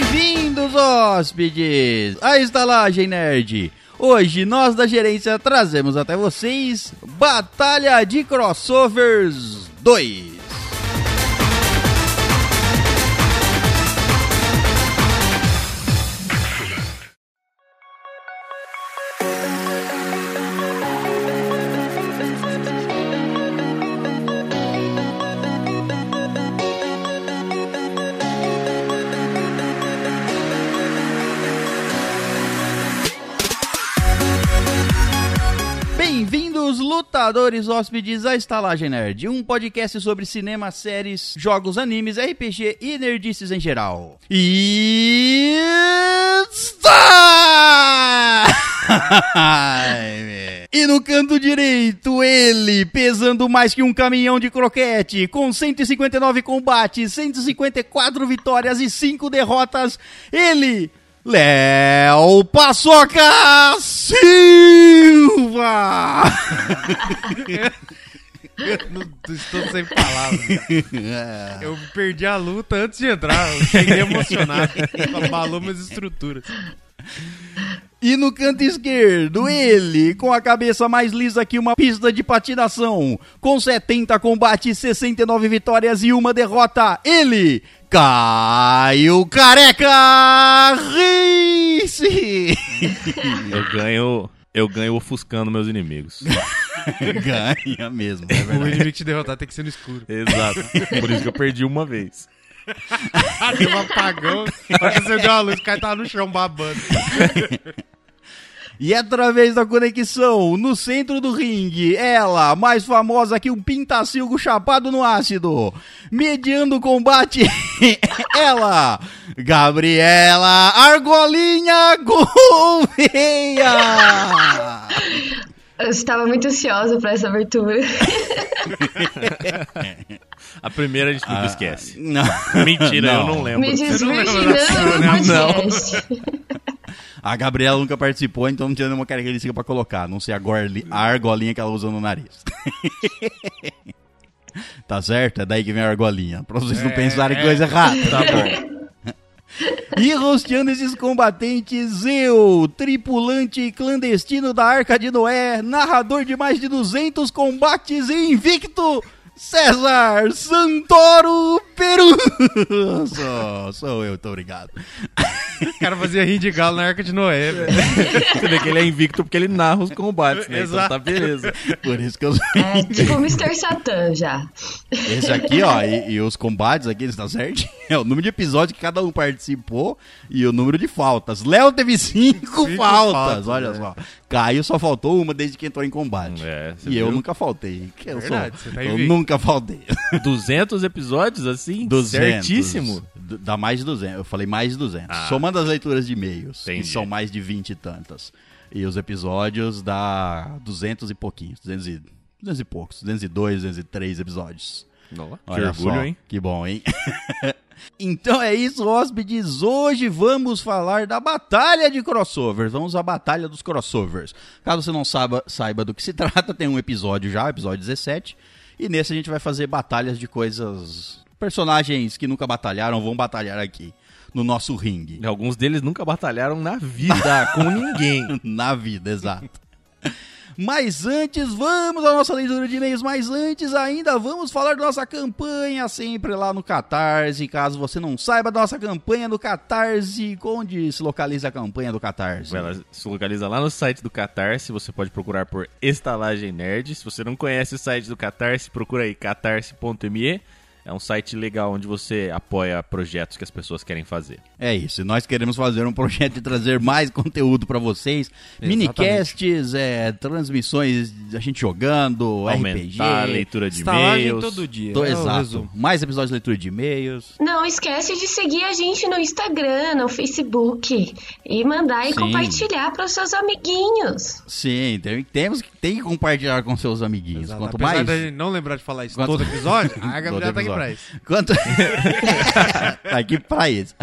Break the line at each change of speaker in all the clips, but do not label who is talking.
Bem-vindos, hóspedes, à Estalagem Nerd. Hoje nós da gerência trazemos até vocês Batalha de Crossovers 2. Bem-vindos, lutadores hóspedes, à Estalagem Nerd, um podcast sobre cinema, séries, jogos, animes, RPG e nerdices em geral. E... Está! E no canto direito, ele, pesando mais que um caminhão de croquete, com 159 combates, 154 vitórias e 5 derrotas, ele, Léo Paçoca Silva!
Eu não- estou sem palavras. cara. Eu perdi a luta antes de entrar. Eu cheguei emocionado. Abalou minhas estruturas.
E no canto esquerdo, ele, com a cabeça mais lisa que uma pista de patinação, com 70 combates, 69 vitórias e uma derrota, ele, Caio Careca Rice!
Eu ganho, eu ganho ofuscando meus inimigos.
Ganha mesmo, é
O
verdade.
inimigo te derrotar tem que ser no escuro.
Exato. Por isso que eu perdi uma vez.
Ah, deu um apagão. Olha que acendeu a luz. O cara tava no chão babando.
E é através da conexão, no centro do ringue, ela, mais famosa que um pintacilgo chapado no ácido, mediando o combate, ela, Gabriela Argolinha Gouveia!
Eu estava muito ansiosa pra essa abertura.
A primeira a gente nunca esquece.
Não.
Mentira, eu Ah, É, não lembro.
Me
lembra
desvirginando no
dessa,
podcast.
A Gabriela nunca participou, então não tinha nenhuma característica pra colocar, a não ser a, gorli- a argolinha que ela usa no nariz. tá certo? É daí que vem a argolinha, pra vocês não
É,
pensarem
é.
coisa errada.
Tá bom.
E rosteando esses combatentes, eu, tripulante clandestino da Arca de Noé, narrador de mais de 200 combates e invicto, César Santoro Peruso. Sou eu, tô obrigado.
O cara fazia rir de galo na arca de Noé. velho.
Você vê que ele é invicto porque ele narra os combates, né? Então
Exato.
tá beleza.
Por isso que eu sou...
É, tipo o Mr. Satã já.
Esse aqui, ó, e, e os combates aqui, está certo? É o número de episódios que cada um participou e o número de faltas. Léo teve cinco,
Cinco
faltas,
faltas,
olha
né?
só. Caio só faltou uma desde que entrou em combate.
É, você
e eu
viu?
nunca faltei. que eu sou-
Verdade, você tá
eu
invicto.
nunca faltei.
200 episódios assim?
200.
Certíssimo.
D- Dá mais de 200. Eu falei mais de 200. Somando as leituras de e-mails, que
Entendi.
são mais de 20 e tantas. E os episódios dá 200 e pouquinhos. 200 e, 200 e poucos. 202, 203 episódios.
Nossa, que
Olha
orgulho,
só,
hein?
Que bom, hein? então é isso, hóspedes. Hoje vamos falar da batalha de crossovers. Vamos à batalha dos crossovers. Caso você não saiba, saiba do que se trata, tem um episódio já, episódio 17. E nesse a gente vai fazer batalhas de coisas. Personagens que nunca batalharam vão batalhar aqui no nosso ringue.
E Alguns deles nunca batalharam na vida com ninguém.
Na vida, exato. Mas antes, vamos à nossa leitura de e-mails. Mas antes, ainda vamos falar da nossa campanha sempre lá no Catarse. Caso você não saiba da nossa campanha no Catarse, onde se localiza a campanha do Catarse?
Ela se localiza lá no site do Catarse, você pode procurar por Estalagem Nerd. Se você não conhece o site do Catarse, procura aí catarse.me. É um site legal onde você apoia projetos que as pessoas querem fazer.
É isso. e Nós queremos fazer um projeto de trazer mais conteúdo pra vocês.
Exatamente.
Minicasts, é, transmissões, a gente jogando, RPG.
Aumentar a leitura de
Estalagem
e-mails.
Tá todo dia.
Tô-
É o
exato.
resumo.
Mais episódios de leitura de e-mails.
Não esquece de seguir a gente no Instagram, no Facebook. E mandar e
Sim.
compartilhar para os seus amiguinhos.
Sim, tem, temos, que- tem que compartilhar com seus amiguinhos.
Exato.
Quanto
Apesar
mais.
da gente não lembrar de falar isso
Quanto-
todo episódio, a Gabriela
Todo
tá
episódio.
aqui pra
Petrobras.
isso.
Quanto... tá aqui pra isso.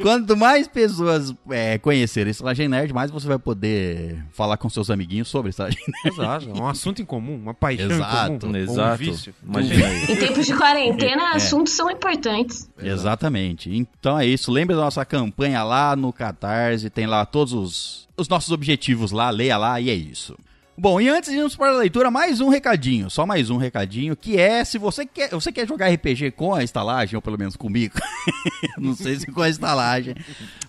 Quanto mais pessoas é, conhecerem Estalagem Nerd, mais você vai poder falar com seus amiguinhos sobre Estalagem Nerd.
Exato, um assunto em comum, uma paixão
Exato,
em comum, ou um
Exato.
vício.
Imagina aí.
Em tempos de quarentena, assuntos são importantes.
Exatamente. Então é isso. Lembra da nossa campanha lá no Catarse. Tem lá todos os, os nossos objetivos lá. Leia lá e é isso. Bom, e antes de irmos para a leitura, mais um recadinho, só mais um recadinho, que é se você quer, você quer jogar RPG com a estalagem, ou pelo menos comigo, não sei se com a estalagem.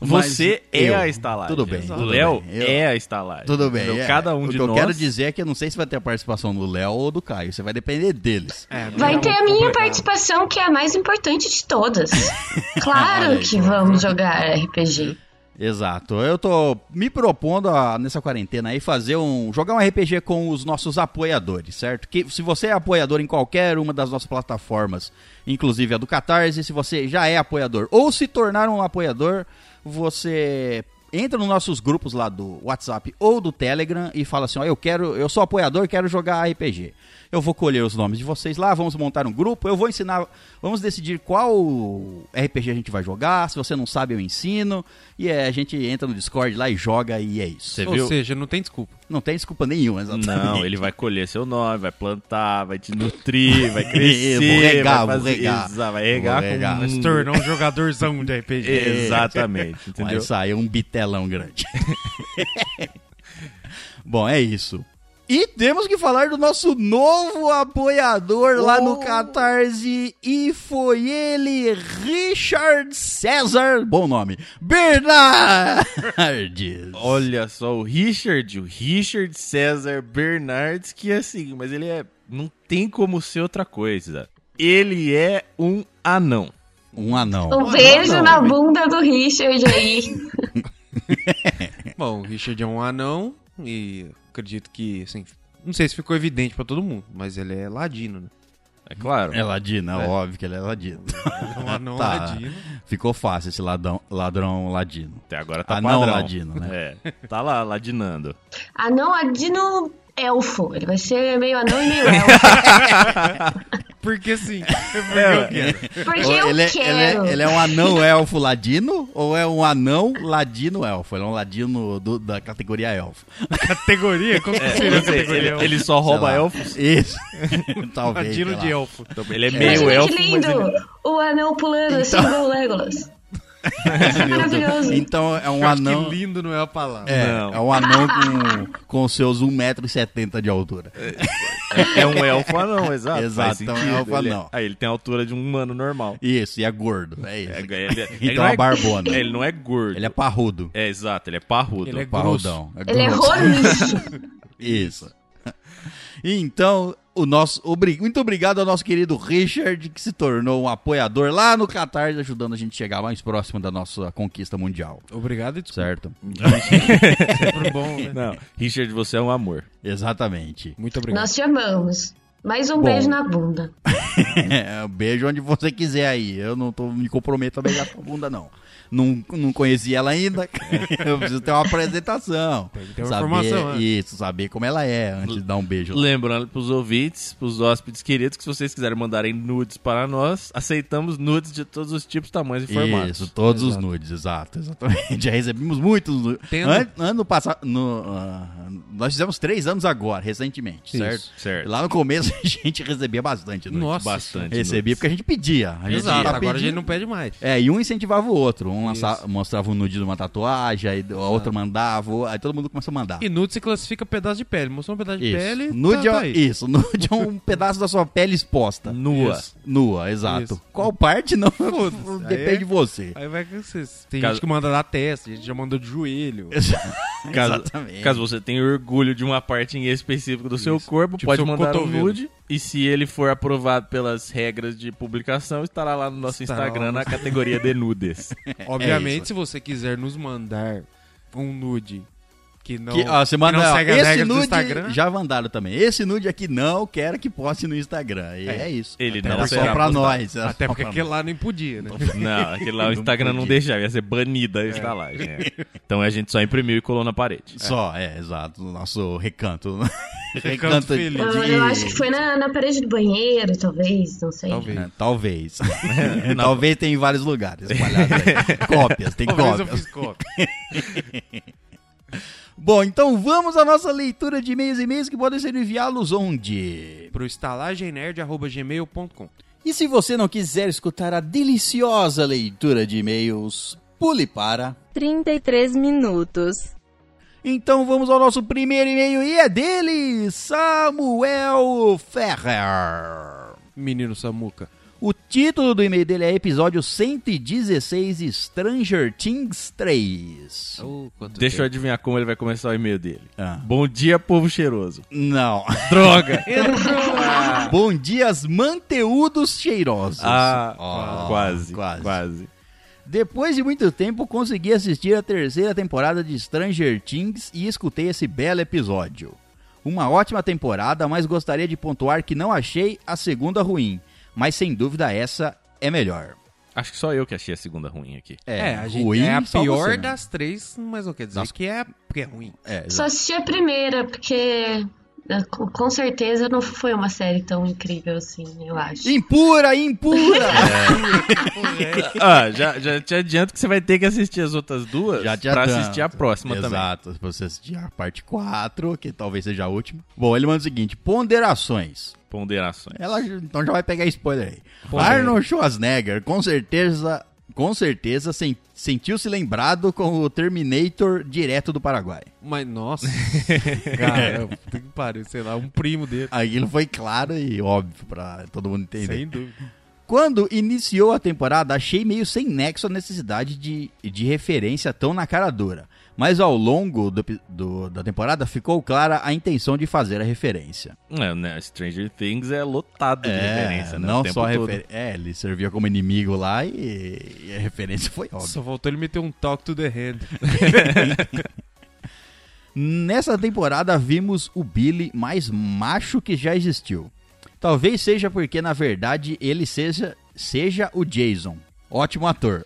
mas
Você é
eu.
a estalagem.
Tudo bem.
O
tudo
Léo
bem. Eu-
é a estalagem.
Tudo bem.
Então,
é.
Cada um
o
de
que eu
nós.
quero dizer é que eu não sei se vai ter a participação do Léo ou do Caio, você vai depender deles.
É,
Vai
não,
ter a minha
complicado.
participação, que é a mais importante de todas.
Olha
Claro
aí,
que
pronto.
vamos jogar RPG.
Exato. Eu tô me propondo a- nessa quarentena aí fazer um jogar um RPG com os nossos apoiadores, certo? Que se você é apoiador em qualquer uma das nossas plataformas, inclusive a do Catarse, se você já é apoiador ou se tornar um apoiador, você entra nos nossos grupos lá do WhatsApp ou do Telegram e fala assim: "Ó, eu quero, eu sou apoiador, quero jogar RPG". Eu vou colher os nomes de vocês lá, vamos montar um grupo, eu vou ensinar, vamos decidir qual RPG a gente vai jogar, se você não sabe eu ensino, e é, a gente entra no Discord lá e joga e é isso.
Você
Ou
viu?
seja, não tem desculpa.
Não tem desculpa nenhuma, é exatamente.
Não, ele vai colher seu nome, vai plantar, vai te nutrir, vai
Eu
crescer.
vou regar,
vai
vou regar.
Exa- vai regar
Vou
com-
regar.
Vai se tornar um jogadorzão de RPG.
né? Exatamente,
Vai
entendeu?
sair um bitelão grande. Bom, é isso. E temos que falar do nosso novo apoiador lá
Oh.
no Catarse. E foi ele, Richard César. Bom nome. Bernardes.
Olha só, o Richard, o Richard César Bernardes, que é assim, mas ele é. Não tem como ser outra coisa. Ele é um anão.
Um anão.
Um beijo na bunda do Richard aí.
Bom, o Richard é um anão e acredito que, assim, não sei se ficou evidente pra todo mundo, mas ele é ladino, né?
É claro.
É ladino, é óbvio que ele é ladino.
É um anão
Tá.
ladino.
Ficou fácil esse ladrão, ladrão ladino.
Até agora tá
Anão
padrão.
ladino,
né? É, tá lá, ladinando.
Anão Adino é Elfo. Ele vai ser meio anão e meio elfo.
Porque assim, sim, porque eu quero.
Porque
Ou
eu
ele, é-
quero.
ele é, ele é um anão elfo ladino ou é um anão ladino elfo? Ele é um ladino do- da categoria elfo.
Categoria? Como
É,
que seria
Não
a
sei,
categoria?
ele, ele só rouba
um- Sei lá.
elfos.
Isso. Talvez. sei
Ladino
lá.
de elfo.
Então, Ele é
Imagina
um
meio elfo,
que
mas
lindo!
ele...
O anão pulando assim igual o Legolas. Maravilhoso.
Então é um
Eu acho
anão.
que lindo não é a palavra.
É,
Não.
é um anão com, com seus 1,70m de altura.
É, é um elfo anão, exato. faz
Exato, é um
sentido,
elfo
ele é-
anão.
Aí ele tem a altura de um humano normal.
Isso, e é gordo. É isso.
É, ele, é-
E
ele
tem
não
uma
é-
barbona.
é, Ele não é gordo.
Ele é parrudo.
É, exato, ele é parrudo.
Ele é
Parrudão.
Ele é
grosso.
roliço.
Isso. Então, o nosso obri- muito obrigado ao nosso querido Richard, que se tornou um apoiador lá no Catarse, ajudando a gente a chegar mais próximo da nossa conquista mundial.
Obrigado e desculpa.
Certo? É.
Sempre bom, né?
Não, Richard, você é um amor.
Exatamente.
Muito obrigado.
Nós te amamos. Mais um
Bom.
beijo na bunda.
É, beijo onde você quiser aí. Eu não tô, me comprometo a beijar sua bunda, não. não. Não conheci ela ainda. Eu preciso ter uma apresentação.
Tem que ter uma
saber,
informação né? antes.
Isso, saber como ela é antes de dar um beijo.
Lembrando pros ouvintes, pros hóspedes queridos, que se vocês quiserem mandarem nudes para nós, aceitamos nudes de todos os tipos, tamanhos e formatos.
Isso, todos os nudes, exato, exatamente. Já recebemos muitos nudes.
Tendo-
An- ano passado. no, ah, nós fizemos três anos agora, recentemente,
Isso.
certo?
Certo.
Lá no começo a gente recebia bastante nudes.
Nossa.
Bastante.
Recebia
nudes.
porque a gente pedia. A gente
Exato,
tá
agora a
pedindo-
gente não pede mais.
É, e um incentivava o outro. Um lança- mostrava um nude de uma tatuagem, aí a outra mandava, o- aí todo mundo começou a mandar.
E nude se classifica pedaço de pele. Mostrou um pedaço de
Isso.
pele.
nude
tá,
é-
tá aí.
isso, nude é um pedaço da sua pele exposta.
Nua.
Isso.
Nua, exato.
Isso.
Qual parte não
Foda-se.
depende
Aí-
de você.
Aí vai que vocês. Tem
Caso-
gente que manda da testa, a gente já mandou de joelho.
Caso,
Exatamente.
caso você tenha orgulho de uma parte em específico do seu corpo,
Tipo
pode
seu
mandar um
cotovelo.
nude. E se ele for aprovado pelas regras de publicação, estará lá no nosso
Estará lá
Instagram
no-
na categoria de nudes.
É
Obviamente,
isso.
se você quiser nos mandar um nude que não,
Que, ó, você manda,
que Então, não
ó,
segue as
esse
regras
nude
do Instagram,
já mandaram também. Esse nude aqui não quero que poste no Instagram. E é, isso.
Ele
Até
não
porque
será
só pra
postado.
nós. é
até
só
porque
pra
aquele lá nem podia, né?
Não, aquele lá o
Não
Instagram não
podia.
deixava, ia ser banida a né? estalagem. é. Então a gente só imprimiu e colou na parede.
nós. Só, é, exato, no nosso recanto.
Recanto
Recanto
Feliz.
Eu, eu acho que foi na, na parede do banheiro, talvez, não sei.
Talvez.
É, talvez. talvez tenha em vários lugares. espalhado aí. Cópias, tem
Talvez eu
cópias.
fiz cópia.
Bom, então vamos à nossa leitura de e-mails e e-mails que podem ser enviados onde?
Pro estalagemnerd.gmail.com
E se você não quiser escutar a deliciosa leitura de e-mails, pule para.
33 minutos.
Então vamos ao nosso primeiro e-mail e é dele, Samuel Ferrer.
Menino Samuca.
O título do e-mail dele é Episódio 116 Stranger Things 3.
Deixa eu adivinhar como ele vai começar o e-mail dele.
Ah.
Bom dia, povo cheiroso.
Não.
Droga!
Bom dias, manteúdos cheirosos.
ah,
Ó,
quase,
quase.
quase.
Depois de muito tempo, consegui assistir a terceira temporada de Stranger Things e escutei esse belo episódio. Uma ótima temporada, mas gostaria de pontuar que não achei a segunda ruim, mas sem dúvida essa é melhor.
Acho que só eu que achei a segunda ruim aqui.
a gente é a pior das três, mas não quer dizer que é, que é ruim.
Só assisti a primeira, porque né, com com certeza não foi uma série tão incrível assim, eu acho.
Impura, impura!
Ah, já, já te adianto que você vai ter que assistir as outras
É,
duas
Já te
pra
adianto.
assistir a próxima
Exato,
também.
se você assistir a parte 4, que talvez seja a última. Bom, ele manda o seguinte: ponderações.
Ponderações.
Ela então já vai pegar spoiler aí.
Pondera.
Arnold Schwarzenegger, com certeza, com certeza sen- sentiu-se lembrado com o Terminator direto do Paraguai.
Mas, nossa. Cara, puta que pariu, sei lá, um primo dele.
Aquilo foi claro e óbvio pra todo mundo entender.
Sem dúvida.
Quando iniciou a temporada, achei meio sem nexo a necessidade de, de referência tão na cara dura. Mas ao longo do epi- do- da temporada ficou clara a intenção de fazer a referência.
É, né, Stranger Things é lotado de referência, né? o
não
tempo
só
todo.
referência. É, ele servia como inimigo lá e, e a referência foi óbvia.
Só faltou ele meter um talk to the hand.
Nessa temporada vimos o Billy mais macho que já existiu. Talvez seja porque, na verdade, ele seja, seja o Jason. Ótimo ator.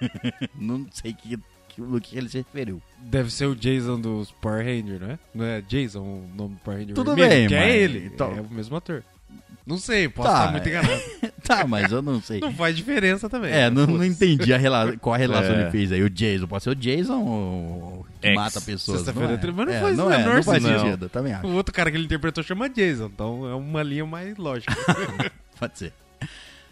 Não sei que, que, no que ele se referiu.
Deve ser o Jason dos Power Ranger, não é? Não é Jason o nome do Power Ranger
Tudo bem,
vermelho, que é
mas-
ele.
então-
É o mesmo ator. Não sei, posso
Tá,
estar muito
é.
enganado.
tá, mas eu não sei.
Não faz diferença também.
É, não,
Pô,
não entendi a rela- qual a relação
É.
ele fez aí. O Jason, pode ser o Jason ou que
Ex.
mata pessoas.
É Sexta-feira
é.
13, mas não
É,
faz o
é,
menor
não faz
sentido.
sentido, eu também acho.
O outro cara que ele interpretou chama Jason, então é uma linha mais lógica.
Pode ser.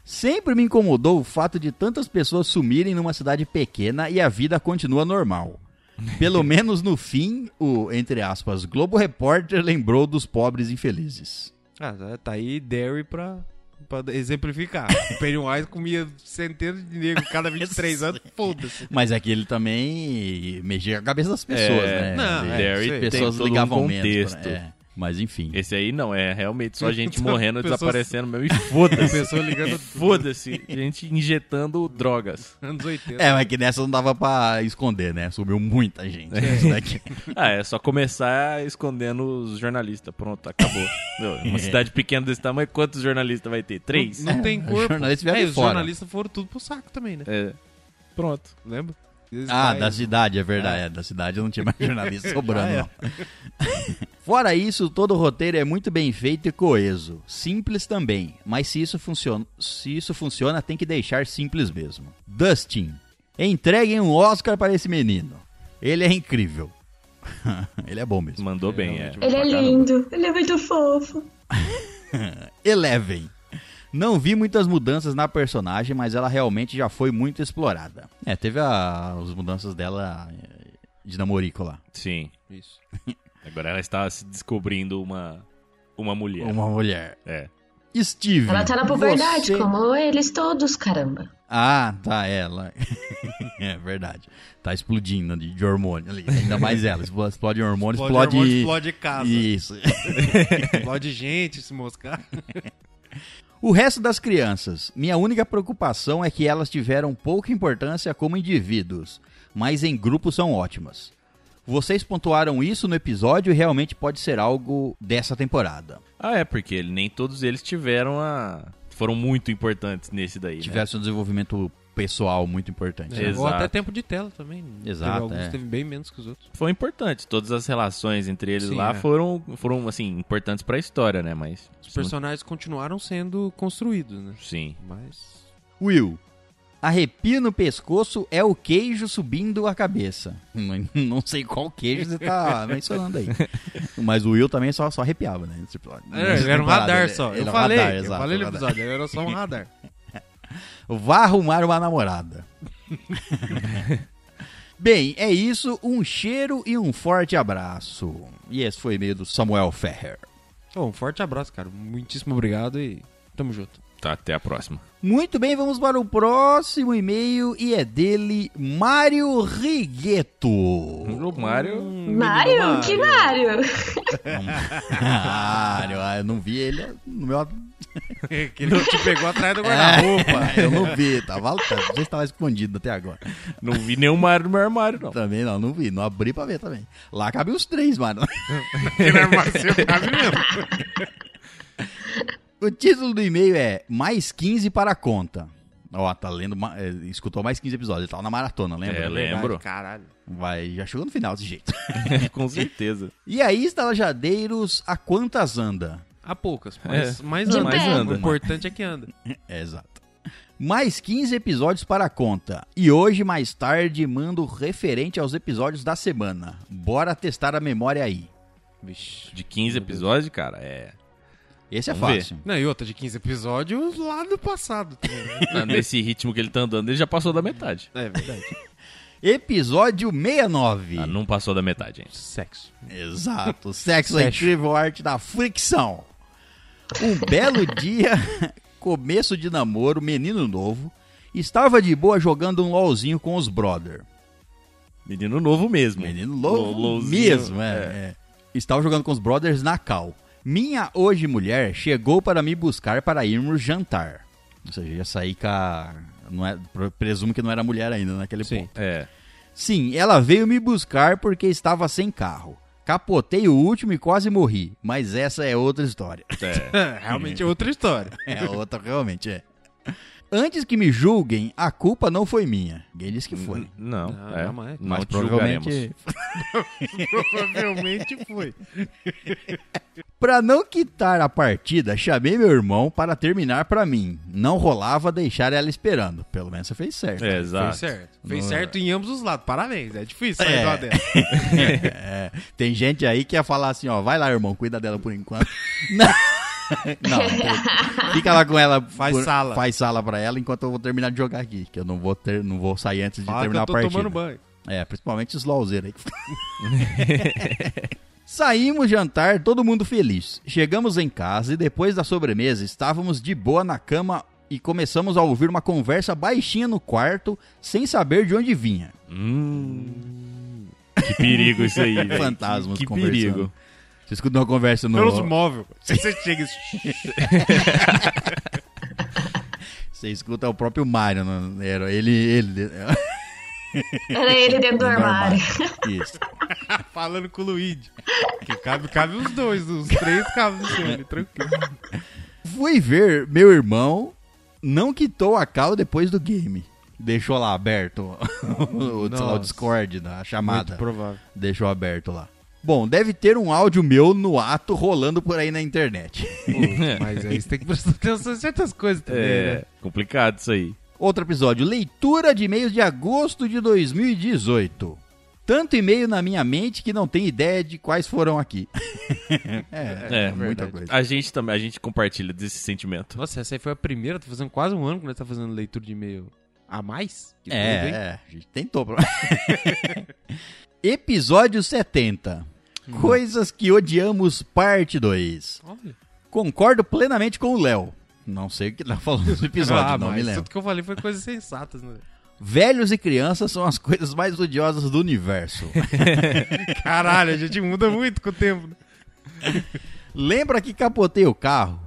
Sempre me incomodou o fato de tantas pessoas sumirem numa cidade pequena e a vida continua normal. Pelo menos no fim, o, entre aspas, Globo Repórter lembrou dos pobres infelizes.
ah, tá- tá aí Derry pra, pra exemplificar. O Pennywise comia centenas de negros cada 23 anos, foda-se.
Mas é que ele também mexia com a cabeça das pessoas,
É,
né?
não,
Ele-
é,
Derry
sei.
as pessoas
tem todo um
ligavam menos.
contexto.
pra- é. Mas enfim.
Esse aí não, é realmente só gente morrendo,
Pessoas-
desaparecendo mesmo. e
A
Foda-se.
pessoa ligando
Foda-se. Gente injetando drogas.
anos 80.
É, mas que nessa não dava pra esconder, né? Sumiu muita gente. né? Isso daqui.
Ah, é só começar escondendo os jornalistas. Pronto, acabou. Meu, Uma cidade pequena desse tamanho, quantos jornalistas vai ter? Três?
Não, não tem
os
corpo.
jornalistas vieram
é,
de
os
fora.
jornalistas foram tudo pro saco também, né?
É. Pronto.
Lembra? Eles
Ah,
vai-
da cidade, é verdade. É, da cidade eu não tinha mais jornalista sobrando, não. Fora isso, todo o roteiro é muito bem feito e coeso. Simples também, mas se isso funciona, se isso funciona tem que deixar simples mesmo. Dustin, entreguem um Oscar para esse menino. Ele é incrível. Ele é bom mesmo.
Mandou bem, é.
Ele é
Pra caramba.
lindo, ele é muito fofo.
Eleven. Não vi muitas mudanças na personagem, mas ela realmente já foi muito explorada. É, teve a- as mudanças dela eh, de namorico lá.
Sim.
Isso.
Agora ela está se descobrindo uma, uma mulher.
Uma mulher.
É.
Steve.
Ela tá na puberdade,
você-
como eles todos, caramba.
Ah, tá, ela. é verdade. Tá explodindo de, de hormônio ali. Ainda mais ela. Explo- Explode hormônio, explode.
Explode, hormônio, explode casa.
Isso.
Explode gente se moscar.
O resto das crianças. Minha única preocupação é que elas tiveram pouca importância como indivíduos, mas em grupo são ótimas. Vocês pontuaram isso no episódio e realmente pode ser algo dessa temporada.
Ah, é, porque nem todos eles tiveram a. Foram muito importantes nesse daí. né?
Tiveram seu um desenvolvimento pessoal muito importante.
É.
né?
Ou
Exato.
até tempo de tela também.
Exato,
Teve alguns
é.
teve bem menos que os outros.
Foi importante. Todas as relações entre eles
Sim,
lá
é.
foram, foram, assim, importantes pra história, né? Mas.
Os personagens continuaram sendo construídos, né?
Sim.
Mas.
Will. Arrepio no pescoço é o queijo subindo a cabeça. Não- Não sei qual queijo você tá mencionando aí. Mas o Will também só, só arrepiava, né? Tipo,
É, ele
nessa
era um
temporada,
radar
ele-
só.
ele
Eu
era um
falei,
radar,
eu
exato,
falei no
radar.
episódio, ele era só um radar.
Vá arrumar uma namorada. Bem, é isso. Um cheiro e um forte abraço. E esse foi meio do Samuel Ferrer.
Bom, um forte abraço, cara. Muitíssimo obrigado e tamo junto.
Tá, até a próxima.
Muito bem, vamos para o próximo e-mail e é dele, Mário Rigueto.
O
Hum,
Mario.
Mário? Que Mário?
Mário, ah, eu não vi ele no meu.
que ele te pegou atrás do guarda-roupa.
eu não vi, tava, não sei se tava escondido até agora.
Não vi nenhum Mario no meu armário, não.
Também não, não vi, não abri pra ver também. Lá cabe os três, mano.
Ele era macio, cabe mesmo.
O título do e-mail é Mais 15 para a conta. Ó, tá lendo, ma- é, escutou mais 15 episódios, ele tava na maratona, lembra?
É, lembro. Lembrou?
Caralho.
Vai, já chegou no final desse jeito.
Com certeza.
E aí, estalajadeiros, a quantas anda?
Há poucas, mas,
É,
mas
de
anda.
pé.
O importante é que anda.
É, exato. Mais 15 episódios para a conta. E hoje, mais tarde, mando referente aos episódios da semana. Bora testar a memória aí.
Vixe.
De 15 episódios, cara, é.
Esse é
Vamos ver.
fácil.
Não, e outra de 15 episódios lá do passado também. né?
Não, Nesse ritmo que ele tá andando, ele já passou da metade.
é verdade.
Episódio 69.
Ah, não passou da metade ainda.
Sexo.
Exato. Sexo é
Sexo.
incrível arte da fricção. Um belo dia, começo de namoro, menino novo, estava de boa jogando um LOLzinho com os brother.
Menino novo mesmo.
Menino louco
Lo- louzinho,
mesmo, é, é. Estava jogando com os brothers na cal. Minha hoje mulher chegou para me buscar para irmos jantar. Ou seja, ia sair com a... Não é, presumo que não era mulher ainda naquele
Sim.
ponto.
É.
Sim, ela veio me buscar porque estava sem carro. Capotei o último e quase morri, mas essa é outra história.
é.
É, realmente é outra história.
É outra realmente, é. Antes que me julguem, a culpa não foi minha. Ninguém disse que foi.
Não,
Não,
é.
não, mas-
Não
Mas
te julgaremos.
provavelmente
Provavelmente foi.
Pra não quitar a partida, chamei meu irmão para terminar pra mim. Não rolava deixar ela esperando. Pelo menos você fez certo.
É,
Fez
exato.
certo. Fez
Não.
certo em ambos os lados. Parabéns. É difícil
É.
sair de uma dela.
É, tem gente aí que ia falar assim, ó, vai lá, irmão, cuida dela por enquanto. não, não, não tem. fica lá com ela.
Faz
por-
sala.
Faz sala pra ela enquanto eu vou terminar de jogar aqui, que eu não vou ter, não vou sair antes de
Fala que
terminar
eu
a
tô
partida.
tomando banho.
É, principalmente os LOLzeiros aí. Saímos jantar, todo mundo feliz. Chegamos em casa e depois da sobremesa estávamos de boa na cama e começamos a ouvir uma conversa baixinha no quarto, sem saber de onde vinha.
Hum. Que perigo isso aí. velho.
Fantasmas
Que, que
conversando.
perigo.
Você escuta uma conversa no
Pelos móveis. Se você chega e...
Você escuta o próprio Mario, não era ele ele
Era ele dentro do armário.
Isso.
falando com o Luigi. Que cabe, cabe os dois. Os três cabem no seu. olho, Tranquilo.
Fui ver meu irmão não quitou a cal depois do game. Deixou lá aberto o, sei lá, o
Nossa.
Discord, né, a chamada.
Muito provável.
Deixou aberto lá. Bom, deve ter um áudio meu no ato rolando por aí na internet.
Mas aí você tem que prestar atenção em certas coisas também,
É
né?
complicado isso aí.
Outro episódio, leitura de e-mails de agosto de 2018. Tanto e-mail na minha mente que não tem ideia de quais foram aqui. é,
É,
muita
verdade.
coisa.
A gente também, a gente compartilha desse sentimento.
Nossa, essa aí foi a primeira. Tá fazendo quase um ano que nós tá fazendo leitura de e-mail a mais. Que
É,
tudo, hein?
é, a gente tentou. pro- Episódio 70.
Hum.
Coisas que odiamos, parte 2.
Olha.
Concordo plenamente com o Léo. Não sei o que tá falando no
É,
episódio,
Ah,
não me
mas
lembro.
Tudo que eu falei foi coisas sensatas, né?
Velhos e crianças são as coisas mais odiosas do universo.
Caralho, a gente muda muito com o tempo. né?
Lembra que capotei o carro?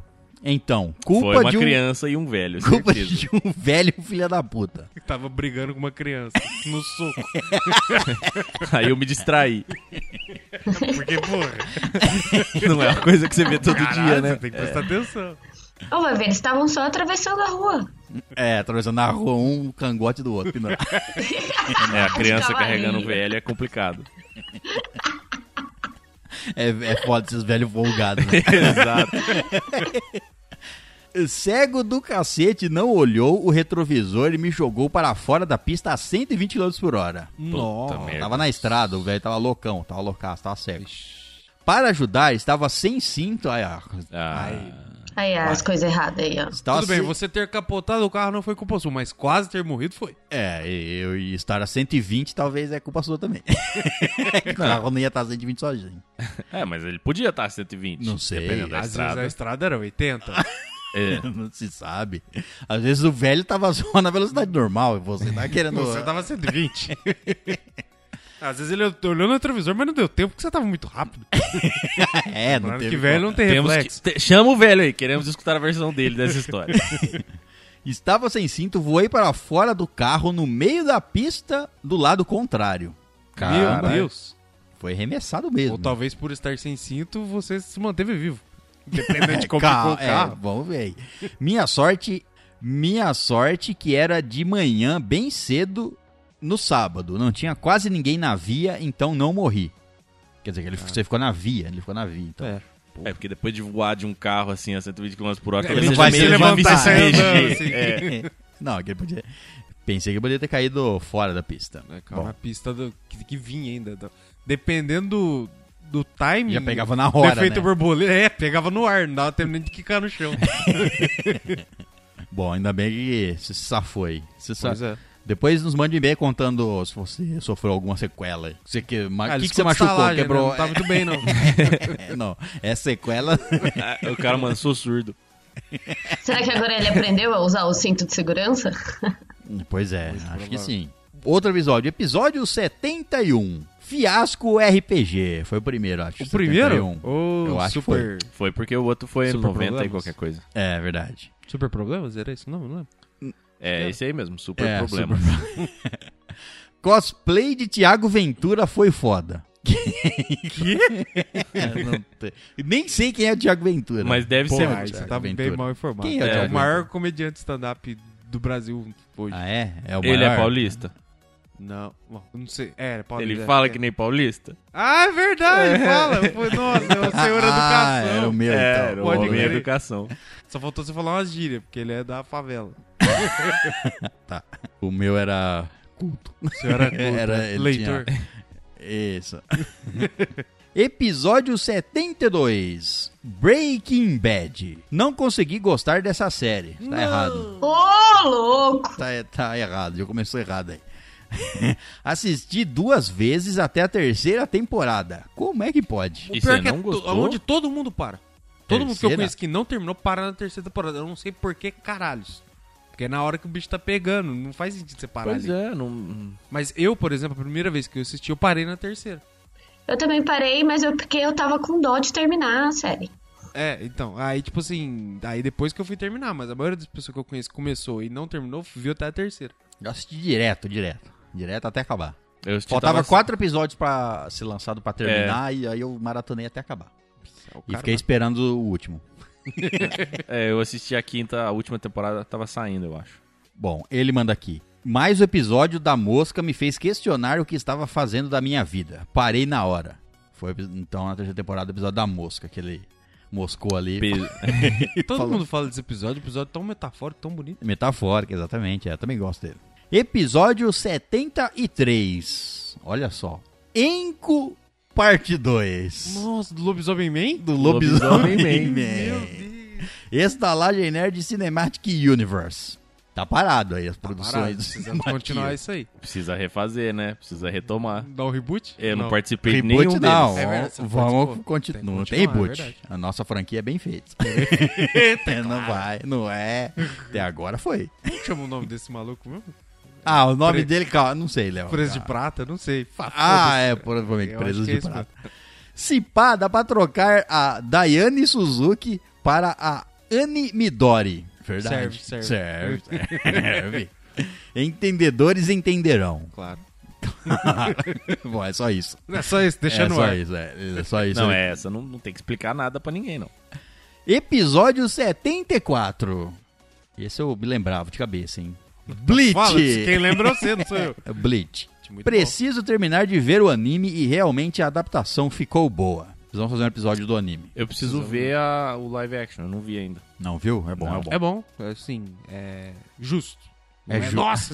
Então, culpa
Foi uma
de um
criança e um velho,
culpa
certeza.
de um velho filha da puta.
Que tava brigando com uma criança no soco.
um-
Aí eu me distraí.
Porque, porra,
Não é uma coisa que você vê todo
caralho,
dia,
você
né?
tem que prestar atenção.
Ô, vai ver, eles estavam só atravessando a rua.
É, atravessando a rua, um cangote do outro. pendurado.
É, a criança
cavalinho.
carregando o VL é complicado.
É, é foda esses velhos folgados. né?
Exato.
Cego do cacete não olhou o retrovisor e me jogou para fora da pista a 120 km por hora.
Puta merda.
Tava na estrada, o velho tava loucão, tava loucaço, tava cego. Para ajudar, estava sem cinto. Ai, ah,
Ah,
Aí, as coisas erradas aí, ó.
estava
Tudo bem,
sem-
você ter capotado o carro não foi culpa sua, mas quase ter morrido foi.
É, eu ia estar a 120 talvez é culpa sua também. o carro não ia estar a 120 sozinho.
é, mas ele podia estar a 120.
Não sei.
Dependendo da
Às vezes
estrada.
a estrada era 80.
É.
Não se sabe. Às vezes o velho tava só na velocidade normal e você tá querendo...
Você tava 120. Às vezes ele olhou no retrovisor, mas não deu tempo porque você tava muito rápido.
É, não
Claro
teve...
que velho não tem
Temos
reflexo.
que- te- chama o velho aí, queremos escutar a versão dele dessa história.
Estava sem cinto, voei para fora do carro no meio da pista do lado contrário.
Meu Deus.
Foi arremessado mesmo.
Ou talvez por estar sem cinto, você se manteve vivo. Dependendo de como
Cal-
ficou o carro.
É, vamos ver aí. Minha sorte, minha sorte que era de manhã bem cedo no sábado. Não tinha quase ninguém na via, então não morri. Quer dizer, que ele,
Ah.
você ficou na via, ele ficou na via, então.
É.
É, porque depois de voar de um carro assim a 120 km por hora,
É,
talvez
ele não
seja
vai
meio
se
difícil
levantar,
se
né?
mexer.
Assim.
É.
Não, que ele podia. Pensei que ele podia ter caído fora da pista.
É, cara,
Bom,
na pista do- que, que vinha ainda. da- Dependendo do, do timing.
Já pegava na hora,
Defeito
né?
borboleta. É, pegava no ar, não dava tempo nem de quicar no chão.
bom, ainda bem que se safou aí. Se sa-
Pois é.
Depois nos mande e-mail contando se você sofreu alguma sequela. Você que, mas,
Ah,
o
ele
que, que você
ficou de
machucou?
estalagem, né?
Quebrou.
Não tá muito bem, não. tá-
É, não, é sequela.
Ah, O cara, mano, sou surdo.
Será que agora ele aprendeu a usar o cinto de segurança?
Pois é, acho que sim. Outro episódio, episódio 71. Fiasco RPG. Foi o primeiro, acho.
O primeiro?
71.
Ô,
Eu acho que
super,
Foi porque o outro foi
Super
90 e
problemas.
qualquer coisa.
É verdade.
super problemas? Era isso? Não, não lembro.
É, esse aí mesmo, super
É,
problema.
Cosplay de Tiago Ventura foi foda.
Que?
É, não tem- Nem sei quem é o Tiago Ventura.
Mas deve
Pô,
ser.
aí você
Thiago
tá
Ventura.
bem mal informado.
Quem é
é,
o
o
Thiago
maior comediante stand-up do Brasil hoje.
Ah, é? É o
Ele é
maior?
paulista.
Não, bom, não sei. É, pode
Ele
é.
fala que nem paulista.
Ah, é verdade, fala. Eu fui- Nossa, é o senhor
Ah,
educação.
era o meu, então.
É, o
Pode
homem é
crer.
educação.
Só faltou você falar uma gíria, porque ele é da favela.
O meu era culto.
O senhor é
Era- ele
leitor.
Isso. Episódio 72. Breaking Bad. Não consegui gostar dessa série. Tá errado.
Ô, louco!
Tá, tá errado, já começou errado aí. Assisti duas vezes até a terceira temporada. Como é que pode?
O
E
pior
você
que
não
é to-
gostou?
onde todo mundo para. Todo mundo que eu
Terceira?
conheço que não terminou para na terceira temporada. Eu não sei por que caralhos. Porque é na hora que o bicho tá pegando, não faz sentido você parar
Pois
ali.
é, não.
Mas eu, por exemplo, a primeira vez que eu assisti, eu parei na terceira.
Eu também parei, mas eu porque eu tava com dó de terminar a série.
É, então, aí tipo assim, aí depois que eu fui terminar, mas a maioria das pessoas que eu conheço começou e não terminou, viu até a terceira.
Eu assisti direto, direto. Direto até acabar.
Eu assisti-
Faltava
tava-
quatro episódios pra ser lançado pra terminar e aí eu maratonei até acabar.
É O
É. E
cara-
fiquei esperando o último.
É, eu assisti a quinta, a última temporada tava saindo, eu acho.
Bom, ele manda aqui. Mais o episódio da mosca me fez questionar o que estava fazendo da minha vida. Parei na hora. Foi então na terceira temporada o episódio da mosca, que ele moscou ali.
Pe-
Todo
Falou.
mundo fala desse episódio, episódio tão metafórico, tão bonito.
Metafórica, exatamente. É, eu também gosto dele. Episódio 73. Olha só. Enco, parte 2.
Nossa, do Lobisomem Man?
Do
Lobisomem
Lobisomem
Man.
Meu
Man.
Deus.
Estalagem é Nerd Cinematic Universe. Tá parado aí as
Parado,
produções.
precisamos continuar isso aí.
Precisa refazer, né? Precisa retomar.
Dá um reboot?
É,
Eu não,
Não.
participei de nenhum
Reboot
deles.
não.
É verdade, você
Vamos
participou.
continuar.
Tem que
Não tem
continuar, é
reboot.
verdade. É
A nossa franquia é bem feita. não vai, não é. Até agora foi.
Como que chama o nome desse maluco mesmo?
Ah, o nome
Pre-
dele, calma, não sei, Léo.
Preso de
Calma.
prata? Não sei. Fa-
Ah,
foda-se.
é, provavelmente
Eu
presos
acho que
de
é isso
prata. Se pá, dá pra trocar a Dayane Suzuki para a Anne Midori. Verdade.
Serve,
serve.
serve.
serve. Entendedores entenderão.
Claro.
Bom, é só isso.
Não é só isso, deixa
é
no
só
ar.
isso, é, é só isso.
Não, é essa, não, não tem que explicar nada pra ninguém, não.
Episódio 74. Esse eu me lembrava de cabeça, hein?
Fala, quem
Bleach!
lembra é você, não sou eu.
Bleach.
Muito
Preciso terminar de ver o anime e realmente a adaptação ficou boa. Precisamos fazer um episódio do anime.
Eu preciso ver a- o live action, eu não vi ainda.
Não, viu? É bom, é bom.
É bom, assim, é justo. Não
É
É
ju-
Nossa,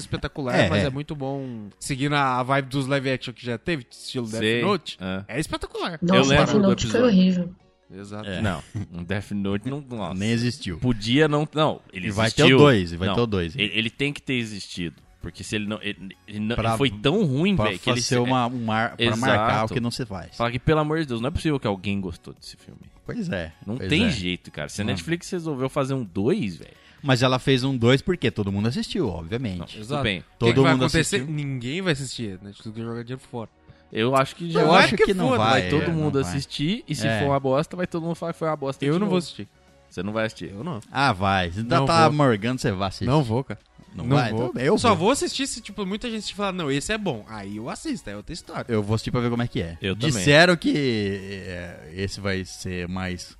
espetacular,
É,
mas
é.
é muito bom. Seguindo a vibe dos live action que já teve, estilo Death
Sei.
Note,
É.
é espetacular.
Nossa,
lembro
Death
do
Note foi
episódio.
horrível.
Exato.
É.
Não, um Death Note não. Nossa.
Nem existiu.
Podia não. Não, ele
E vai ter
existiu.
o dois, e vai
Não,
ter o dois.
Ele, ele tem que ter existido. Porque se ele não. Ele, ele não-
Pra-
ele foi tão ruim,
Pra
velho, que ele.
fazer uma, um mar, pra
Exato.
marcar o que não se faz.
Fala que, pelo amor de Deus, não é possível que alguém gostou desse filme.
Pois é.
Não
pois
tem
é.
jeito, cara. Se a
Não.
Netflix resolveu fazer um 2, velho.
Mas ela fez um dois porque todo mundo assistiu, obviamente.
Tudo bem.
O
Todo
que, que vai
mundo
acontecer?
assistiu.
Ninguém vai assistir. Né? Tudo que jogar dinheiro fora.
Eu acho que já
Eu
vai
acho
que
que, não
foda,
vai.
vai todo
é,
mundo
não vai.
assistir. E se
É.
for uma bosta, vai todo mundo falar que foi uma bosta. de
Eu não
novo.
vou assistir.
Você não vai assistir.
Eu não.
Ah, vai. Se ainda
Não
tá
vou.
morgando, você vai assistir.
Não vou, cara.
Não vai?
vou.
Tudo bem, eu
só
vou.
vou assistir se, tipo, muita gente falar, não, esse é bom. Aí eu assisto, é outra história.
Eu vou assistir pra ver como é que é.
Eu também.
Disseram que é, esse vai ser mais.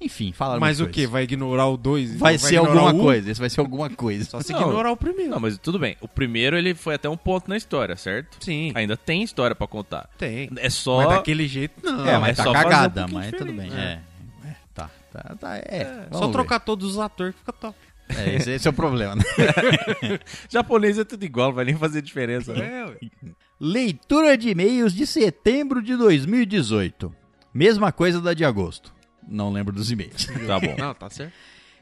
Enfim, falaram
Mas o
muita
que?
coisa.
Vai ignorar o 2?
Vai, ser alguma coisa. Esse vai ser alguma coisa.
um? Só se
Não.
ignorar o primeiro.
Não, mas tudo bem. O primeiro, ele foi até um ponto na história, certo?
Sim,
Ainda tem história pra contar.
tem.
É só.
Mas daquele jeito, não.
é,
é
mas tá
só fazer um
cagada,
pouquinho
mas tudo bem.
diferente,
É. É, Tá, tá, tá. É. vamos
Só
ver.
trocar todos os atores que fica top.
É, esse, esse é o problema, né?
Japonês é tudo igual, não vai nem fazer diferença. né?
É, ué.
Leitura de e-mails de setembro de 2018. Mesma coisa da de agosto. Não lembro dos e-mails.
Tá bom.
Não, tá certo.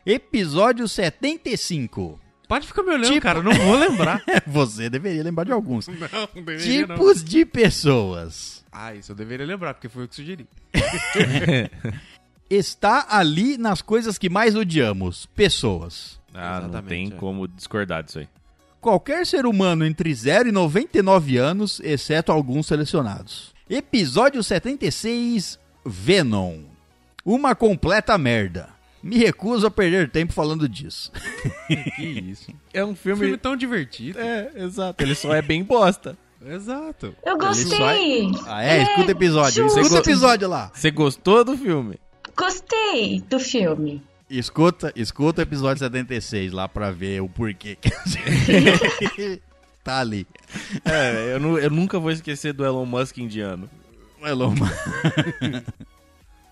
Episódio 75.
Pode ficar me olhando,
Tipo-
cara. eu Não vou lembrar. Tipo-
Você deveria lembrar de alguns.
não, não deveria, não.
Tipos de pessoas.
Ah, isso eu deveria lembrar, porque foi eu que sugeri.
Está ali nas coisas que mais odiamos: pessoas.
Ah, não
Exatamente,
tem
é.
como discordar disso aí.
Qualquer ser humano entre 0 e 99 anos, exceto alguns selecionados. Episódio 76: Venom. Uma completa merda. Me recuso a perder tempo falando disso.
Que isso.
É um
Um filme tão divertido.
É, exato. Ele só é bem bosta.
Exato.
Eu
só
gostei!
Ah, é? Escuta o episódio.
justo.
Escuta o episódio lá.
Você gostou do filme?
Gostei do filme.
Escuta, escuta o episódio 76 lá pra ver o porquê. que- tá ali.
É, eu, nu- eu nunca vou esquecer do Elon Musk indiano.
Elon Musk.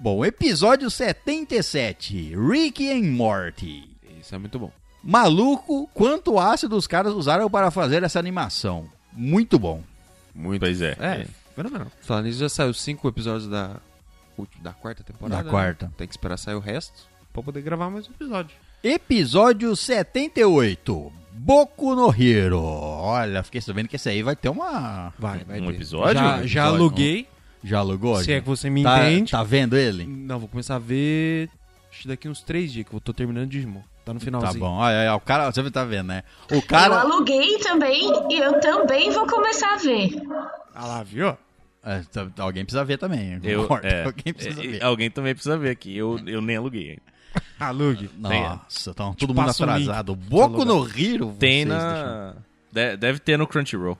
Bom, episódio 77. Rick and Morty.
Isso é muito bom.
Maluco, quanto ácido os caras usaram para fazer essa animação. Muito bom.
Muito. Pois é.
É, fenomenal. Falando nisso, já saiu cinco episódios da, ulti- da quarta temporada.
Da quarta.
né? Tem que esperar sair o resto pra poder gravar mais um episódio.
Episódio 78. Boku no Hero. Olha, fiquei sabendo que esse aí vai ter uma...
Vai, vai
Um
ter.
episódio?
Já,
Um
já
episódio.
aluguei.
Já alugou?
Se é que você me
tá,
entende.
tá vendo ele?
Não, vou começar a ver acho, daqui uns três dias que eu tô terminando Digimon. Tá no
Tá
finalzinho.
bom. Olha, olha, o cara, você tá vendo, né? O
Eu
cara.
aluguei também e eu também vou começar a ver.
Ah lá, viu?
É, tá- tá, alguém precisa ver também. Eu,
Eu,
concordo.
é,
alguém precisa
é,
ver.
alguém também precisa ver aqui. Eu, eu nem aluguei. ainda.
Alugue.
Nossa, tá todo
é. Te
mundo
passo o link.
atrasado. Boku
Tá
no Hero, vocês
Tem
deixam-
na. De- deve ter no Crunchyroll.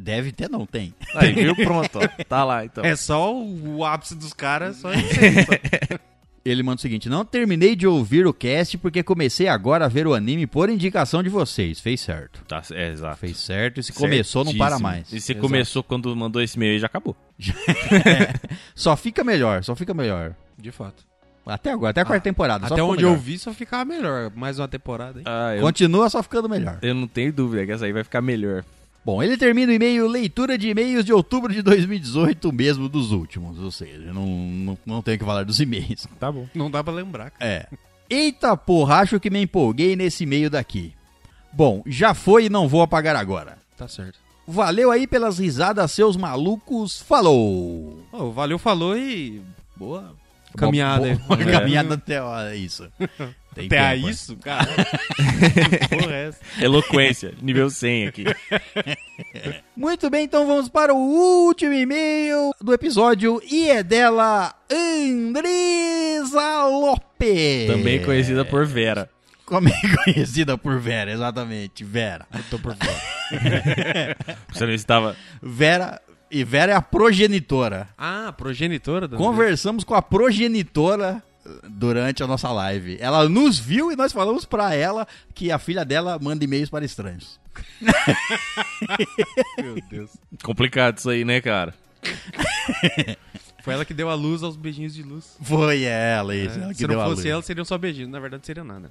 Deve ter, não tem.
Aí, viu? Pronto, ó. Tá lá então.
É só o, o ápice dos caras, só isso aí. só.
Ele manda o seguinte: Não terminei de ouvir o cast porque comecei agora a ver o anime por indicação de vocês. Fez certo.
Tá, é, exato.
Fez certo e se começou, não
Certíssimo.
para mais.
E você começou quando mandou esse e-mail e já acabou.
Só fica melhor, só fica melhor.
De fato.
Até agora, até a quarta temporada. só
Ah, Até
ficou
onde
melhor.
eu vi, só ficava melhor. Mais uma temporada, hein?
Ah, eu,
Continua só ficando melhor.
eu não tenho dúvida que essa aí vai ficar melhor.
Bom, ele termina o e-mail leitura de e-mails de outubro de 2018, mesmo dos últimos. Ou seja, não, não, não tenho o que falar dos e-mails.
Tá bom.
Não dá pra lembrar, cara.
É. Eita porra, acho que me empolguei nesse e-mail daqui. Bom, já foi e não vou apagar agora.
Tá certo.
Valeu aí pelas risadas, seus malucos. Falou!
Ô, valeu, falou e. Boa caminhada aí.
Uma caminhada até a isso. Tem
Até a
É. tempo, né?
isso, cara. Porra, é essa?
Eloquência, nível 100 aqui.
Muito bem, então vamos para o último e-mail do episódio e é dela Andresa Lopes.
Também conhecida por Vera.
Como é conhecida por Vera, exatamente, Vera.
Você não estava.
Vera e Vera é a progenitora.
Ah, progenitora da.
Conversamos com a progenitora durante a nossa live. Ela nos viu e nós falamos pra ela que a filha dela manda e-mails para estranhos.
Meu Deus.
Complicado isso aí, né, cara?
Foi ela que deu a luz aos beijinhos de luz.
Foi ela, isso. ela que
É, Se
deu
não
a
fosse
luz.
ela, seriam só beijinhos. Na verdade, seria nada.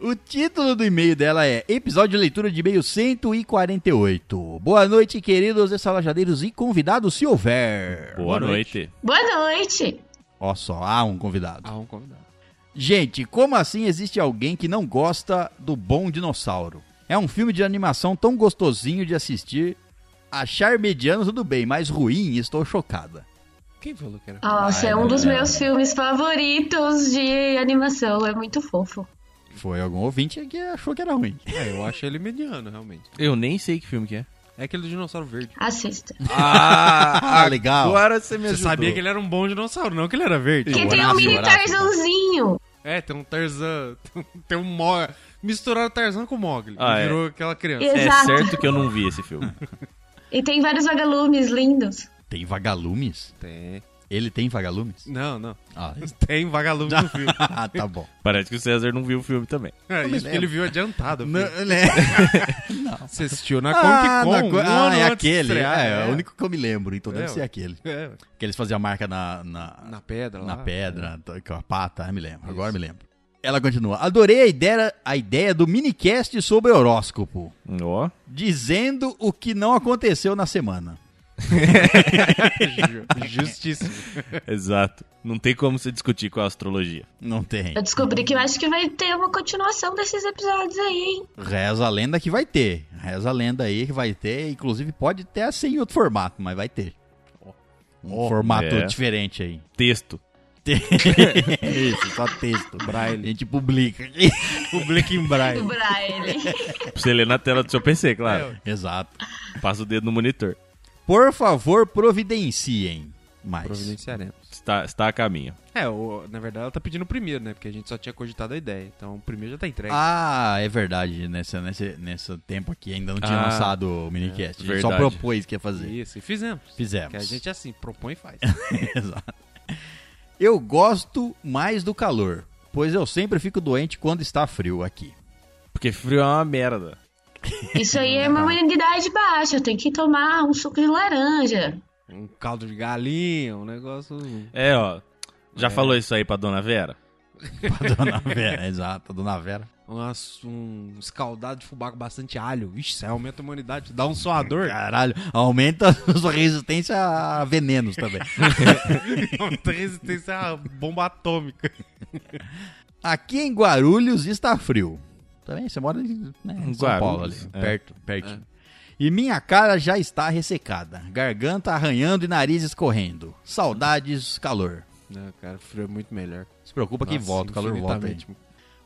O título do e-mail dela é Episódio de Leitura de E-mail 148. Boa noite, queridos estalajadeiros e convidados, se houver.
Boa, noite.
Boa noite!
Ó só, há um convidado.
um convidado.
Gente, como assim existe alguém que não gosta do Bom Dinossauro? É um filme de animação tão gostosinho de assistir. Achar mediano tudo bem, mas ruim estou chocada.
Quem falou que era?
Nossa, é um dos meus filmes favoritos de animação. É muito fofo.
Foi algum ouvinte que achou que era ruim.
É, eu acho ele mediano, realmente.
Eu nem sei que filme que é.
É aquele do dinossauro verde.
Assista.
Ah,
legal.
Agora você me
Você
ajudou.
sabia que ele era um bom dinossauro, não que ele era verde.
Porque
Eu
tem um
acho
mini
barato,
Tarzanzinho.
É, tem um Tarzan, tem um- tem um Mog. Misturaram Tarzan com Mogli.
Ah, é.
virou aquela criança.
Eu-
É
Exato.
certo que eu não vi esse filme.
E tem vários vagalumes lindos.
Tem vagalumes?
Tem.
Ele tem vagalumes?
Não, não.
Ah,
Tem vagalume no filme.
tá bom.
Parece que o César não viu o filme também.
É,
me né?
isso que ele viu adiantado. filho. Você assistiu na
Ah,
Comic
na
Con.
co-
um
ah,
ano
é
antes de
aquele.
estrear, né?
é, é o único que eu me lembro, então deve
É,
ser
ué.
aquele.
É,
Que eles faziam a marca na, na,
na pedra lá.
na pedra, t- com a pata, ah, me lembro. Agora me lembro. Ela continua. Adorei a ideia, a ideia do minicast sobre horóscopo,
Ó.
dizendo o que não aconteceu na semana.
Ju- Justíssimo.
Exato. Não tem como você discutir com a astrologia.
Não tem.
Eu descobri que eu acho que vai ter uma continuação desses episódios aí, hein?
Reza a lenda que vai ter. Reza a lenda aí que vai ter. Inclusive pode ter assim em outro formato, mas vai ter. Um formato
É.
diferente aí.
Texto.
Isso, só texto.
Braille.
A gente publica.
O Black in
Do
Brian.
Braille.
Pra você ler na tela do seu PC,
É,
claro.
Exato.
Passa o dedo no monitor.
Por favor, providenciem. Mais.
Providenciaremos.
Está, está a caminho.
É, o- na verdade ela tá pedindo o primeiro, né? Porque a gente só tinha cogitado a ideia. Então o primeiro já tá entregue.
Ah, é verdade. Nesse, nesse, nesse tempo aqui ainda não tinha
Ah,
lançado o minicast. a gente só
verdade.
propôs que ia fazer.
Isso, e fizemos.
Fizemos.
Que a gente é assim, propõe e faz.
Exato. Eu gosto mais do calor, pois eu sempre fico doente quando está frio aqui.
Porque frio é uma merda.
Isso aí é uma imunidade baixa. Tem que tomar um suco de laranja.
um caldo de galinha, um negócio.
É, ó. Já falou isso aí pra dona Vera?
Pra Dona Vera, exato, Dona Vera.
Uma, um escaldado de fubá com bastante alho. Vixe, isso aí aumenta a humanidade, dá um suador.
Caralho, aumenta a sua resistência a venenos também.
aumenta a resistência à bomba atômica.
Aqui em Guarulhos está frio. Também você mora em, né, em São Paulo ali,
Guarulhos, é.
perto, pertinho. E minha cara já está ressecada, garganta arranhando e nariz escorrendo. Saudades, calor.
Não, cara, frio é muito melhor.
Se preocupa que
Nossa,
volta, o calor volta aí.
infinitamente.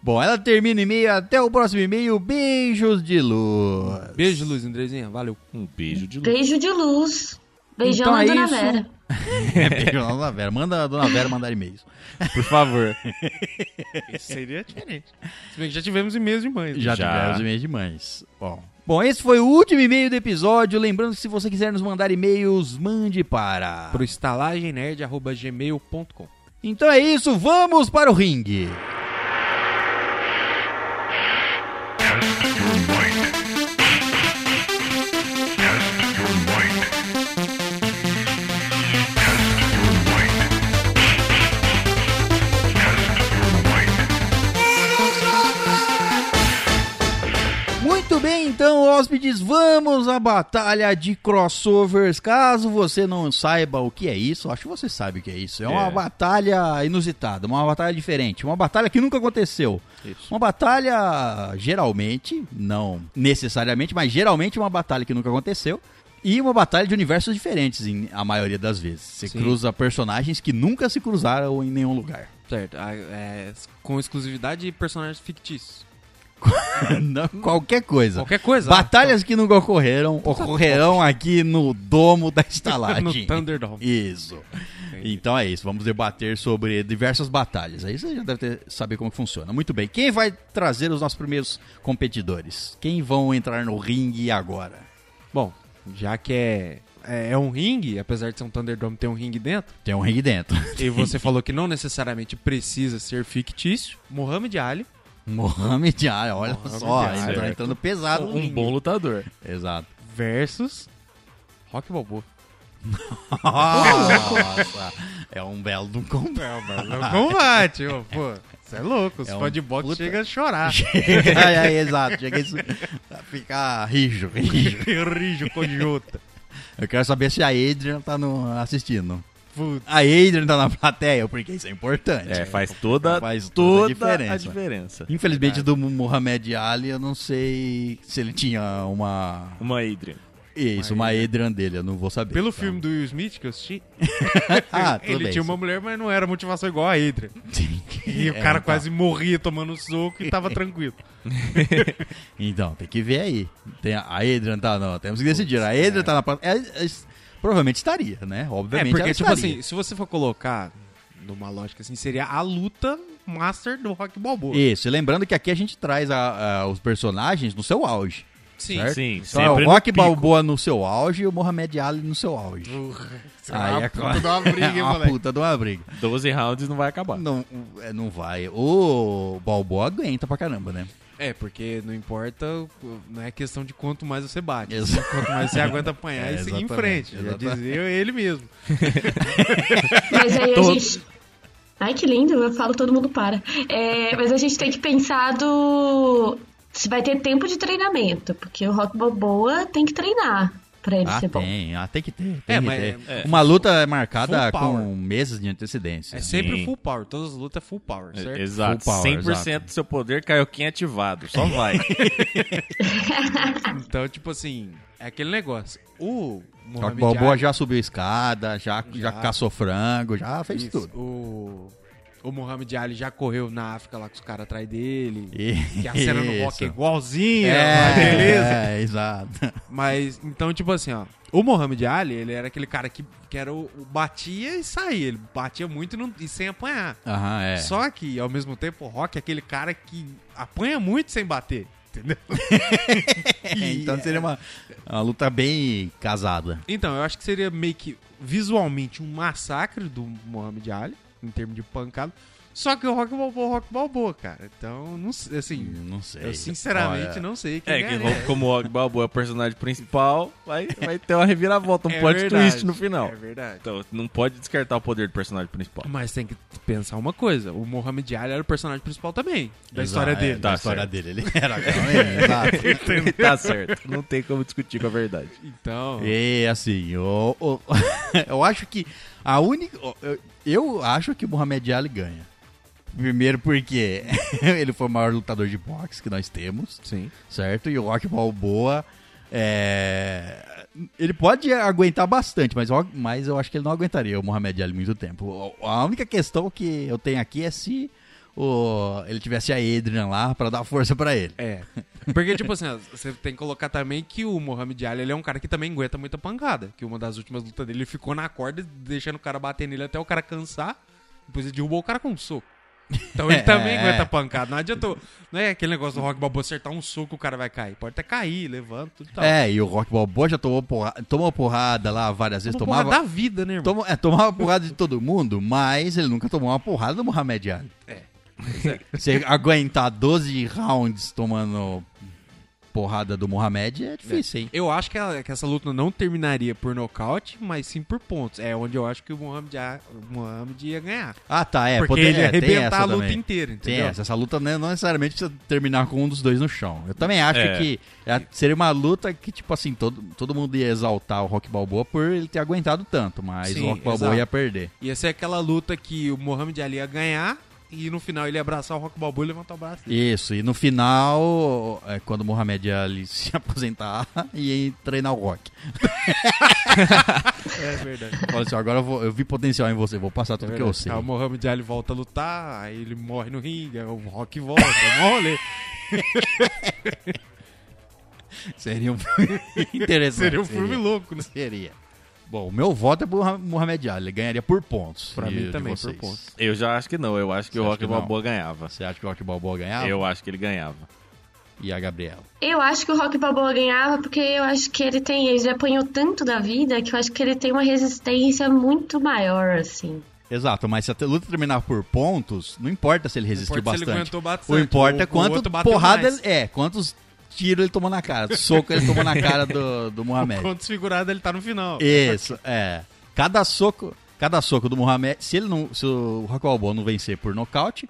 Bom, ela termina o e-mail, até o próximo e-mail. Beijos de luz.
Beijo, Luiz Andrezinha. Valeu.
Um beijo de luz.
Beijo de luz. Beijão
Então
na
é
Dona
isso.
Vera.
É, Beijo, Dona Vera. Manda a Dona Vera mandar e-mails.
Por favor.
Seria diferente. Se bem que já tivemos e-mails de né? mãe.
Já,
Já.
tivemos e-mail de mães. Bom. Bom, esse foi o último e-mail do episódio. Lembrando que se você quiser nos mandar e-mails, mande para.
Pro estalagemnerd.gmail.com
Então é isso, vamos para o ringue. Muito bem, então, hóspedes, vamos à batalha de crossovers. Caso você não saiba o que é isso, acho que você sabe o que é isso. É uma
É.
batalha inusitada, uma batalha diferente, uma batalha que nunca aconteceu.
Isso.
Uma batalha, geralmente, não necessariamente, mas geralmente uma batalha que nunca aconteceu. E uma batalha de universos diferentes, em, a maioria das vezes. Você
Sim.
cruza personagens que nunca se cruzaram em nenhum lugar.
Certo. Ah, é, com exclusividade de personagens fictícios.
Não, qualquer coisa.
Qualquer coisa.
Batalhas que nunca ocorreram, ocorrerão aqui no domo da
ah, no
estalagem.
Thunderdome.
Isso. Então é isso, vamos debater sobre diversas batalhas. Aí você já deve ter, saber como que funciona. Muito bem, quem vai trazer os nossos primeiros competidores? Quem vão entrar no ringue agora?
Bom, já que é é, é um ringue, apesar de ser um Thunderdome, tem um ringue dentro.
Tem um ringue dentro.
E você falou que não necessariamente precisa ser fictício. Mohamed Ali.
Mohamed Ali, olha
Mohamed
só,
Ali,
ele tá
certo.
entrando pesado. no
Um
ringue.
bom lutador.
Exato.
versus Rock Balboa.
Nossa, é um belo do combo.
No combate, ô, pô. Você é louco. Os
É um
fãs de boxe
puta-
chegam a chorar.
é, é, exato, chega isso a ficar rijo, rijo.
Rijo, conjota.
Eu quero saber se a Adrian tá no, assistindo.
Puta.
A Adrian tá na plateia, porque isso é importante.
É, faz toda,
Faz toda
toda,
a diferença.
a diferença.
Infelizmente, do Mohamed Ali, eu não sei se ele tinha uma.
Uma Adrian.
Isso, uma Adrian dele, eu não vou saber.
Pelo
Então.
filme do Will Smith que eu assisti,
Ah, tudo
ele
bem,
tinha uma
isso.
mulher, mas não era motivação igual a Adrian. E o
É,
cara
tá.
quase morria tomando soco e tava tranquilo.
Então, tem que ver aí. Tem a a Adrian tá, não. Temos que decidir. A Adrian tá na plateia. É, é, provavelmente estaria, né? Obviamente.
é, porque,
ela
tipo
estaria.
assim, se você for colocar numa lógica assim, seria a luta master do Rock Balboa.
Isso, e lembrando que aqui a gente traz a- a- os personagens no seu auge.
Sim.
Certo?
Sim,
Então é
sempre
o
no
Rock
pico.
Balboa no seu auge e o Mohamed Ali no seu auge.
Porra, isso é
Aí
uma
é
puta
claro.
de uma briga, hein,
É uma
moleque?
puta de uma briga.
12 rounds não vai acabar.
Não, é, não vai. O Balboa aguenta pra caramba, né?
É, porque não importa, não é questão de quanto mais você bate. né?
Exato.
Quanto mais você aguenta apanhar
É,
e seguir em
exatamente,
frente. Já
exatamente.
dizia ele mesmo.
Mas aí a
Todo-
gente. Ai, que lindo, eu falo, todo mundo para. É, mas a gente tem que pensar do. Se vai ter tempo de treinamento, porque o Rock Balboa tem que treinar pra ele
Ah,
ser bom.
tem. Ah, tem que ter. Tem
É,
que
mas-
ter.
é,
Uma luta é marcada
full power.
com meses de antecedência.
É sempre
Sim.
full power, todas as lutas é full power, certo?
É, Exato.
Full power,
100%
exato.
do seu poder, Kaioken ativado. Só vai.
Então, tipo assim, é aquele negócio. O
Rock
Mohamed
Balboa
Ali-
já subiu escada, já, já.
Já.
caçou frango, já fez
Isso,
tudo.
O, o Mohamed Ali já correu na África lá com os caras atrás dele.
E-
Que a cena no rock é
Isso.
igualzinha,
É,
mas beleza.
É, exato.
Mas, então, tipo assim, ó. O Mohamed Ali, ele era aquele cara que, que era o, o batia e saía. Ele batia muito e, não- e sem apanhar.
Aham, é.
Só que, ao mesmo tempo, o Rock é aquele cara que apanha muito sem bater, entendeu?
É, então seria uma, uma luta bem casada.
Então, eu acho que seria meio que visualmente um massacre do Muhammad Ali, em termos de pancada. Só que o Rock Balboa, o Rock Balboa, cara. Então, não sei, assim,
Não sei.
eu sinceramente não sei quem
É,
é.
que ro- como o Og Balboa é o personagem principal, vai, vai ter uma reviravolta, um
É
plot
verdade,
twist no final.
É verdade.
Então, não pode descartar o poder do personagem principal.
Mas tem que pensar uma coisa, o Mohamed Ali era o personagem principal também,
Exato,
da história
é,
dele.
Da
Tá
história
certo.
dele. Ele era realmente, exato.
tá certo. Não tem como discutir com a verdade.
Então,
E assim, eu, eu, eu acho que a única. eu- Eu acho que o Muhammad Ali ganha. Primeiro porque ele foi o maior lutador de boxe que nós temos,
sim.
certo? E o Rock Balboa. É... Ele pode aguentar bastante, mas, eu- mas eu acho que ele não aguentaria o Muhammad Ali muito tempo. A única questão que eu tenho aqui é se o, ele tivesse a Adrian lá pra dar força pra ele.
É. Porque, tipo assim, ó, você tem que colocar também que o Mohamed Ali ele é um cara que também aguenta muita pancada. Que uma das últimas lutas dele ele ficou na corda, deixando o cara bater nele até o cara cansar. Depois ele derrubou o cara com um soco. Então ele também
É.
aguenta pancada. Não adiantou. Não é aquele negócio do Rock Balboa acertar um soco, o cara vai cair. Pode até cair, levanta, tudo e tal.
É, e o Rock Balboa já tomou porrada, tomou porrada lá várias vezes,
Uma
tomava,
porra da vida, né, irmão?
Toma- é, tomava porrada de todo mundo, mas ele nunca tomou uma porrada do Mohamed Ali.
É.
Você aguentar 12 rounds tomando porrada do Mohamed é difícil, hein?
Eu acho que, ela- que essa luta não terminaria por nocaute, mas sim por pontos. É onde eu acho que o Mohamed, A- o Mohamed ia ganhar.
Ah, tá, é.
porque
poder-
ele ia
é, tem
arrebentar
essa
a luta
também.
inteira,
Tem
entendeu?
essa. Essa luta né, não necessariamente precisa terminar com um dos dois no chão. Eu também acho
É.
que é, seria uma luta que, tipo assim, todo, todo mundo ia exaltar o Rock Balboa por ele ter aguentado tanto, mas
Sim,
o Rock Balboa
exato.
ia perder.
Ia ser aquela luta que o Mohamed Ali ia ganhar e no final ele ia abraçar o Rock Balboa e levantar o braço. dele.
Isso, e no final, é quando o Mohamed Ali se aposentar e treinar o Rock.
É verdade. É
Fala assim, ó, agora eu, vou- eu vi potencial em você, vou passar
É
tudo que eu sei.
Aí o Mohamed Ali volta a lutar, aí ele morre no ringue, aí o Rock volta, é mó rolê.
Seria um filme interessante.
Tá. Seria um filme louco, né?
Seria. Bom, o meu voto é pro Moha- Mohamed Ali, ele ganharia por pontos.
Pra
E
mim
o de
também, por
vocês?
pontos.
Eu já acho que não. Eu acho que
Você
o
acha
Rock
que não?
Balboa ganhava.
Ah.
Você acha que o Rock Balboa ganhava?
Eu acho que ele ganhava.
e a Gabriela?
Eu acho que o Rock Balboa ganhava porque eu acho que ele tem, ele já apanhou tanto da vida que eu acho que ele tem uma resistência muito maior, assim.
Exato, mas se a luta terminar por pontos, não importa se ele resistiu
importa se ele
bastante.
aguentou bastante,
o importa é
o- o outro
quanto
bateu
porrada
mais.
ele, é, quantos tiros ele tomou na cara, soco ele tomou na cara do, do
É.
Mohamed.
Quanto desfigurado ele tá no final.
Isso, é. Cada soco, cada soco do Mohamed, se ele não, se o Rock Balboa não vencer por nocaute,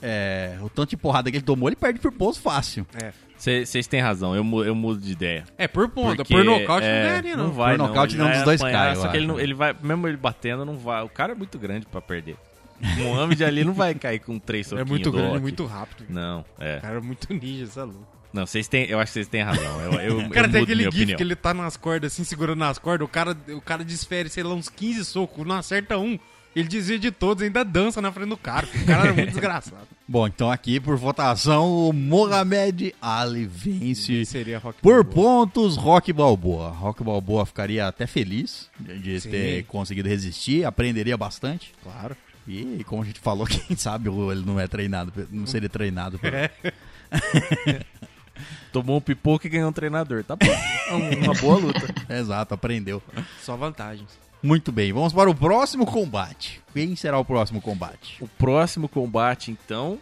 é, o tanto de porrada que ele tomou, ele perde por pontos fácil.
É.
Vocês têm razão, eu, mu- eu mudo de ideia.
É, por ponta.
Porque,
Por nocaute
é,
não ganharia, não.
Não vai,
Por nocaute,
ele
nenhum
vai
dos dois
apanhar,
cai, eu
Só que ele,
acho.
não, ele vai, mesmo ele batendo, não vai. O cara é muito grande pra perder. O Mohamed ali não vai cair com três
é
soquinhos
muito
do
grande,
Rock.
muito rápido.
Não, é.
O cara é muito ninja, essa louco.
Não, vocês têm. Eu acho que vocês têm razão. Eu, eu, eu
O cara tem
mudo
aquele
minha
gif
opinião.
que ele tá nas cordas, assim, segurando nas cordas. O cara, o cara desfere, sei lá, uns 15 socos, não acerta um. Ele desvia de todos, ainda dança na frente do cara. O cara era muito desgraçado.
Bom, então aqui por votação, o Mohamed Ali vence
Seria Rock
por
Balboa.
pontos Rock Balboa. Rock Balboa ficaria até feliz de de
Sim.
ter conseguido resistir, aprenderia bastante.
Claro.
E como a gente falou, quem sabe o- ele não é treinado, não seria treinado. pelo-
Tomou um pipoco e ganhou um treinador. Tá bom. É um- Uma boa luta.
Exato, aprendeu.
Só vantagens.
Muito bem, vamos para o próximo combate. Quem será o próximo combate?
O próximo combate, então.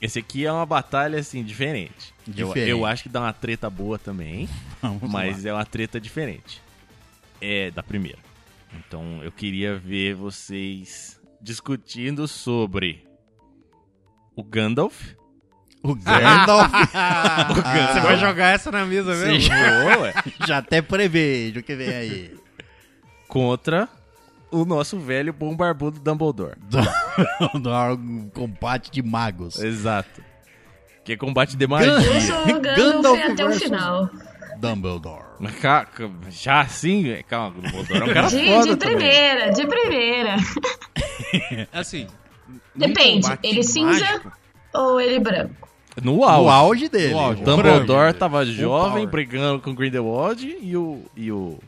Esse aqui é uma batalha, assim, diferente. Eu-
Diferente.
Eu, acho que dá uma treta boa também.
Vamos
mas
lá.
é uma treta diferente. É da primeira. Então eu queria ver vocês discutindo sobre o Gandalf.
o Gandalf Ah,
Você vai jogar essa na mesa
Você
mesmo?
já, já até prevejo o que vem aí.
contra o nosso velho bom barbudo Dumbledore.
um combate de magos.
É. Exato. Que é combate de magia.
Eu sou o Gandalf
Gandalf
até o
versus-
final.
Dumbledore.
Mas ca- ca- Já assim? é, Calma, o Dumbledore é um cara
De,
foda
de
também.
primeira, de primeira.
Assim. num
Depende,
combate
ele cinza
mágico,
ou ele branco?
No
O
auge.
auge dele.
No auge.
O
Dumbledore tá
auge.
tava jovem,
power.
brigando com Grindelwald e o... E o...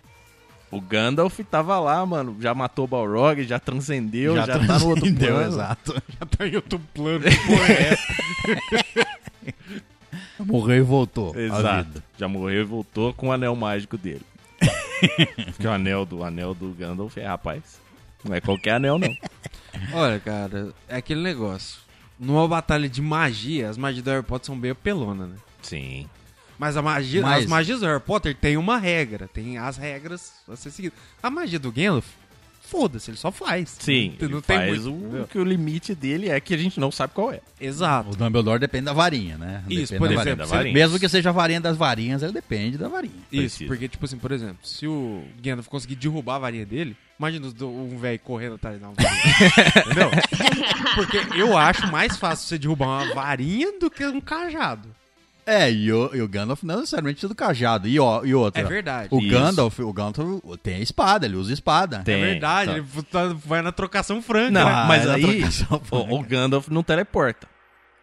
O Gandalf tava lá, mano, já matou o Balrog, já transcendeu, já, tá no outro
transcendeu,
plano.
exato.
Já tá em outro plano. que porra é essa?
Morreu e voltou. à vida.
Exato. Já morreu e voltou com o anel mágico dele. Porque o anel do, o anel do Gandalf é, rapaz, não é qualquer anel, não.
Olha, cara, é aquele negócio. Numa batalha de magia, as magias do Harry Potter são bem apelona, né?
Sim.
Mas, a magia,
Mas-
as magias do Harry Potter tem uma regra, tem as regras a ser seguidas. A magia do Gandalf, foda-se, ele só faz.
Sim,
não
ele
tem
faz
muito,
o
entendeu?
que o limite dele é que a gente não sabe qual é.
Exato.
O Dumbledore depende da varinha, né?
Isso,
Depende
por
da
exemplo,
varinha.
se ele-
Mesmo que seja a varinha das varinhas, ele depende da varinha.
Isso,
Precisa.
porque, tipo assim, por exemplo, se o Gandalf conseguir derrubar a varinha dele, imagina os do- um velho correndo atrás da varinha. Entendeu? Porque eu acho mais fácil você derrubar uma varinha do que um cajado.
É, e o, e o Gandalf não necessariamente precisa do cajado. E, ó, e outra.
É verdade.
O
Isso.
Gandalf, o Gandalf tem a espada, ele usa espada.
Tem.
É verdade,
tá.
ele tá- vai na trocação franca.
Não,
né?
Ah,
mas
é
aí
trocação franca.
o, o Gandalf não teleporta.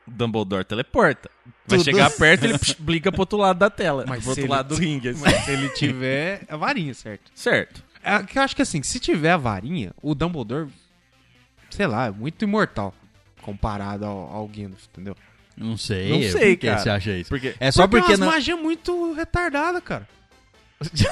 O Dumbledore teleporta. Vai
Tudo-
chegar perto, ele psh, blica pro outro lado da tela.
Mas
pro
se
outro
ele-
lado do ringue, assim.
Mas se ele tiver a varinha, certo?
Certo.
É que eu acho que assim, se tiver a varinha, o Dumbledore, sei lá, é muito imortal comparado ao, ao Gandalf, entendeu?
Não sei.
Não sei,
por que
cara.
você acha isso?
Porque
É só porque,
é uma
não...
magia muito retardada, cara.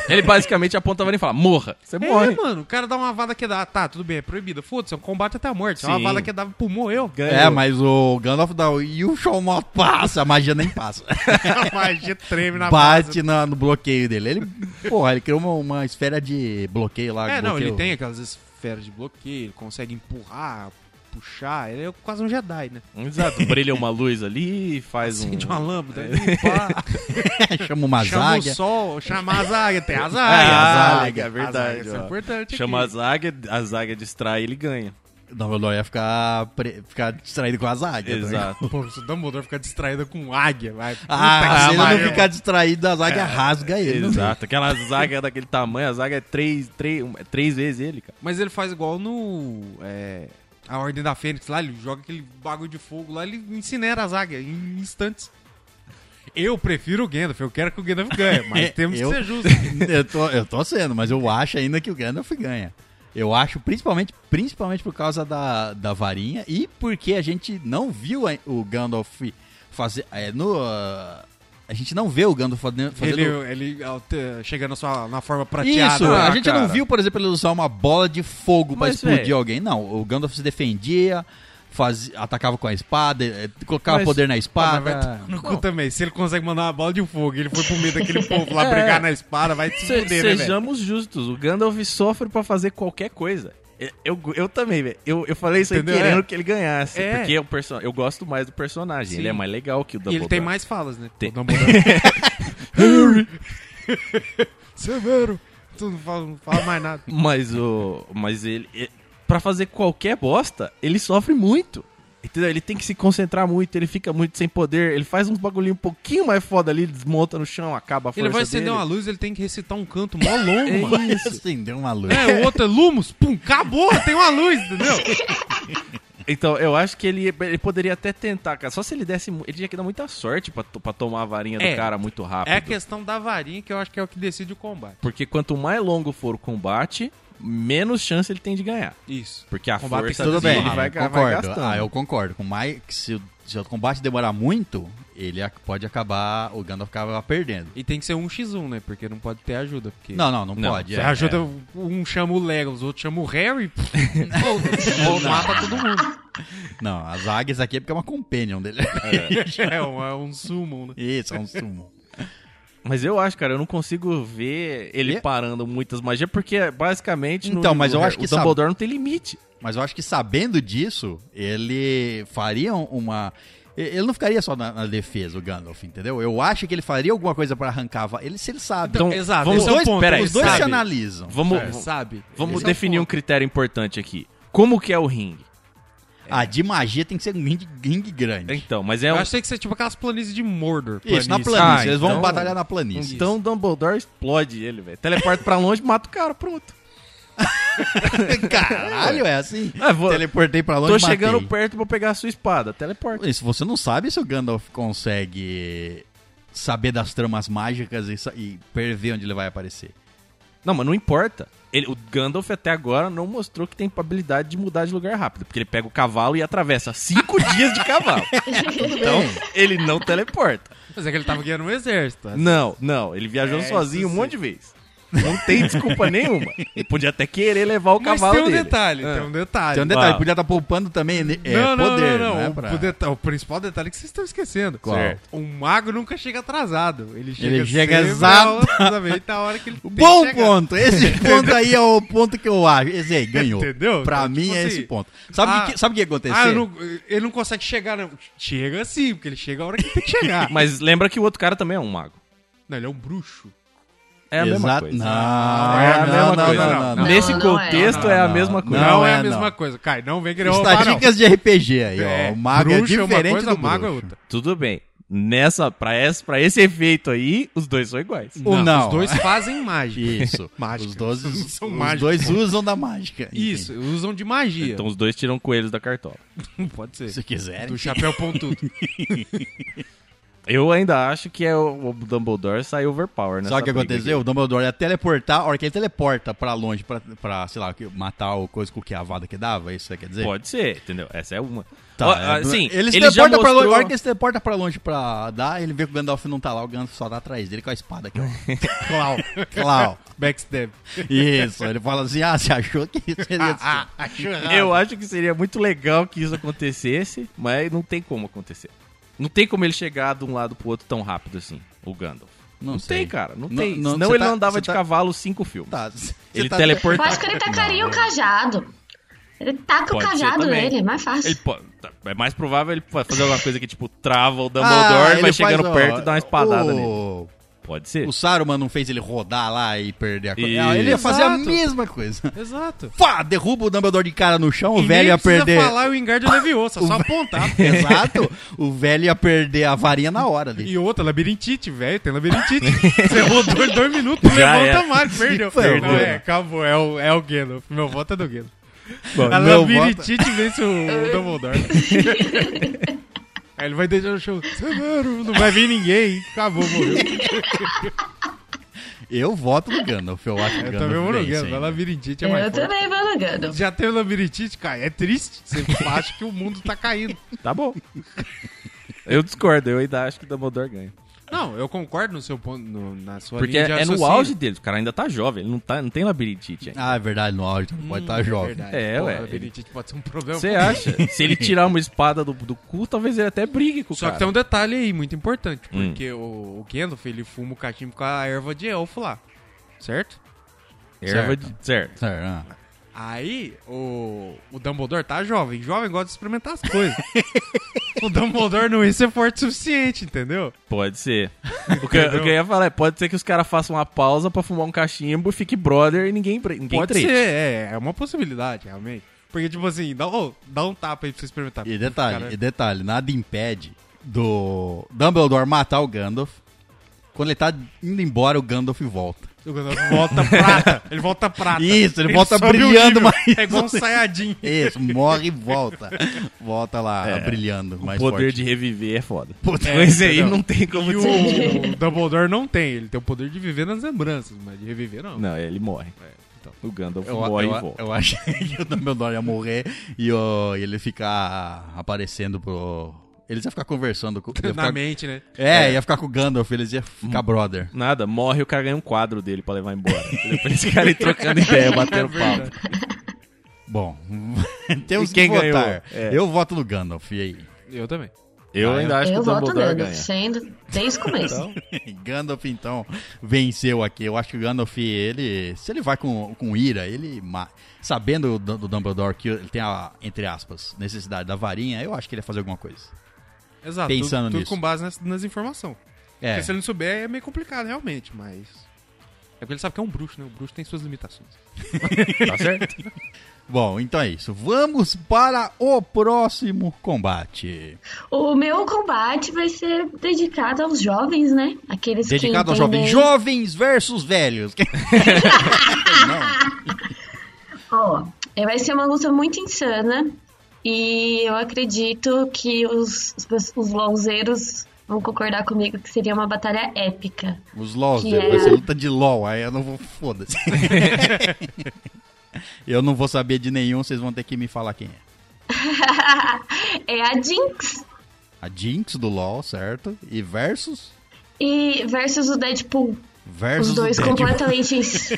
ele basicamente aponta a varinha e fala, morra. Você morre.
É, mano, o cara dá uma vada que dá. Tá, tudo bem, é proibida. Foda-se, é um combate até a morte. Se É
Sim.
uma vada que dá, pulmou eu.
É, mas o Gandalf dá. o- E o show mó passa, a magia nem passa.
a magia treme na base.
Bate na- no bloqueio dele. Ele, porra, ele criou uma, uma esfera de bloqueio lá.
É, não, ele
bloqueio-
tem aquelas esferas de bloqueio, ele consegue empurrar, puxar. Ele é quase um Jedi, né?
Exato. Brilha uma luz ali, faz um...
Acende uma lâmpada, ali, pá.
Chama uma
Chama o
zaga.
sol, chama a zaga, tem a
Ah, zaga,
zaga.
é
A zaga,
verdade.
isso é
ó.
importante
Chama a
aqui.
zaga, a zaga distrai ele ganha.
O Dumbledore ia ficar, pre- ficar distraído com a zaga. né?
Exato.
Pô, se o Dumbledore ficar distraído com águia, vai. Puta que
Ah, se ele
pariu. É,
não ficar distraído, a zaga rasga ele.
Exato. Aquela zaga daquele tamanho, a zaga é três, três, um- é três vezes ele, cara.
Mas ele faz igual no. é, a Ordem da Fênix lá, ele joga aquele bagulho de fogo lá, ele incinera a zaga em instantes. Eu prefiro o Gandalf, eu quero que o Gandalf ganhe, mas temos
Eu-
que ser justos.
eu, tô, eu tô sendo, mas eu acho ainda que o Gandalf ganha. Eu acho principalmente, principalmente por causa da, da varinha e porque a gente não viu a- o Gandalf fazer. é, no, ah, A gente não vê o Gandalf fazendo...
Ele,
fazendo-
ele alter- chega na sua na forma prateada.
Isso,
lá,
a gente
né, cara.
não viu, por exemplo, ele usar uma bola de fogo pra
Mas,
explodir
véi.
alguém. Não, o Gandalf se defendia, fazia, atacava com a espada, eh, colocava
Mas-
poder na
Ah, mas vai
espada.
tomar no cu também. Se ele consegue mandar uma bola de fogo e ele foi pro meio daquele povo lá
É.
brigar na espada, vai
Se-
se fuder, né, velho?
sejamos justos, o Gandalf sofre pra fazer qualquer coisa. Eu, eu, eu também, velho. Eu, eu falei isso aí
Entendeu?
querendo
É.
que ele ganhasse.
É.
Porque o perso- eu gosto mais do personagem.
Sim.
Ele é mais legal que o
E
Dumbledore.
ele tem mais falas, né?
Tem.
O Dumbledore. Severo. Tu não fala, não fala mais nada.
Mas o. Mas ele. e- Pra fazer qualquer bosta, ele sofre muito. Entendeu? Ele tem que se concentrar muito, ele fica muito sem poder, ele faz uns bagulhinho um pouquinho mais foda ali, desmonta no chão, acaba a força
Ele vai acender
dele.
uma luz, ele tem que recitar um canto
É
mó longo, mano.
Vai acender uma luz.
É, o outro é Lumos, pum, acabou, tem uma luz, entendeu?
Então, eu acho que ele, ele poderia até tentar, cara. Só se ele desse. mu- Ele tinha que dar muita sorte pra, to- pra tomar a varinha
É.
do cara muito rápido.
É a questão da varinha que eu acho que é o que decide o combate.
Porque quanto mais longo for o combate, menos chance ele tem de ganhar.
Isso.
Porque a
Combate
força
tem que ser
Tudo
dele
bem,
Ele
ah,
vai,
eu
ga- vai
concordo.
gastando.
ah, eu concordo. Com mais, que se, o- se o combate demorar muito, ele ac- pode acabar, o Gandalf acaba perdendo.
E tem que ser um x 1 né? Porque não pode ter ajuda. Porque
Não, não, não,
Não,
pode.
Se
é,
ajuda,
é.
um chama o Legolas, o outro chama o Harry, pff, ou- ou mata todo mundo.
Não, as águias aqui é porque é uma companion dele.
É um, é um summon, né?
Isso, é um sumo.
Mas eu acho, cara, eu não consigo ver ele
E-
parando muitas magias, porque é basicamente no-
Então, mas eu
o-
acho que
o Dumbledore não tem limite.
Mas eu acho que sabendo disso, ele faria um, uma. e- Ele não ficaria só na, na defesa, o Gandalf, entendeu? Eu acho que ele faria alguma coisa pra arrancar. a va- Ele, se ele sabe.
Então,
Exato,
vamos-
os
esse é o
dois,
ponto.
peraí,
os dois
sabe,
se analisam.
Vamos,
é, sabe?
vamos
Esse é o
definir um
ponto.
critério importante aqui. Como que é o ringue?
Ah, de magia tem que ser um ringue, ringue grande.
Então, mas é
Eu
um,
achei que você é tipo aquelas planícies de Mordor.
Isso, na
planície.
planície.
Ah,
Eles vão
então-
batalhar na planície.
então Dumbledore explode ele, velho. Teleporta pra longe, mata o cara, pronto.
Caralho, é assim?
Ah, vou-
Teleportei pra longe
Tô
e matei.
chegando perto, vou pegar a sua espada. Teleporta.
E se você não sabe se o Gandalf consegue saber das tramas mágicas e, sa- e prever onde ele vai aparecer.
Não, mas não importa. Ele- o Gandalf até agora não mostrou que tem habilidade de mudar de lugar rápido, porque ele pega o cavalo e atravessa cinco dias de cavalo. Então, ele não teleporta.
Mas é que ele tava guiando um exército.
Não, não, ele viajou
É,
sozinho um
isso
monte de vez. Não tem desculpa nenhuma. Ele podia até querer levar o
Mas
cavalo
tem um
dele.
detalhe,
Ah.
tem um detalhe.
Tem um detalhe,
uau.
podia estar poupando também é,
não, não,
poder,
não, não,
né,
O,
pra-
o deta- o principal detalhe é que vocês estão esquecendo.
Qual? Certo.
O mago nunca chega atrasado. Ele chega,
chega
sempre
exato-
exatamente na tá hora que ele tem que
Bom
chegar.
ponto! Esse ponto aí é o ponto que eu acho. Esse aí ganhou.
Entendeu?
Pra
Então,
mim
tipo
é
assim,
esse ponto. Sabe o
ah,
que, sabe o que ia acontecer?
Ah, eu não- ele não consegue chegar, não. Chega sim, porque ele chega a hora que tem que chegar.
Mas lembra que o outro cara também é um mago.
Não, ele é um bruxo.
É a mesma
Exato.
coisa.
Não,
Ah,
É a
não,
mesma
não,
coisa.
não, não, não.
Nesse
Não, não é.
contexto é.
Não,
a
não.
mesma
Não,
coisa.
é,
é,
a
não.
mesma coisa. Cai, não vem querer roubar, não.
Estatísticas de RPG aí,
É,
ó. O mago é
bruxo uma
diferente
coisa,
do
mago é
bruxo.
outra.
Tudo bem. Nessa, pra esse, pra esse efeito aí, os dois são iguais.
Ou não.
Os dois fazem mágica.
Isso.
Mágica.
Os, dois,
São
os
mágicos.
dois usam da mágica. Enfim,
Isso, usam de magia.
Então os dois tiram coelhos da cartola.
Não pode ser.
Se quiserem.
Do chapéu pontudo.
Eu ainda acho que é o o Dumbledore saiu overpower, né?
Sabe o que aconteceu? O Dumbledore ia teleportar, a hora que ele teleporta pra longe, pra, pra sei lá, que- matar o coisa com que a vada que dava, é isso que quer dizer?
Pode ser, entendeu? Essa é uma.
Tá,
Ó,
é,
assim,
eles
ele já
teleportam pra longe, a hora
mostrou...
que eles teleportam pra longe pra dar, ele vê que o Gandalf não tá lá, o Gandalf só tá atrás dele com a espada aqui, ó. Clau, Clau.
Backstab.
Isso, ele fala assim, ah, você achou que seria assim?
ah,
Ah,
Eu acho que seria muito legal que isso acontecesse, mas não tem como acontecer. Não tem como ele chegar de um lado pro outro tão rápido assim, o Gandalf.
Não
Não,
sei.
tem, cara. Não,
Não-
tem.
não,
Senão
você
ele
tá-
não andava
você
de
tá-
cavalo cinco filmes.
Tá, você
Ele
tá-
Eu
teleporta.
acho que ele tacaria o cajado. Ele taca
Pode
o
ser
cajado
também.
nele, é mais fácil.
Ele po- tá, É mais provável ele fa- fazer alguma coisa que, tipo, trava o Dumbledore,
Ah, ele
vai
faz,
chegando
ó,
perto e dá uma espadada
o-
nele. Pode ser.
O Saruman não fez ele rodar lá e perder a coisa.
Isso.
Ah, Ele ia fazer a
Exato.
mesma coisa.
Exato.
Fá, derruba o Dumbledore de cara no chão, o velho
nem
ia
precisa
perder.
falar o Ingard Leviosa, é só apontar.
Exato. O velho ia perder a varinha na hora ali.
E outra, labirintite, velho. Tem labirintite. Você rodou em dois minutos,
Já
levanta
é.
mais, perdeu.
Perdeu.
Não, é, acabou. É o, é o Gandalf. Meu voto é do Gandalf. A
meu
labirintite vence o, o Dumbledore. Aí ele vai deixar o show. Severo, não vai vir ninguém. Acabou, morreu.
Eu voto no Gandalf. Eu acho que o
Eu
Gandalf
também vou no
vence
Gandalf. A
ainda.
labirintite é mais
Eu
forte.
também vou no Gandalf.
Já teve labirintite, cara? É triste. Você acha que o mundo tá caindo.
Tá bom. Eu discordo, eu ainda acho que o Dumbledore ganha.
Não, eu concordo no seu ponto, no- na sua
Porque
linha de
é, é no
raciocínio.
auge dele, o cara ainda tá jovem, ele não, tá, não tem labirintite ainda.
Ah, é verdade, no áudio
Hum,
pode estar tá jovem.
verdade.
É,
Porra,
ué,
a Benedite pode ser um problema.
é
Você acha? Se ele tirar uma espada do, do cu, talvez ele até brigue com o
Só
cara.
que tem um detalhe aí muito importante,
Hum.
porque o, o Gandalf, ele fuma o cachimbo com a erva de elfo lá, certo?
Erva
Certo.
de- certo.
Será?
Aí, o, o Dumbledore tá jovem. Jovem gosta de experimentar as coisas. o Dumbledore não ia ser forte o suficiente, entendeu?
Pode ser. O que, eu- o que eu ia falar é, pode ser que os caras façam uma pausa pra fumar um cachimbo, fique brother e ninguém, bre- ninguém
Pode
trete.
ser, é, é uma possibilidade, realmente. Porque, tipo assim, dá, ô, dá um tapa aí pra você experimentar.
E detalhe,
Cara,
e detalhe, nada impede do Dumbledore matar o Gandalf. Quando ele tá indo embora, o Gandalf volta.
o Gandalf volta prata. Ele volta prata.
Isso, ele volta
sobe o
brilhando
nível.
mais.
É igual um Sayajin.
Isso, morre e volta. Volta lá, brilhando
É. O
mais
poder
forte.
de reviver é foda.
Poder-
Mas aí
entendeu?
não tem como
E
dizer.
o Dumbledore não tem. Ele tem o poder de viver nas lembranças, mas de reviver, não.
Não, ele morre.
então.
O Gandalf
Eu,
morre
eu,
e volta.
eu achei que o Dumbledore ia morrer e, ó, e ele ficar aparecendo pro... Eles iam ficar conversando com... Ia
Na
ficar,
mente, né?
é, ia ficar com o Gandalf, eles iam
Hum.
ficar brother.
Nada, morre e o cara ganha um quadro dele pra levar embora. Depois esse cara aí trocando ideia,
É
batendo papo.
Bom, temos
E quem
que votar.
ganhou? É.
Eu voto no Gandalf, e aí?
Eu também.
Eu ainda acho que
eu
o
voto
Dumbledore
nele,
ganha.
sendo desde o começo.
Gandalf, então, venceu aqui. Eu acho que o Gandalf, ele. Se ele vai com, com ira, ele. ma- Sabendo do, do Dumbledore que ele tem a, entre aspas, necessidade da varinha, eu acho que ele ia fazer alguma coisa.
Exato.
Pensando
tudo, tudo
nisso.
com base nas, nas informações.
É.
Porque se ele não souber, é meio complicado, realmente, mas. É porque ele sabe que é um bruxo, né? O bruxo tem suas limitações.
Tá certo?
Bom, então é isso. Vamos para o próximo combate.
O meu combate vai ser dedicado aos jovens, né? Aqueles
Dedicado
que
aos
entendem...
jovens. Jovens versus velhos. Não.
Ó, é, vai ser uma luta muito insana e eu acredito que os, os, os louzeiros vão concordar comigo que seria uma batalha épica.
Os LOLs,
Que é-
vai ser luta de LOL, aí eu não vou. Foda-se. eu não vou saber de nenhum, vocês vão ter que me falar quem é.
é a Jinx
A Jinx do LoL, certo? E versus?
e versus o Deadpool.
Versus
Os dois
o Deadpool.
completamente ins-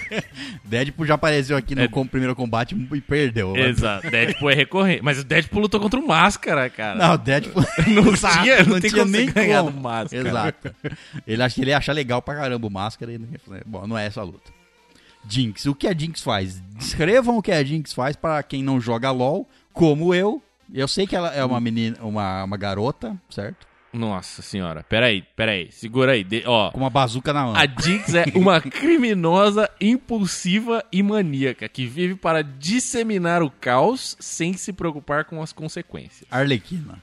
Deadpool já apareceu aqui no
É.
com- primeiro combate e perdeu.
Exato. Deadpool é recorrente. Mas o Deadpool lutou contra o Máscara, cara.
Não, o Deadpool...
Não
Exato,
tinha- não tem como você ganhar do Máscara.
Exato. Ele acha que ele ia achar legal pra caramba o Máscara. E... não ia fazer- Bom, não é essa a luta. Jinx. O que a Jinx faz? Descrevam o que a Jinx faz pra quem não joga LoL, como eu. Eu sei que ela é uma menina, uma, uma garota, certo?
Nossa senhora. Peraí, peraí. Segura aí. De- Ó,
Com uma bazuca na mão.
A Jinx é uma criminosa impulsiva e maníaca que vive para disseminar o caos sem se preocupar com as consequências.
Arlequina.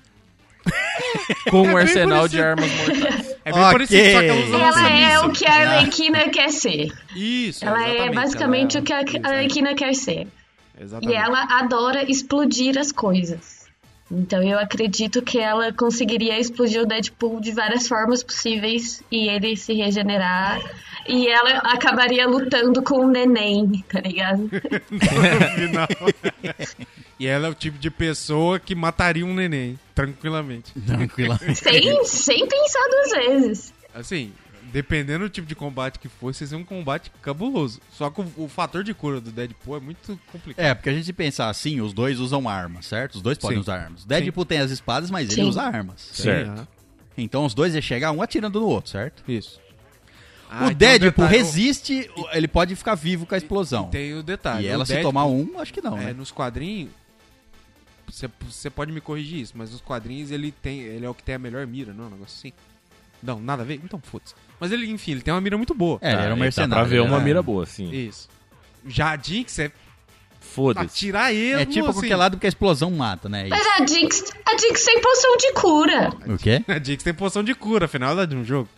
Com
É
um
bem
arsenal
parecido.
de armas mortais.
É bem
Ok.
parecido, só que ela usa
Ela é o
lança-míssil.
que a Arlequina quer ser.
Isso,
Ela é
exatamente,
basicamente
ela
o que a Arlequina quer ser.
Exatamente.
E ela adora explodir as coisas. Então eu acredito que ela conseguiria explodir o Deadpool de várias formas possíveis e ele se regenerar. E ela acabaria lutando com o neném, tá ligado?
E ela é o tipo de pessoa que mataria um neném, tranquilamente.
Tranquila.
Sem, sem pensar duas vezes.
Assim, dependendo do tipo de combate que fosse, ia ser um combate cabuloso. Só que o, o fator de cura do Deadpool é muito complicado.
É, porque a gente se pensar assim, os dois usam armas, certo? Os dois podem
Sim.
usar armas. Deadpool tem as espadas, mas
Sim.
ele usa armas.
Certo.
Então os dois iam chegar um atirando no outro, certo?
Isso. Ah, então é um
o Deadpool resiste, ele pode ficar vivo com a explosão.
Tem o detalhe.
e
o
ela se
Deadpool-
tomar um, acho que não,
É,
né?
nos quadrinhos. Você pode me corrigir isso, mas nos quadrinhos ele tem. Ele é o que tem a melhor mira, não é um negócio assim? Não, nada a ver? Então foda-se. Mas ele, enfim, ele tem uma mira muito boa.
É, ele era um
Tá,
mercenário.
Dá pra ver
ele
uma
era-
mira boa, assim.
Isso. Já a Jinx é
Foda-se.
atirar ele.
É tipo
assim.
qualquer lado porque a explosão mata, né?
Mas a Jinx, a Jinx tem poção de cura.
O quê?
A Jinx tem poção de cura, afinal ela é de um jogo.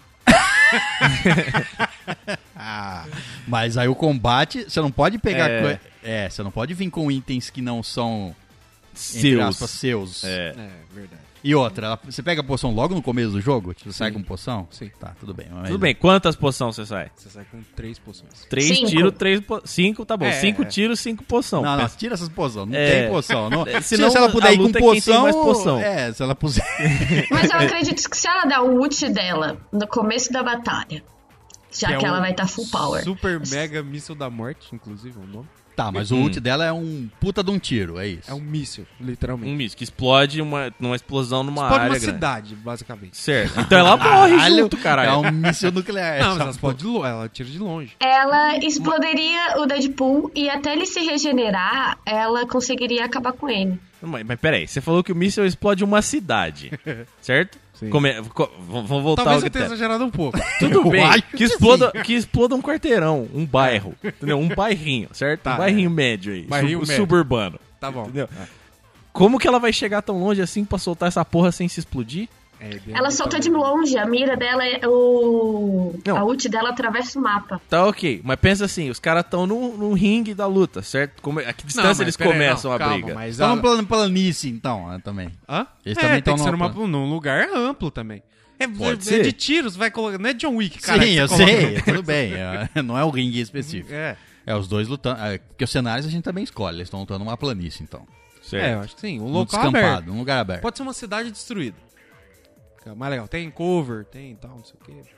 Ah, mas aí o combate, você não pode pegar.
É.
coi- É, você não pode vir com itens que não são, entre
Seus.
aspas, seus.
É.
É, verdade.
E outra, você pega a poção logo no começo do jogo? Tipo, sai com poção?
Sim.
Tá, tudo bem.
Tudo bem, quantas poções você sai?
Você sai com três poções.
Três
Cinco.
tiros, três po... Cinco, tá bom.
É.
Cinco tiros, cinco poção.
Não, não,
Pensa-
tira essas poções. Não
É.
tem poção. Não.
É,
Se,
senão
se ela
a
puder ir com
luta é quem tem
poção,
mais poção.
É, se ela puser.
Mas eu acredito que se ela dar o ult dela no começo da batalha, já que,
é
ela
um
vai estar full power.
Super Mega Míssil da Morte, inclusive, é o nome.
tá, mas
Hum.
o ult dela é um puta de um tiro, é isso.
É um míssil,
Um
literalmente.
míssil que explode uma, numa explosão numa
Explode
área
uma
grande.
cidade, basicamente.
Certo. Então ela morre
Caralho,
junto, caralho.
Então-
É um míssil nuclear.
Não, mas
essa
ela explode de lo- ela tira de longe.
Ela explodiria o Deadpool e até ele se regenerar, ela conseguiria acabar com ele.
Mas, mas peraí, você falou que o míssil explode uma cidade, certo?
Sim.
Come- co- vamos vamos voltar
Talvez
ao
eu tenha
critério.
exagerado um pouco.
Tudo
Eu
bem,
acho
que
que
exploda, que exploda um quarteirão, um bairro, entendeu? Um bairrinho, certo?
É. Tá,
um bairrinho médio aí,
Bairrinho
sub-
médio.
suburbano.
Tá bom.
Entendeu? Como que ela vai chegar tão longe assim pra soltar essa porra sem se explodir?
É, deu-
Ela solta de longe, a mira dela é o.
Não.
A ult dela atravessa o mapa.
Tá ok, mas pensa assim, os caras estão num, num ringue da luta, certo? Como, é, a que
Não,
distância
mas
eles
pera aí,
começam
não,
a
calma,
briga?
Mas
Estão
a...
no plano planície, então, né, também.
Hã?
Tá Eles
é,
também
tem
tão
que ser
no
numa,
plan-
num lugar amplo também. É,
Pode
é
ser.
de tiros, vai colocar. Não é John Wick, cara. que
Sim,
você
eu
coloca-
sei, tudo bem. é, Não é o ringue específico.
É.
É os dois lutando. é, porque os cenários a gente também escolhe. Eles estão lutando numa planície, então.
é, eu acho que sim. Um
Um
local
descampado,
aberto.
um lugar aberto.
Pode ser uma cidade destruída. Fica mais legal. Tem cover, tem tal, não sei o quê.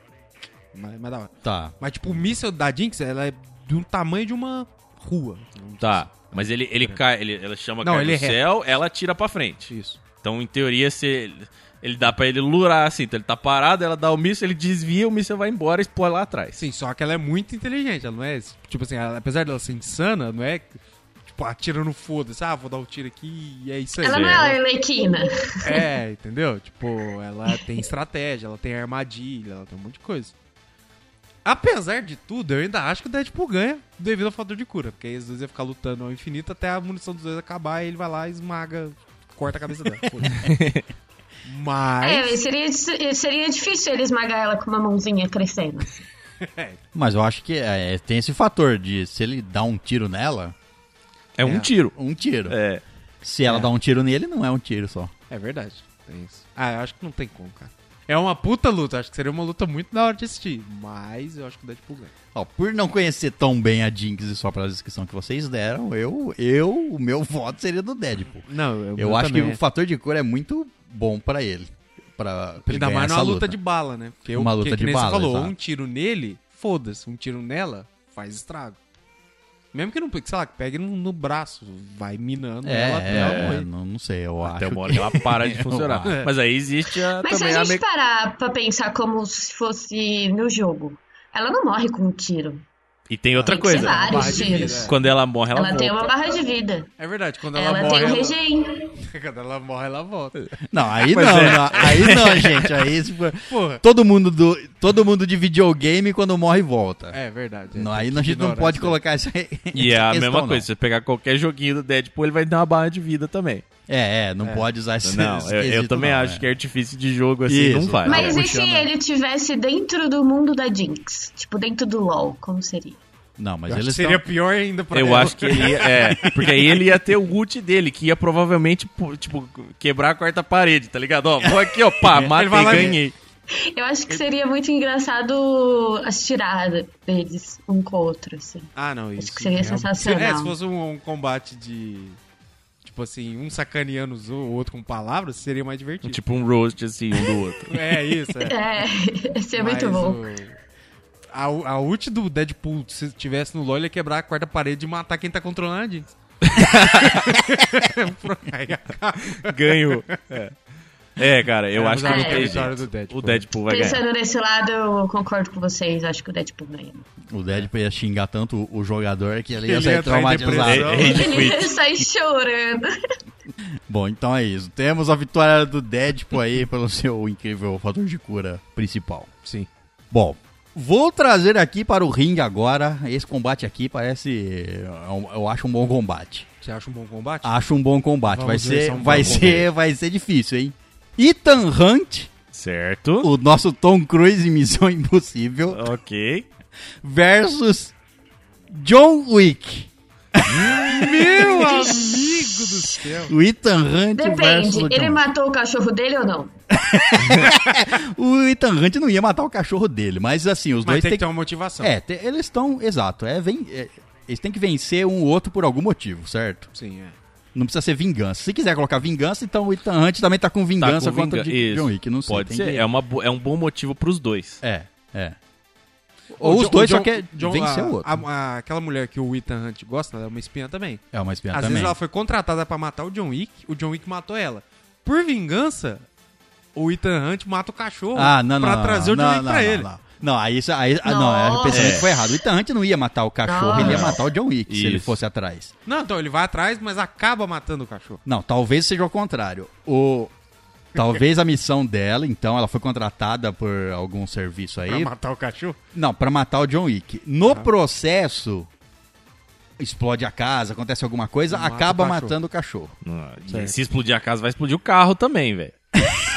Mas, mas da hora.
Tá.
Mas tipo, o míssil da Jinx, ela é do tamanho de uma rua.
Tá, mas ele, ele cai, ele, ela chama
Não,
cai
ele
no
é reto.
céu, ela tira pra frente.
Isso.
Então, em teoria, se ele, ele dá pra ele lurar assim. Então, ele tá parado, ela dá o míssil, ele desvia, o míssil vai embora e explode lá atrás.
Sim, só que ela é muito inteligente, ela não é. Tipo assim, ela- apesar dela ser insana, não é. Tipo, atira no foda-se, ah, vou dar o tiro aqui e é isso aí.
Ela não é
né?
a Arlequina.
É, entendeu? Tipo, ela tem estratégia, ela tem armadilha, ela tem um monte de coisa. Apesar de tudo, eu ainda acho que o Deadpool ganha devido ao fator de cura. Porque aí os dois iam ficar lutando ao infinito até a munição dos dois acabar e ele vai lá e esmaga, corta a cabeça dela. Foda-se.
É,
Mas.
seria, seria difícil ele esmagar ela com uma mãozinha crescendo.
Mas eu acho que é, tem esse fator de se ele dá um tiro nela,
É um tiro.
um tiro.
É.
Se ela dá um tiro nele, não é um tiro só.
É verdade. Tem isso. Ah, eu acho que não tem como, cara. É uma puta luta, acho que seria uma luta muito da hora de assistir. Mas eu acho que o Deadpool ganha.
Ó, por não conhecer tão bem a Jinx e só pela descrição que vocês deram, eu, eu o meu voto seria do Deadpool.
Não,
Eu acho que o fator de cor é muito bom pra ele. Pra, pra ele
Ainda
ganhar
mais
essa
numa luta. de bala, né? Porque
Uma
o-
luta
que,
de
que nem você
bala,
falou,
exato.
um tiro nele, foda-se. Um tiro nela, faz estrago. Mesmo que não, que, sei lá, que pegue no, no braço, vai minando
É,
ela até ela
é,
morrer.
não, não sei, eu
Até
acho.
uma hora que ela É para de funcionar.
Eu acho.
Mas aí existe a,
Mas se
também
a
a...
gente tá
me-
parar pra pensar como se fosse no jogo, ela não morre com um tiro.
E tem outra
Tem que ser
coisa.
barra
vários
de
tiros.
vida, né?
Quando ela morre, ela,
Ela, tem
volta.
uma barra de vida.
É verdade, quando ela,
Ela,
morre.
tem um
ela-
regen.
Quando ela morre, ela volta.
Não, aí não,
Mas é.
não, aí não, gente. Aí se for-
Porra.
todo mundo do todo mundo de videogame quando morre volta.
É verdade. é,
Não,
tem
aí
que
a gente não
ignorar
pode
isso daí.
colocar essa, essa
E é a
questão,
mesma
não.
coisa, se você pegar qualquer joguinho do Deadpool, ele vai dar uma barra de vida também.
É, é, não pode usar esse
Não,
esse
eu, eu
quesito,
também
não,
acho
é.
que artifício de jogo assim
Isso.
não vai.
Mas
é.
e se
Puxando.
ele tivesse dentro do mundo da Jinx? Tipo, dentro do LoL, como seria?
Não, mas
Eu acho que
eles
Seria
estão...
pior ainda pra
Eu
ela.
acho que ele ia, é, porque aí ele ia ter o ult dele, que ia provavelmente, pu- tipo, quebrar a quarta parede, tá ligado? Ó, vou aqui, ó, pá, matei,
vai lá e-
ganhei.
Eu acho que seria muito engraçado as tiradas deles um com o outro, assim.
Ah, não, isso.
que seria
é-
sensacional.
É, se fosse um, um combate de. Tipo assim, um sacaneando o outro com palavras, seria mais divertido.
Tipo um roast, assim, um do outro.
É isso, é.
É, isso é muito
Mas
bom.
o- A, a ult do Deadpool, se tivesse no LoL, ele ia quebrar a quarta parede e matar quem tá controlando a Jinx. Pronto, aí acaba.
Ganho. É. É, cara, eu
É,
acho que
mas
não
a
tem
vitória
jeito.
do Deadpool.
O Deadpool vai ganhar.
Pensando nesse lado, eu concordo com vocês. Acho que o Deadpool ganha.
O Deadpool ia xingar tanto o jogador que ele ia
Ele ia
sair
entrar em
traumatizado. É,
depressão.
Rage
Ele
quit.
sai chorando.
Bom, então é isso. Temos a vitória do Deadpool aí pelo seu incrível fator de cura principal.
Sim.
Bom, vou trazer aqui para o ringue agora. Esse combate aqui parece. Eu, eu acho um bom combate.
Você acha um bom combate?
Acho um bom combate.
Vamos
vai
ver se
ser,
é um bom
vai ser, vai ser difícil, hein? Ethan Hunt,
Certo.
o nosso Tom Cruise em Missão Impossível,
Ok.
versus John Wick.
Meu amigo do céu.
O Ethan Hunt versus
Depende,
o John
ele
Wick.
matou o cachorro dele ou não?
O Ethan Hunt não ia matar o cachorro dele, mas assim, os
Mas
dois
tem que
têm
ter uma
Então.
motivação.
É, te- eles estão. Exato. É, vem, é, eles têm que vencer um outro por algum motivo, certo?
Sim, é.
Não precisa ser vingança. Se quiser colocar vingança, então o Ethan Hunt também tá com
Tá
vingança
com
contra o
vinga-
Dick
Isso.
John Wick. Não sei,
Pode
tem
ser.
que-
É, uma bo- é um bom motivo pros dois.
É, é. Ou os dois só quer vencer
a-
o outro.
a- a- aquela mulher que o Ethan Hunt gosta, ela é uma espinha também.
É uma espiã
Às
também.
vezes ela foi contratada pra matar o John Wick, o John Wick matou ela. Por vingança, o Ethan Hunt mata o cachorro
Ah, não, não.
pra
não,
trazer
não,
o John Wick
não,
pra
não,
ele.
Não, não, aí, isso- aí ah, não, é, o pensamento
É.
foi errado. O Ethan Hunt não ia matar o cachorro, ele ia
Não.
matar o John Wick se ele
Isso.
fosse atrás.
Não, então ele vai atrás, mas acaba matando o cachorro.
Não, talvez seja o contrário. O talvez a missão dela, então, ela foi contratada por algum serviço aí.
Pra matar o cachorro?
Não, pra matar o John Wick. No
Ah.
processo explode a casa, acontece alguma coisa,
Mata o
acaba
cachorro.
matando o cachorro.
Não, e
Certo.
se explodir a casa, vai explodir o carro também, velho.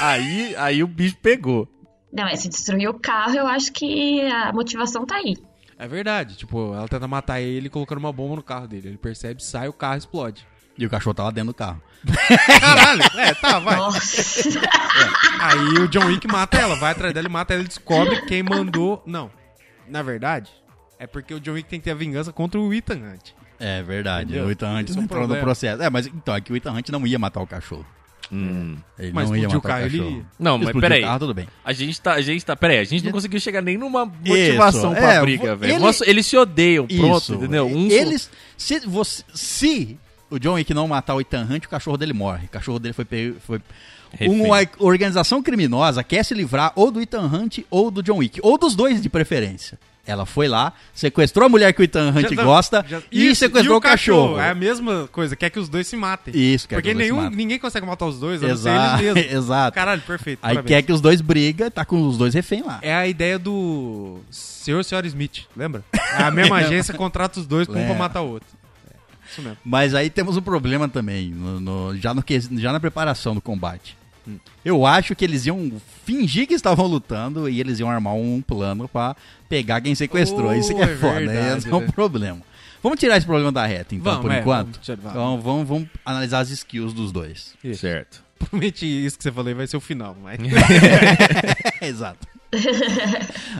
aí, aí o bicho pegou.
Não, é se destruir o carro, eu acho que a motivação tá aí.
É verdade. Tipo, ela tenta matar ele colocando uma bomba no carro dele. Ele percebe, sai, o carro explode.
E o cachorro tá lá dentro do carro.
Caralho! É, tá, vai.
Nossa.
Aí o John Wick mata ela, vai atrás dela e mata ela, ele descobre quem mandou. Não. Na verdade, é porque o John Wick tem que ter a vingança contra o Ethan Hunt.
É verdade.
Entendeu?
O Ethan Hunt
Esse é um
entrou no
problema.
processo. É, mas então, é que o Ethan Hunt não ia matar o cachorro.
Hum.
Ele
Mas
não ia matar o
explodiu o carro, ele
cachorro.
ia.
Não, mas
Explodiu
peraí.
o carro, tudo bem.
A gente tá, a gente tá, peraí, a gente não conseguiu chegar nem numa motivação
Isso,
pra
é,
briga,
vo-
velho.
ele-
Nossa, Eles se odeiam, pronto, entendeu? Um
Eles. Se, você, se o John Wick não matar o Ethan Hunt, o cachorro dele morre. O cachorro dele foi. pe- foi
Refém.
uma organização criminosa quer se livrar ou do Ethan Hunt ou do John Wick. Ou dos dois, de preferência. Ela foi lá, sequestrou a mulher que o Ethan Hunt
Já tá-
gosta
já-
e
Isso,
sequestrou
e
o cachorro.
É a mesma coisa, quer que os dois se matem.
Isso, quer que
Porque
os dois se
nenhum,
matem.
ninguém consegue matar os dois, a não ser
Exato.
eles mesmos.
Exato.
Caralho, perfeito.
Aí
parabéns.
quer que os dois brigam, tá com os dois refém lá.
É a ideia do Senhor e Senhora Smith, lembra? É A mesma
É.
agência contrata os dois, um pra
Lembra.
matar o outro. É, isso mesmo.
Mas aí temos um problema também, no- no- já, no que- já na preparação do combate.
Hum.
Eu acho que eles iam fingir que estavam lutando e eles iam armar um plano pra pegar quem sequestrou.
Oh,
Isso que é,
é
foda,
verdade,
esse é um
né?
problema. Vamos tirar esse problema da reta, então,
Vamos,
por
é,
enquanto?
vamos tirar- vamos.
então vamos, vamos analisar as skills dos dois.
Certo.
Provavelmente isso que você falou aí vai ser o final, mas.
É. Exato.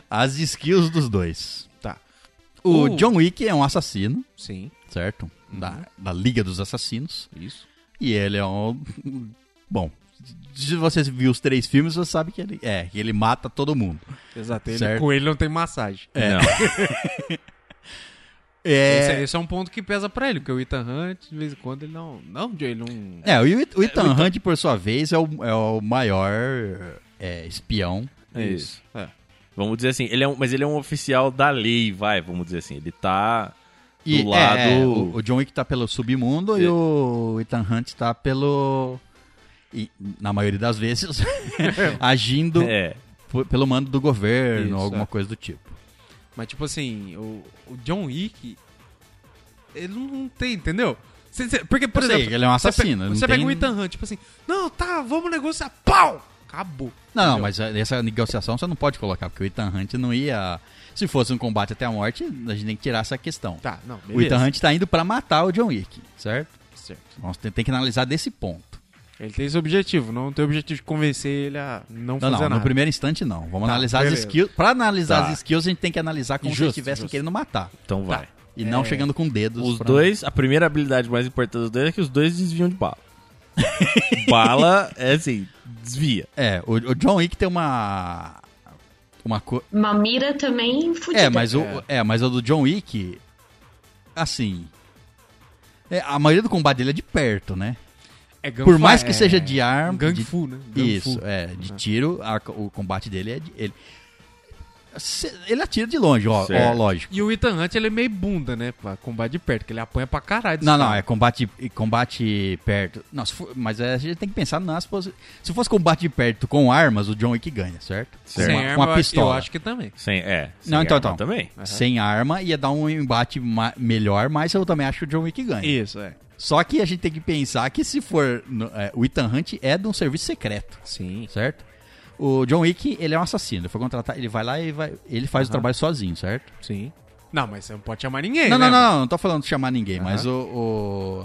As skills dos dois.
tá.
O
Uh.
John Wick é um assassino,
Sim,
certo? Da, da Liga dos Assassinos.
isso.
E ele é um. Bom, se você viu os três filmes, você sabe que ele é, que ele mata todo mundo.
Exato. Ele,
Certo.
com ele não tem massagem.
É.
Não.
Esse,
É.
esse é um ponto que pesa pra ele, porque o Ethan Hunt, de vez em quando, ele não. Não, ele não.
É, o Ethan, o Ethan Hunt, por sua vez, é o, é o maior é, espião.
É isso.
É.
Vamos dizer assim, ele é um, mas ele é um oficial da lei, vai, vamos dizer assim. Ele tá do
E, é,
lado.
é, o, o John Wick tá pelo submundo e
É.
o Ethan Hunt tá pelo. e, na maioria das vezes, agindo
É.
p- pelo mando do governo,
Isso,
alguma
é.
coisa do tipo.
Mas, tipo assim, o, o John Wick. Ele não tem, entendeu? Cê- cê- porque, por
Eu sei
exemplo.
que ele é um
você pe-
assassino, não
Você pega
tem-
o Ethan Hunt, tipo assim, não, tá, vamos negociar. Pau! Acabou.
Não, não,
Entendeu?
mas essa negociação você não pode colocar, porque o Ethan Hunt não ia. Se fosse um combate até a morte, a gente tem que tirar essa questão.
Tá, não,
o
beleza.
Ethan Hunt tá indo pra matar o John Wick, certo?
Certo.
Nós tem, tem que analisar desse ponto.
Ele tem esse objetivo, não tem o objetivo de convencer ele a não,
Não,
fazer
não,
nada.
no primeiro instante não. Vamos
Tá,
analisar as
beleza.
skills. Pra analisar
Tá.
as skills, a gente tem que analisar como se
Justo,
eles estivessem
justo.
querendo matar. Tá.
Então vai.
E
É.
não chegando com dedos.
Os
pra-
dois, a primeira habilidade mais importante dos dois é que os dois desviam de bala. bala é assim, desvia.
É, o, o John Wick tem uma. Uma co...
Uma mira também fudida.
É, mas o, é, mas o do John Wick. Assim. é, a maioria do combate dele é de perto, né?
É gunfight,
Por mais que
é-
seja de arma.
Gang
de-
Fu, né? Gang
Isso,
Fu.
é. De tiro, a- o combate dele é de. Ele, Se- ele atira de longe, ó, ó,
Certo.
lógico.
E o Ethan Hunt, ele é meio bunda, né? Pra combate de perto, que ele apanha pra caralho. desse
Não, não,
cara.
é combate, combate perto. Não, se for- mas é, a gente tem que pensar nas posi... Se fosse combate de perto com armas, o John Wick ganha, certo?
Certo.
Com,
Sem
uma,
arma,
com
eu
uma
acho-
pistola.
Eu acho que também.
Sem, é. sem
Não, então,
arma
então.
Também.
Sem arma ia dar um embate ma- melhor, mas eu também acho que o John Wick ganha.
Isso, é.
Só que a gente tem que pensar que se for. no- é, o Ethan Hunt é de um serviço secreto.
Sim.
certo? O John Wick, ele é um assassino. Ele foi contratado, ele vai lá e vai, ele faz o trabalho sozinho, certo?
Sim. Não, mas você não pode chamar ninguém,
Não,
né?
não, não,
mano?
não, não tô falando de chamar ninguém, mas o,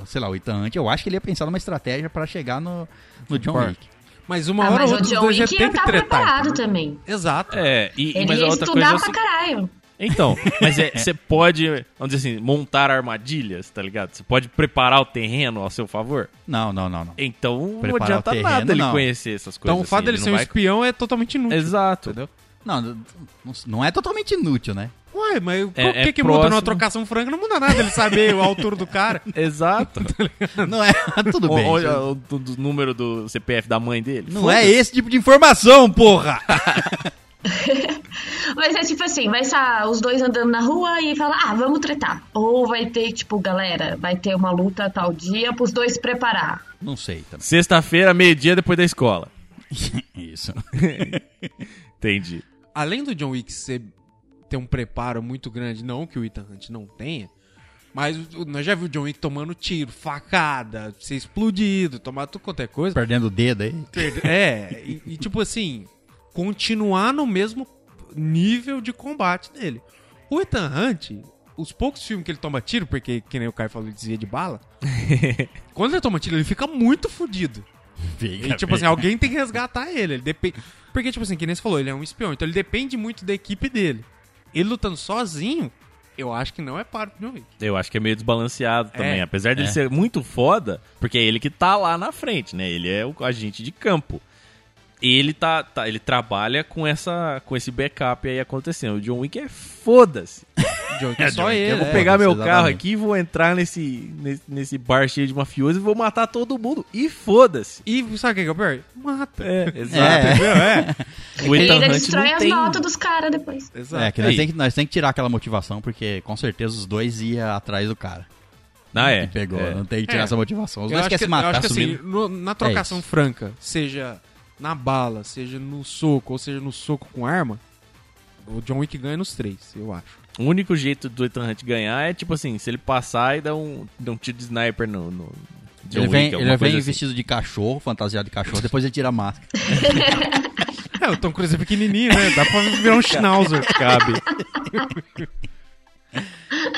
o- sei lá, o Ethan Hunt, eu acho que ele ia pensar numa estratégia pra chegar no, no John
Concordo.
Wick.
Mas uma
Ah,
hora
mas
ou
o
outra os
John
dois já
Wick
tem
ia
que
estar
tretar.
preparado também.
Exato.
É, e, e-
Ele
mas a
ia
outra coisa.
estudar
é o
pra
seguinte-
caralho.
Então, mas é- você pode, vamos dizer assim, montar armadilhas, tá ligado? Você pode preparar o terreno ao seu favor.
Não, não, não, não.
Então não
Preparar
adianta
o terreno,
nada ele
não.
conhecer essas coisas.
Então o fato
assim,
dele
ele
ser um
não vai-
espião é totalmente inútil.
Exato.
Entendeu?
Não, não- não é totalmente inútil, né?
Ué, mas o
É-
que
é
que muda numa
próximo.
trocação franca? Não muda nada ele saber a altura do cara.
Exato.
Não é, tudo bem.
Olha o, do- do número do CPF da mãe dele.
não é esse tipo de informação, porra!
Mas é tipo assim, vai estar os dois andando na rua e fala, ah, vamos tretar. Ou vai ter, tipo, galera, vai ter uma luta tal dia pros dois se preparar.
Não sei também.
Sexta-feira, meio-dia depois da escola.
Isso.
Entendi.
Além do John Wick ser, ter um preparo muito grande, não que o Ethan Hunt não tenha, mas o- nós já viu o John Wick tomando tiro, facada, ser explodido, tomar tudo quanto é coisa.
Perdendo o dedo aí.
É, e, e tipo assim, continuar no mesmo nível de combate dele. O Ethan Hunt, os poucos filmes que ele toma tiro, porque, que nem o Caio falou, ele desvia de bala, quando ele toma tiro, ele fica muito fudido. E,
Fica,
tipo assim, alguém tem que resgatar ele. ele depende... Porque, tipo assim, que nem você falou, ele é um espião, então ele depende muito da equipe dele. Ele lutando sozinho, eu acho que não é páreo pro John Wick.
Eu acho que é meio desbalanceado também.
É,
Apesar dele
é.
ser muito foda, porque é ele que tá lá na frente, né? Ele é o agente de campo. Ele tá, tá- ele trabalha com essa com esse backup aí acontecendo. O John Wick é foda-se.
John Wick é só
John Wick,
ele.
eu vou
é.
Vou pegar meu
exatamente.
carro aqui, vou entrar nesse, nesse nesse bar cheio de mafiosos e vou matar todo mundo. E foda-se.
E sabe o que que é o pior? Mata.
É,
É.
exato. O
E
Ethan
ainda
Hunt
destrói
não
as
tem-
notas dos caras depois.
Exato.
É, que nós
Aí.
temos que, nós tem que tirar aquela motivação, porque com certeza os dois iam atrás do cara.
Ah, é.
que pegou, né?
É.
não tem que tirar
É.
essa motivação. Os
Eu
dois
acho
querem
que-
se matar.
Eu acho que assim,
assumindo.
no- na trocação
É isso.
franca, seja na bala, seja no soco, ou seja no soco com arma, o John Wick ganha nos três, eu acho.
O único jeito do Ethan Hunt ganhar é, tipo assim, se ele passar e dar um, dar um tiro de sniper no... no John
ele vem,
Wick, alguma
ele
coisa
vem
assim.
vestido de cachorro, fantasiado de cachorro, depois ele tira a máscara.
É, o Tom Cruise é pequenininho, né? Dá pra virar um schnauzer.
Cabe.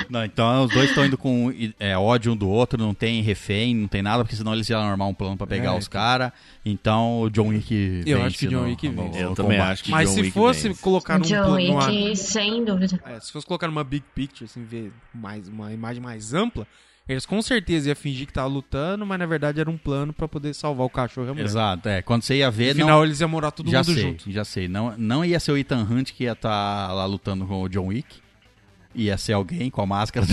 Não, então os dois estão indo com é, ódio um do outro, não tem refém, não tem nada, porque senão eles iam armar um plano pra pegar
É,
os caras. Então o John Wick
Eu
vence
acho que o John
no-
Wick
no-
vence.
Eu
no
também
combate.
acho que
Mas
John
se
Wick
fosse
vence.
colocar
um
num
John
plano... numa-
Wick, sem dúvida.
É, se fosse colocar numa big picture, assim, ver mais, uma imagem mais ampla, eles com certeza iam fingir que tava lutando, mas na verdade era um plano pra poder salvar o cachorro e a mulher.
Exato, é. Quando você ia
No
ver, não,
final eles iam morar todo
já
mundo
sei,
junto.
já sei. Não, não ia ser o Ethan Hunt que ia estar lá lutando com o John Wick. Ia ser alguém com a máscara do,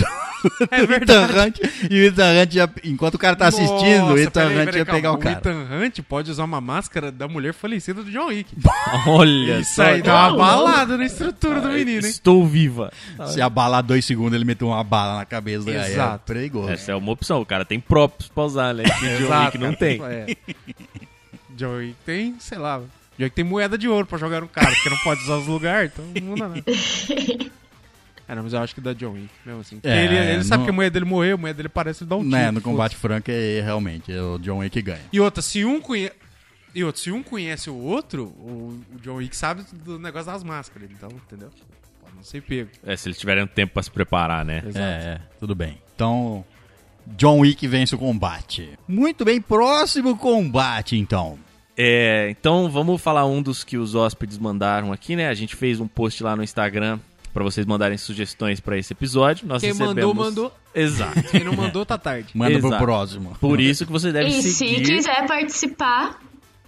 É
do Ethan Hunt. E o Ethan Hunt, ia, enquanto o cara tá assistindo,
Nossa,
o Ethan
peraí,
Hunt
peraí,
ia
calma.
pegar o cara.
Ethan Hunt pode usar uma máscara da mulher falecida do John Wick.
Olha
Isso
só,
aí dá uma
Não,
balada na estrutura do
cara,
menino, hein?
Estou viva.
Se abalar dois segundos, ele meteu uma bala na cabeça do cara. É
Exato.
perigoso.
Essa é uma opção, o cara tem props pra usar, né? Que o John Wick não
cara.
tem.
É. John Wick tem, sei lá. John Wick tem moeda de ouro pra jogar no cara, porque não pode usar os lugares, então não muda nada. Cara, mas eu acho que dá John Wick, mesmo assim. Porque
É,
ele ele sabe
não-
que a mulher dele morreu, a mulher dele parece ele dá um tiro.
né, no
foda-se.
combate franco, é, realmente, é o John Wick ganha.
E outra, se um conhece... E outra, se um conhece o outro, o o John Wick sabe do negócio das máscaras, então, entendeu? Pode não ser pego.
É, se eles tiverem tempo pra se preparar, né?
Exato.
É, é, tudo bem. Então, John Wick vence o combate. Muito bem, próximo combate, então.
É, então vamos falar um dos que os hóspedes mandaram aqui, né? A gente fez um post lá no Instagram pra vocês mandarem sugestões pra esse episódio. Nós
Quem
recebemos-
mandou, mandou.
Exato.
Quem não mandou, tá tarde.
Manda pro
Exato.
próximo.
Por isso que você deve
E se
seguir.
quiser participar,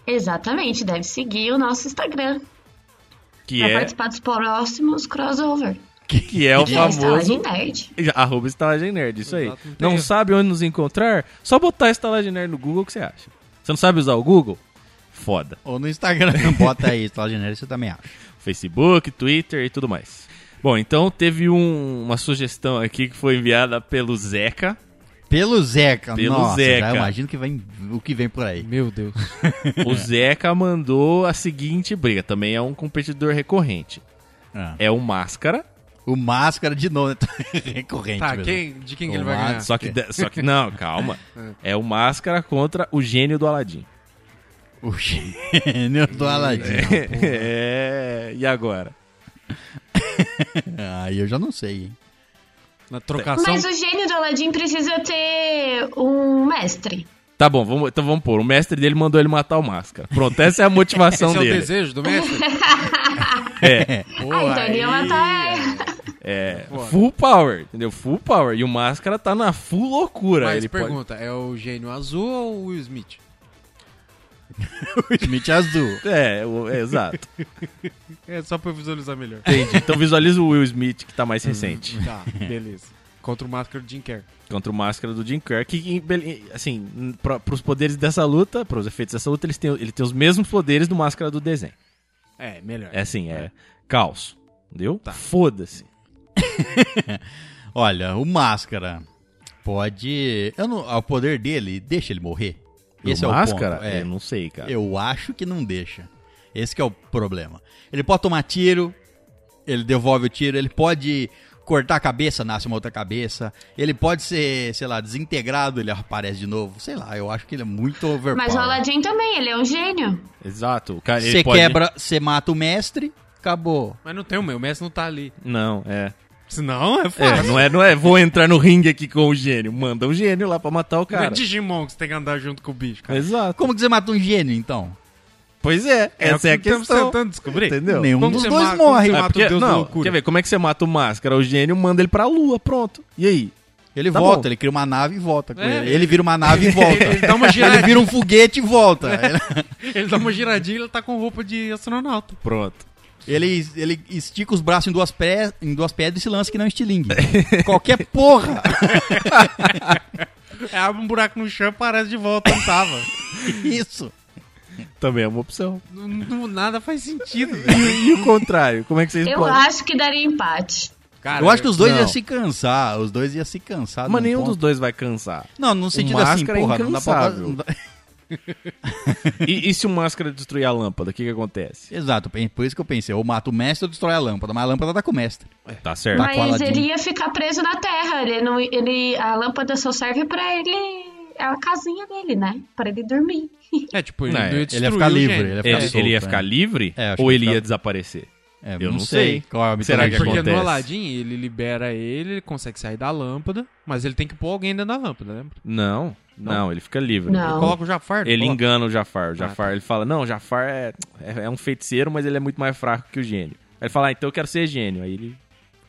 exatamente, deve seguir o nosso Instagram
Que
pra
é,
participar dos próximos crossover.
que é o
de Estalagem
famoso.
Nerd.
Arroba Estalagem Nerd, isso aí.
Exato, não tem
Não
erro.
sabe onde nos encontrar? Só botar Estalagem Nerd no Google que você acha. Você não sabe usar o Google? Foda.
Ou no Instagram, bota aí, Estalagem Nerd, você também acha.
Facebook, Twitter e tudo mais. Bom, então teve um- uma sugestão aqui que foi enviada pelo Zeca.
Pelo Zeca,
Pelo
nossa,
Zeca.
já imagino que vem, o que vem por aí.
Meu Deus.
O Zeca mandou a seguinte briga, também é um competidor recorrente.
Ah,
É o Máscara,
O Máscara de novo, né? Tá recorrente
Tá,
mesmo.
quem, de quem que ele vai
Tomado,
ganhar?
só que, de- só que não, calma. É o Máscara contra o gênio do Aladim.
O gênio do
Ah,
Aladim.
é, e agora? É.
Aí eu já não sei, hein.
Na trocação.
Mas o gênio do Aladdin precisa ter um mestre.
Tá bom, vamos, então vamos pôr. O mestre dele mandou ele matar o Máscara. Pronto, essa é a motivação
Esse é o
dele.
desejo do mestre?
É,
ah, então ele ia matar.
é,
Foda.
full power, entendeu? Full power. E o Máscara tá na full loucura.
Mas
ele pode-
pergunta, é o gênio azul ou o Will Smith?
o Smith azul.
É, o- é, exato.
É só pra eu visualizar melhor.
Entendi. Então visualiza o Will Smith, que tá mais recente.
Tá, beleza. Contra o máscara do Jim Carrey.
Contra o Máscara do Jim Carrey. Que, em Bel- assim, n- pra, pros poderes dessa luta, pros efeitos dessa luta, eles têm, ele tem os mesmos poderes do Máscara do desenho.
É, melhor.
É assim, é caos. Entendeu? Foda-se.
Olha, o Máscara pode... Eu não... O poder dele, deixa ele morrer. Esse
o
é
Máscara?
o ponto. É.
Eu não sei, cara.
Eu acho que não deixa. Esse que é o problema. Ele pode tomar tiro, ele devolve o tiro, ele pode cortar a cabeça, nasce uma outra cabeça. Ele pode ser, sei lá, desintegrado, ele aparece de novo. Sei lá, eu acho que ele é muito overpower.
Mas o Aladdin também, ele é um gênio.
Exato. O cara, ele
Você
pode-
quebra, você mata o mestre, acabou.
Mas não tem o meu, o mestre não tá ali.
Não, é.
Senão é
É,
fácil.
não é, não é. Vou entrar no ringue aqui com o gênio. Manda um gênio lá pra matar o
Não é
cara.
Digimon que você tem que andar junto com o bicho, cara.
Exato.
Como que você mata um gênio, então?
Pois é, essa é, a questão.
Estamos tá tentando descobrir.
Entendeu?
Nenhum
Como
dos
você
dois
mata- como
morre.
você
Ah,
mata o
porque-
deus da
não,
loucura.
quer ver, como é que você mata o máscara? O gênio manda ele pra lua, pronto. E aí?
Ele
Tá
volta,
bom.
ele cria uma nave e volta com
É.
ele. Ele vira uma nave e volta.
Ele dá uma
ele
giradinha.
vira um foguete e volta. Ele-
Ele dá uma giradinha e ele tá com roupa de astronauta.
Pronto.
Ele, ele estica os braços em duas, pré, em duas pedras e se lança que não estilingue. Qualquer porra.
É, abre um buraco no chão e parece de volta onde tava.
Isso.
Também é uma opção.
Não- não- nada faz sentido,
E,
velho.
e o contrário? Como é que vocês
Eu
podem?
acho que daria empate.
Cara,
Eu acho que os dois
não.
iam se cansar. Os dois iam se cansar.
Mas
num
nenhum
ponto.
dos dois vai cansar.
Não, no sentido assim,
Máscara é
porra, não dá pra.
incansável.
não dá-
E, e se o máscara destruir a lâmpada, o que, que acontece?
Exato, é por isso que eu pensei, ou mata o mestre ou destrói a lâmpada, mas a lâmpada tá com o mestre.
Tá certo.
Tá com o
Mas
Aladdin.
ele ia ficar preso na terra. Ele não, ele, a lâmpada só serve pra ele. É a casinha dele, né? Pra ele dormir.
É, tipo, ele,
Não,
não ia
ele ia
destruir
ficar
o
livre,
gênio. É.
ele ia
Ele,
ficar solto,
É, ele ia
né?
ficar livre
É, acho
ou
que
ele
fica-
ia desaparecer?
É,
Eu não sei.
qual é a
Será
mitologia
que
Porque
acontece?
no Aladdin, ele libera ele, ele consegue sair da lâmpada, mas ele tem que pôr alguém dentro da lâmpada, lembra?
Não, não, ele fica livre.
Não.
Ele,
Coloca o Jafar.
ele
coloca.
engana o
Ah,
Jafar. O
tá.
Jafar ele fala: Não, o Jafar é, é, é um feiticeiro, mas ele é muito mais fraco que o gênio. Aí ele fala: ah, Então eu quero ser gênio. Aí ele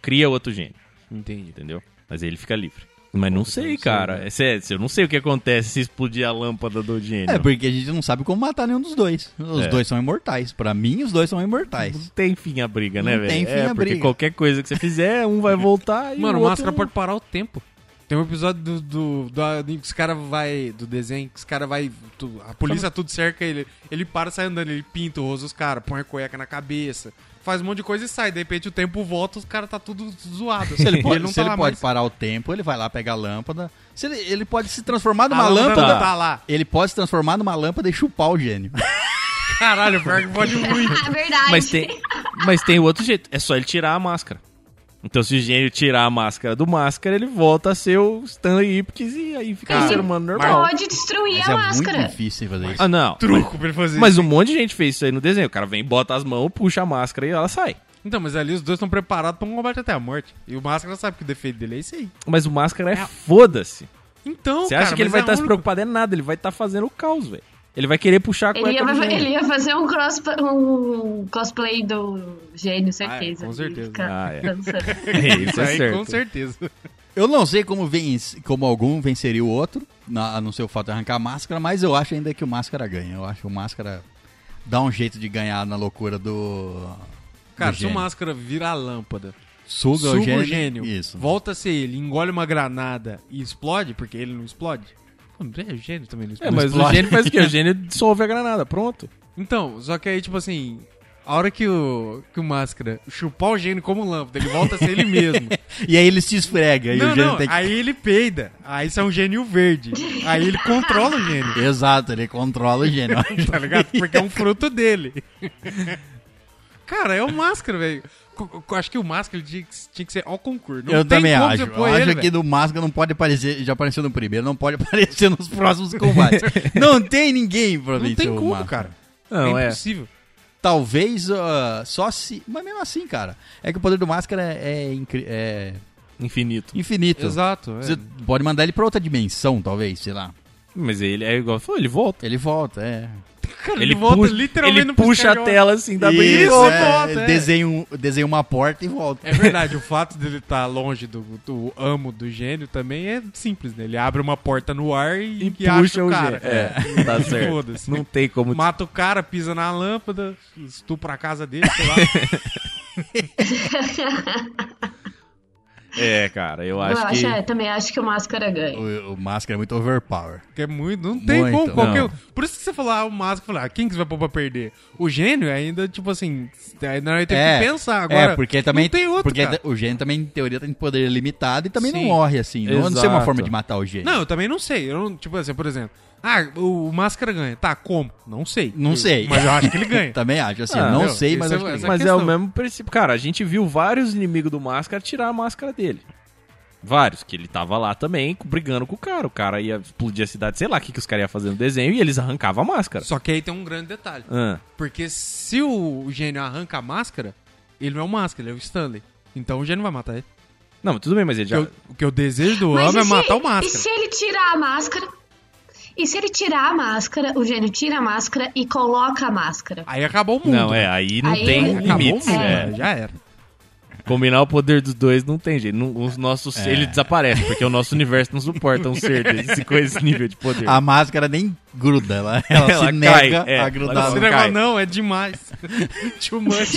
cria outro gênio.
Entendi.
entendeu? Mas ele fica livre. Mas não sei,
sei,
cara.
né?
É sério, eu não sei o que acontece se explodir a lâmpada do gênio.
É, porque a gente não sabe como matar nenhum dos dois. Os
É.
dois são imortais. Pra mim, os dois são
Não
imortais.
tem fim a briga, né,
É Não
velho?
tem fim
é,
a
porque
briga.
qualquer coisa que você fizer, um vai voltar e
Mano,
o
o
outro
Máscara
não-
pode parar o tempo. Tem um episódio do, do, da- que os cara vai. Do desenho, que os cara vai. tu- a polícia tudo cerca ele. Ele para, sai andando, ele pinta o rosto dos caras, põe a cueca na cabeça, faz um monte de coisa e sai. De repente o tempo volta, os caras tá tudo zoado.
Se ele pode,
não
se
tá
ele
lá
pode
mais.
parar o tempo, ele vai lá pegar a lâmpada. Se ele, ele pode se transformar numa
A lâmpada
lâmpada.
não tá lá.
Ele pode se transformar numa lâmpada e chupar o gênio.
Caralho, o pior que pode muito.
É verdade.
Mas tem, mas tem outro jeito. É só ele tirar a máscara. Então, se o gênio tirar a máscara do máscara, ele volta a ser o Stanley Ipkiss e aí fica um
Ele
ser humano normal.
Pode destruir
Mas
a
é
máscara.
muito difícil fazer isso.
Ah, não.
Truco pra ele fazer.
Mas um monte de gente fez isso aí no desenho. O cara vem, bota as mãos, puxa a máscara e ela sai.
Então, mas ali os dois estão preparados pra um combate até a morte. E o Máscara sabe que o defeito dele é esse aí.
Mas o máscara é foda-se.
Então,
Você acha
cara,
que ele
mas
vai
é
estar
a
se
única-
preocupado? É nada, ele vai estar fazendo o caos, velho. Ele vai querer puxar a
Ele
cueca
ia,
do
fa-
gênio.
ele ia fazer um, cross, um cosplay do gênio, certeza.
com certeza.
Ele fica
Ah, é.
dançando.
É,
Isso aí, com certeza.
Eu não sei como, vence, como algum venceria o outro, na- a não ser o fato de arrancar a máscara, mas eu acho ainda que o máscara ganha. Eu acho que o máscara dá um jeito de ganhar na loucura do.
Cara,
do
se o
gênio.
Máscara vira a lâmpada,
Suga,
suga
é o gênio.
Isso.
Isso.
volta a ser ele, engole uma granada e explode, porque ele não explode. Pô, é o gênio também não explode.
mas o
explode.
gênio faz o quê? O gênio dissolve a granada, pronto.
Então, só que aí, tipo assim, a hora que o, que o Máscara chupar o gênio como lâmpada, ele volta a ser ele mesmo.
E aí ele se esfrega e
não,
o gênio
não,
tem que.
aí ele peida. Aí isso é um gênio verde. Aí ele controla o gênio.
Exato, ele controla o gênio.
tá ligado? Porque é um fruto dele. Cara, é o Máscara, velho. Co- co- Acho que o Máscara tinha que, tinha que ser ao concurso. Não
eu
tem
também
como
acho.
Você
Eu
pôr
acho
ele,
que
velho.
do máscara não pode aparecer. Já apareceu no primeiro, não pode aparecer nos próximos combates. não tem ninguém pra
Não
vencer
tem
o
como,
Máscara.
cara.
Não,
é
é.
impossível.
Talvez ah, só se. Mas mesmo assim, cara. É que o poder do máscara é, é incri- é
Infinito.
Infinito.
Exato. é.
Você pode mandar ele pra outra dimensão, talvez, sei lá.
Mas ele é igual. Pô, ele volta.
Ele volta, é.
Cara,
Ele, puxa, ele puxa a
piscar de olho.
tela assim da brilho.
Isso,
é,
volta,
ele
é.
Desenha, um- desenha uma porta e volta.
É verdade, o fato dele estar longe do, do amo do gênio também é simples, né? Ele abre uma porta no ar e,
E
que acha
puxa
o
o
cara.
gênio. É, tá certo.
Foda-se.
Não tem como.
Mata o cara, pisa na lâmpada, estupra a casa dele, sei lá.
É, cara, eu
Eu
acho
acho,
que.
é, também acho que o Máscara ganha.
O, o Máscara é muito overpower.
Que é muito. Não tem
Muito.
como qualquer.
Não.
Por isso que você falar ah, o Máscara, falar, ah, quem que você vai pôr pra perder? O gênio ainda, tipo assim, ainda vai ter que pensar agora.
É, porque também.
não tem outro,
porque
cara.
o gênio também, em teoria, tem poder limitado e também não
Sim.
morre assim. Não, não sei uma
Exato.
forma de matar o gênio.
Não, eu também não sei. Eu não, tipo assim, por exemplo, ah, o, o Máscara ganha. Tá, como? Não sei.
Não sei.
Mas eu acho que ele ganha.
também acho, assim,
Ah,
não
meu,
sei, mas
isso é-
acho que
essa
ele
Mas é
questão.
o mesmo princípio. Cara, a gente viu vários inimigos do Máscara tirar a máscara dele. Vários, que ele tava lá também brigando com o cara. O cara ia explodir a cidade, sei lá o que, que os caras iam fazer no desenho, e eles arrancavam a máscara.
Só que aí tem um grande detalhe.
Ah,
Porque se o gênio arranca a máscara, ele não é o máscara, ele é o Stanley. Então o gênio vai matar ele.
Não, mas tudo bem, mas ele já.
O que eu- o que eu desejo do
Mas
Amo é
e se-
matar o
E se
máscara.
ele tirar a máscara? E se ele tirar a máscara, o gênio tira a máscara e coloca a máscara?
Aí acabou o mundo.
Não, é,
né?
aí não
Aí
tem
ele-
Acabou
limites.
o mundo,
é.
né? já era.
Combinar o poder dos dois não tem jeito. Não, os nossos,
É.
Ele desaparece, porque o nosso universo não suporta um ser desse com esse nível de poder.
A máscara nem gruda, ela, ela,
Ela
se
cai,
nega
é,
a
ela
grudar.
Esse
no-
cai.
negócio não, é demais. Too much.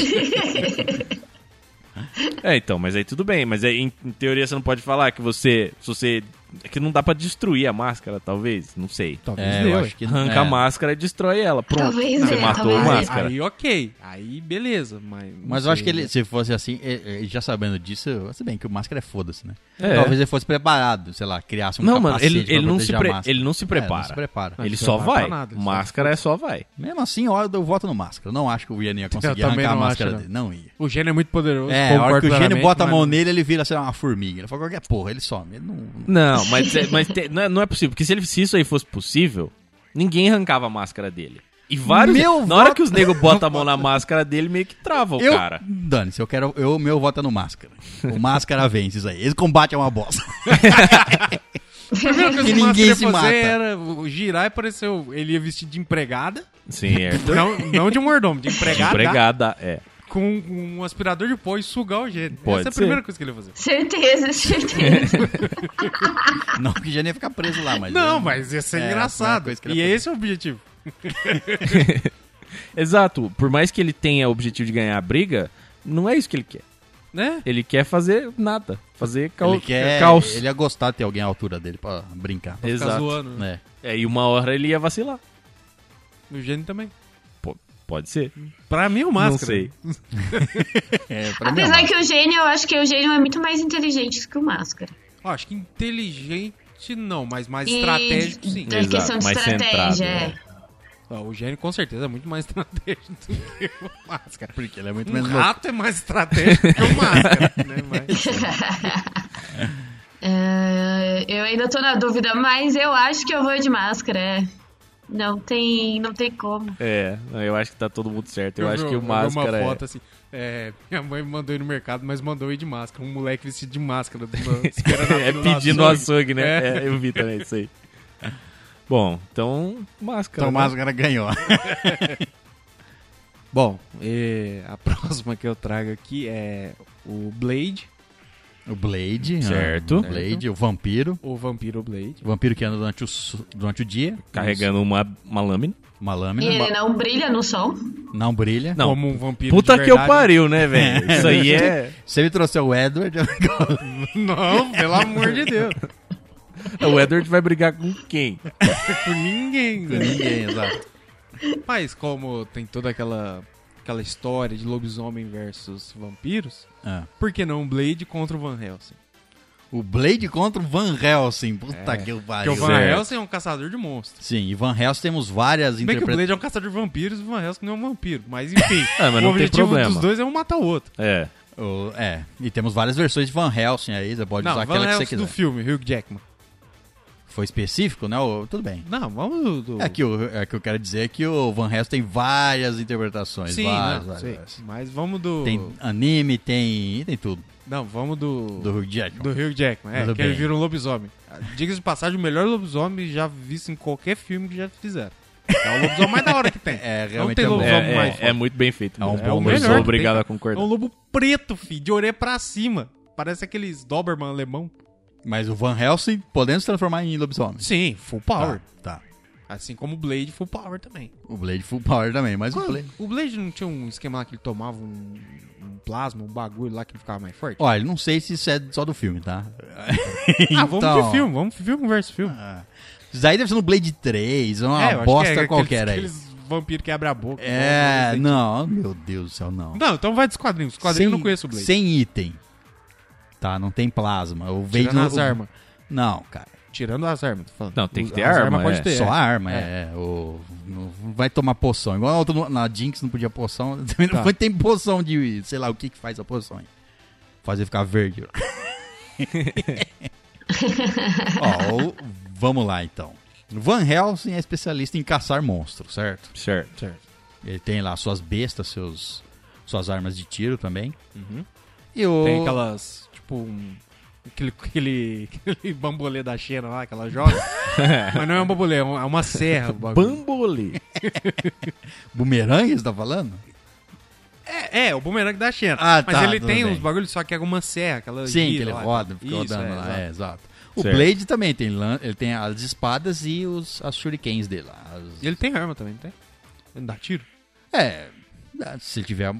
É, então, mas aí tudo bem. Mas aí, em, em teoria você não pode falar que você. Se você. É que não dá pra destruir a máscara, talvez. Não sei.
É, eu
deu,
acho que
Arranca
é.
a máscara e destrói ela. Pronto.
Talvez
você
é,
matou a
talvez é.
máscara.
Aí ok, aí beleza, mas... não
Mas eu acho que
sei,
ele,
né?
se fosse assim, é, é, já sabendo disso, se bem que o máscara é foda-se, né?
É.
Talvez ele fosse preparado, sei lá, criasse um
Não, mano,
capacete
ele,
pra
ele, não se
proteger a
pre-
máscara.
ele não se
É, não
prepara.
se prepara.
Ele
Ele
só
não vai pra
vai.
nada, ele só
máscara é só vai.
Mesmo assim, ó, eu voto no máscara. Não acho que o Ian ia conseguir
Eu também
arrancar a
não
máscara
acho,
dele. Não ia.
O gênio é muito poderoso.
É, a hora
concordo
que o gênio
plenamente,
bota a
mas-
mão nele, ele vira, sei lá, uma formiga. Ele fala qualquer porra, ele some. Ele não... não-
Não, mas, é- mas te- não, é, não é possível. Porque se, ele- se isso aí fosse possível, ninguém arrancava a máscara dele. E vários.
Meu
na hora
voto-
que os negros botam a mão na máscara dele, meio que trava o
Eu,
cara.
dane-se, eu quero. Eu, meu voto é no máscara. O máscara vence isso aí. Esse combate é uma bosta.
Primeiro que,
Que
o
ninguém
ninguém
se
se fazer
mata.
era o- girar e pareceu... Ele ia vestir de empregada.
Sim, é.
Não, não de mordomo, de empregada.
Empregada, é.
Com um aspirador de pó e sugar o gênio.
Pode
Essa é a
ser.
primeira coisa que ele ia fazer.
Certeza, certeza.
Não que o gênio ia ficar preso lá, mas.
Não,
eu-
mas ia ser
É, a
engraçado.
primeira coisa que ele
E
ia fazer.
esse é o objetivo.
Exato. Por mais que ele tenha o objetivo de ganhar a briga, não é isso que ele quer.
Né?
Ele quer fazer nada. Fazer cal...
ele quer.
caos.
Ele ia gostar de ter alguém à altura dele pra brincar.
Ficar
Exato.
zoando.
É.
É, e uma hora ele ia vacilar.
O gênio também.
Pô, pode ser.
Pra mim, o máscara.
Não sei.
É, pra mim é
Apesar
uma-
que o gênio, eu acho que o gênio é muito mais inteligente que o Máscara.
Ó, acho que inteligente não, mas mais
E-
estratégico sim.
Da
Exato,
questão de
mais
estratégia.
centrado,
é.
Ó, o gênio com certeza é muito mais estratégico do que o máscara.
Porque ele é muito
Um
menos louco.
rato é mais estratégico que o máscara, né? Mas...
É, eu ainda tô na dúvida, mas eu acho que eu vou de máscara. é. Não tem, não tem como.
É, eu acho que tá todo mundo certo. Eu, acho
vi-
que o
vi
máscara
uma
é-
foto assim. é, minha mãe me mandou ir no mercado, mas mandou eu ir de máscara. Um moleque vestido de máscara. do- esperando
é,
no
pedindo açougue, né?
É.
É, eu vi também isso aí. Bom, então, máscara.
Então o
né?
máscara ganhou.
Bom, e a próxima que eu trago aqui é o Blade,
O Blade.
Certo.
ah, O Blade, o vampiro.
o Vampiro Blade.
O vampiro que anda durante o, su- durante o dia.
Carregando uma, uma lâmina.
Uma
E
lâmina.
ele não brilha no Ah, sol.
Não brilha.
Não,
Como um vampiro
Puta
de
que eu
verdade.
pariu, né, velho? Isso aí é.
Se ele trouxer o Edward, eu
Não, pelo amor de Deus.
O Edward vai brigar com quem?
Por ninguém,
com
né?
ninguém, exato.
Mas como tem toda aquela aquela história de lobisomem versus vampiros,
Ah.
por que não Blade contra o Van Helsing?
O Blade contra o Van Helsing. Puta que que
Porque
pariu.
o Van
Certo.
Helsing é um caçador de monstros.
Sim, e Van Helsing temos várias
Se Bem que o
interpretações.
Blade é um caçador de vampiros e o Van Helsing não é um vampiro. Mas enfim,
Ah, mas não
o
tem
objetivo
problema.
dos dois é um matar o outro.
É.
O- É, e temos várias versões de Van Helsing aí, você pode
não,
usar
Van
aquela que você
Helsing do
quiser.
filme, Hugh Jackman.
Foi específico, né? Ô, Tudo bem.
Não, vamos. Do...
É que, o, é que eu quero dizer que o Van Helsing tem várias interpretações.
Sim,
várias,
não,
várias,
sim.
várias.
Mas vamos do.
Tem anime, tem. tem tudo.
Não, vamos do.
Do Hugh Jackman.
Do Hugh Jackman, é,
Tudo
que ele
bem.
vira um lobisomem. Diga-se de passagem, o melhor lobisomem já visto em qualquer filme que já fizeram. É o lobisomem mais da hora que tem.
É,
Não
realmente
tem
é um bom.
É,
lobisomem mais
é, é muito bem feito.
É um
mesmo.
bom
Eu
melhor
sou
que
obrigado
tem,
a
É
concordar.
um lobo preto, filho, de orelha pra cima. Parece aqueles Doberman alemão.
Mas o Van Helsing podendo se transformar em lobisomem.
Sim, full power.
Tá. tá.
Assim como o Blade, full power também.
O Blade Full Power também, mas o
Quando-
Blade.
O Blade não tinha um esquema lá que ele tomava um, um plasma, um bagulho lá que ele ficava mais forte?
Olha, não sei se isso é só do filme, tá?
ah, vamos de
então-
filme, vamos de filme versus filme.
Isso daí deve ser no Blade 3, uma
É, eu acho que
bosta
aqueles-
qualquer aí.
aqueles, vampiros que abrem a boca.
É, não,
Não,
meu Deus do céu, não.
Não, então vai dos quadrinhos. Os quadrinhos eu não conheço o Blade.
Sem item. Tá, não tem plasma. O Blade
Tirando
não,
as armas.
Não, cara.
Tirando as armas, tô falando.
Não, tem que ter
As
arma,
pode
é.
ter.
Só a
é.
arma, é. o- não vai tomar poção. Igual na, outra, no- na Jinx não podia poção. Também não
Tá.
foi, tem poção de. Sei lá o que que faz a poção. Hein? Fazer ficar verde. Ó, o- vamos lá então. Van Helsing é especialista em caçar monstros, certo?
Certo.
Ele tem lá suas bestas, seus, suas armas de tiro também.
Uhum.
E o.
Tem aquelas, tipo, um- aquele, aquele, aquele bambolê da China lá que ela joga. Mas não é um bambolê, é uma é uma serra. o bagulho.
Bambolê.
Bumerangue, você tá falando?
É, é, o bumerangue da China.
Ah,
Mas
tá,
ele
tudo
tem
bem.
uns bagulhos, só que é uma serra. Aquela
Sim, que
gira
ele
lá,
roda,
tá?
fica rodando lá. É, exato. O
Certo.
Blade também tem, lan- ele tem as espadas e os, as shurikens dele. lá, as-
E ele tem arma também, não tem? Ele não dá tiro?
É, dá- se ele tiver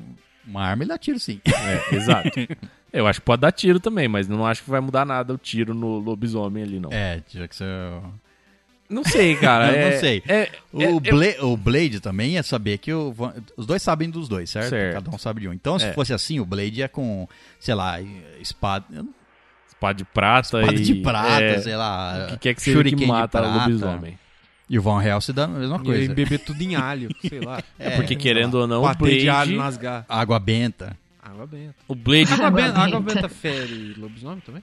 uma arma, ele dá tiro sim.
É, exato. Eu acho que pode dar tiro também, mas não acho que vai mudar nada o tiro no lobisomem ali, não.
É, já que você-
Não sei, cara.
Eu
é-
não sei.
é-
O,
é-
Bla- o Blade também é saber que o Van- os dois sabem dos dois, certo?
Certo.
Cada um sabe de um. Então, se
É.
fosse assim, o Blade é com, sei lá, espada,
Espada de prata
espada
e...
de prata,
é,
sei lá.
O que quer que seja que
shuriken de
mata o
prata.
lobisomem.
E o Van Helsing dá a mesma
E
coisa.
beber tudo em alho, sei lá.
É,
Porque querendo ou não, o
Patê
Blade...
de alho nas garras.
Água benta.
Água benta.
O Blade...
Água benta,
benta.
água benta fere lobisomem também?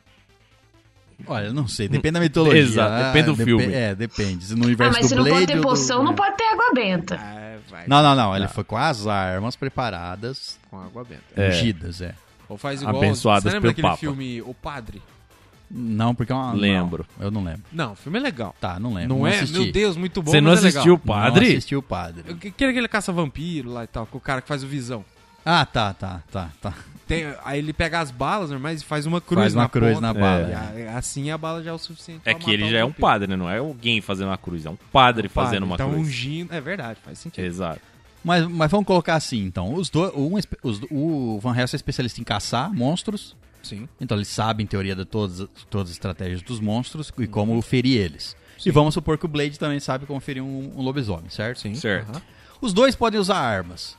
Olha, não sei, depende da mitologia.
Exato, depende do
depe-
filme.
É, depende. Se no
Ah,
universo
mas se
do
não
Blade...
pode ter
ou do- é.
poção, não pode ter água benta.
É,
Ah, vai
Não, não, não. Ele foi com as armas preparadas,
com água benta.
É.
ungidas, é.
Ou faz igual...
Abençoadas
Você lembra
pelo
daquele
Papa.
filme O Padre?
Não, porque é uma... não,
Lembro.
eu não lembro.
Não, o filme é legal.
Tá, não lembro.
não é?
assisti.
Meu Deus, muito bom,
Você não
mas é
assistiu o
legal.
Não
Padre?
assisti o padre.
Eu que- é Aquele que ele caça vampiro lá e tal, com o cara que faz o visão.
Ah, tá, tá, tá, tá.
Tem- aí ele pega as balas normais e faz uma cruz
Faz uma
na
cruz
ponta.
na bala.
E
é.
a- Assim a bala já é o suficiente pra
É que ele
matar o
já é um
vampiro.
padre, né? Não é alguém fazendo uma cruz, é um padre fazendo uma
um
Então
cruz.
ungindo... É verdade, faz sentido.
Exato.
Mas, mas vamos colocar assim, então. Os dois, um, espe- os- o Van Helsing é especialista em caçar monstros.
Sim.
Então ele sabe, em teoria, de todas, todas as estratégias dos monstros e
Uhum.
como ferir eles. E vamos supor que o Blade também sabe como ferir um, um lobisomem, certo?
Sim.
Certo.
Aham.
Os dois podem usar armas,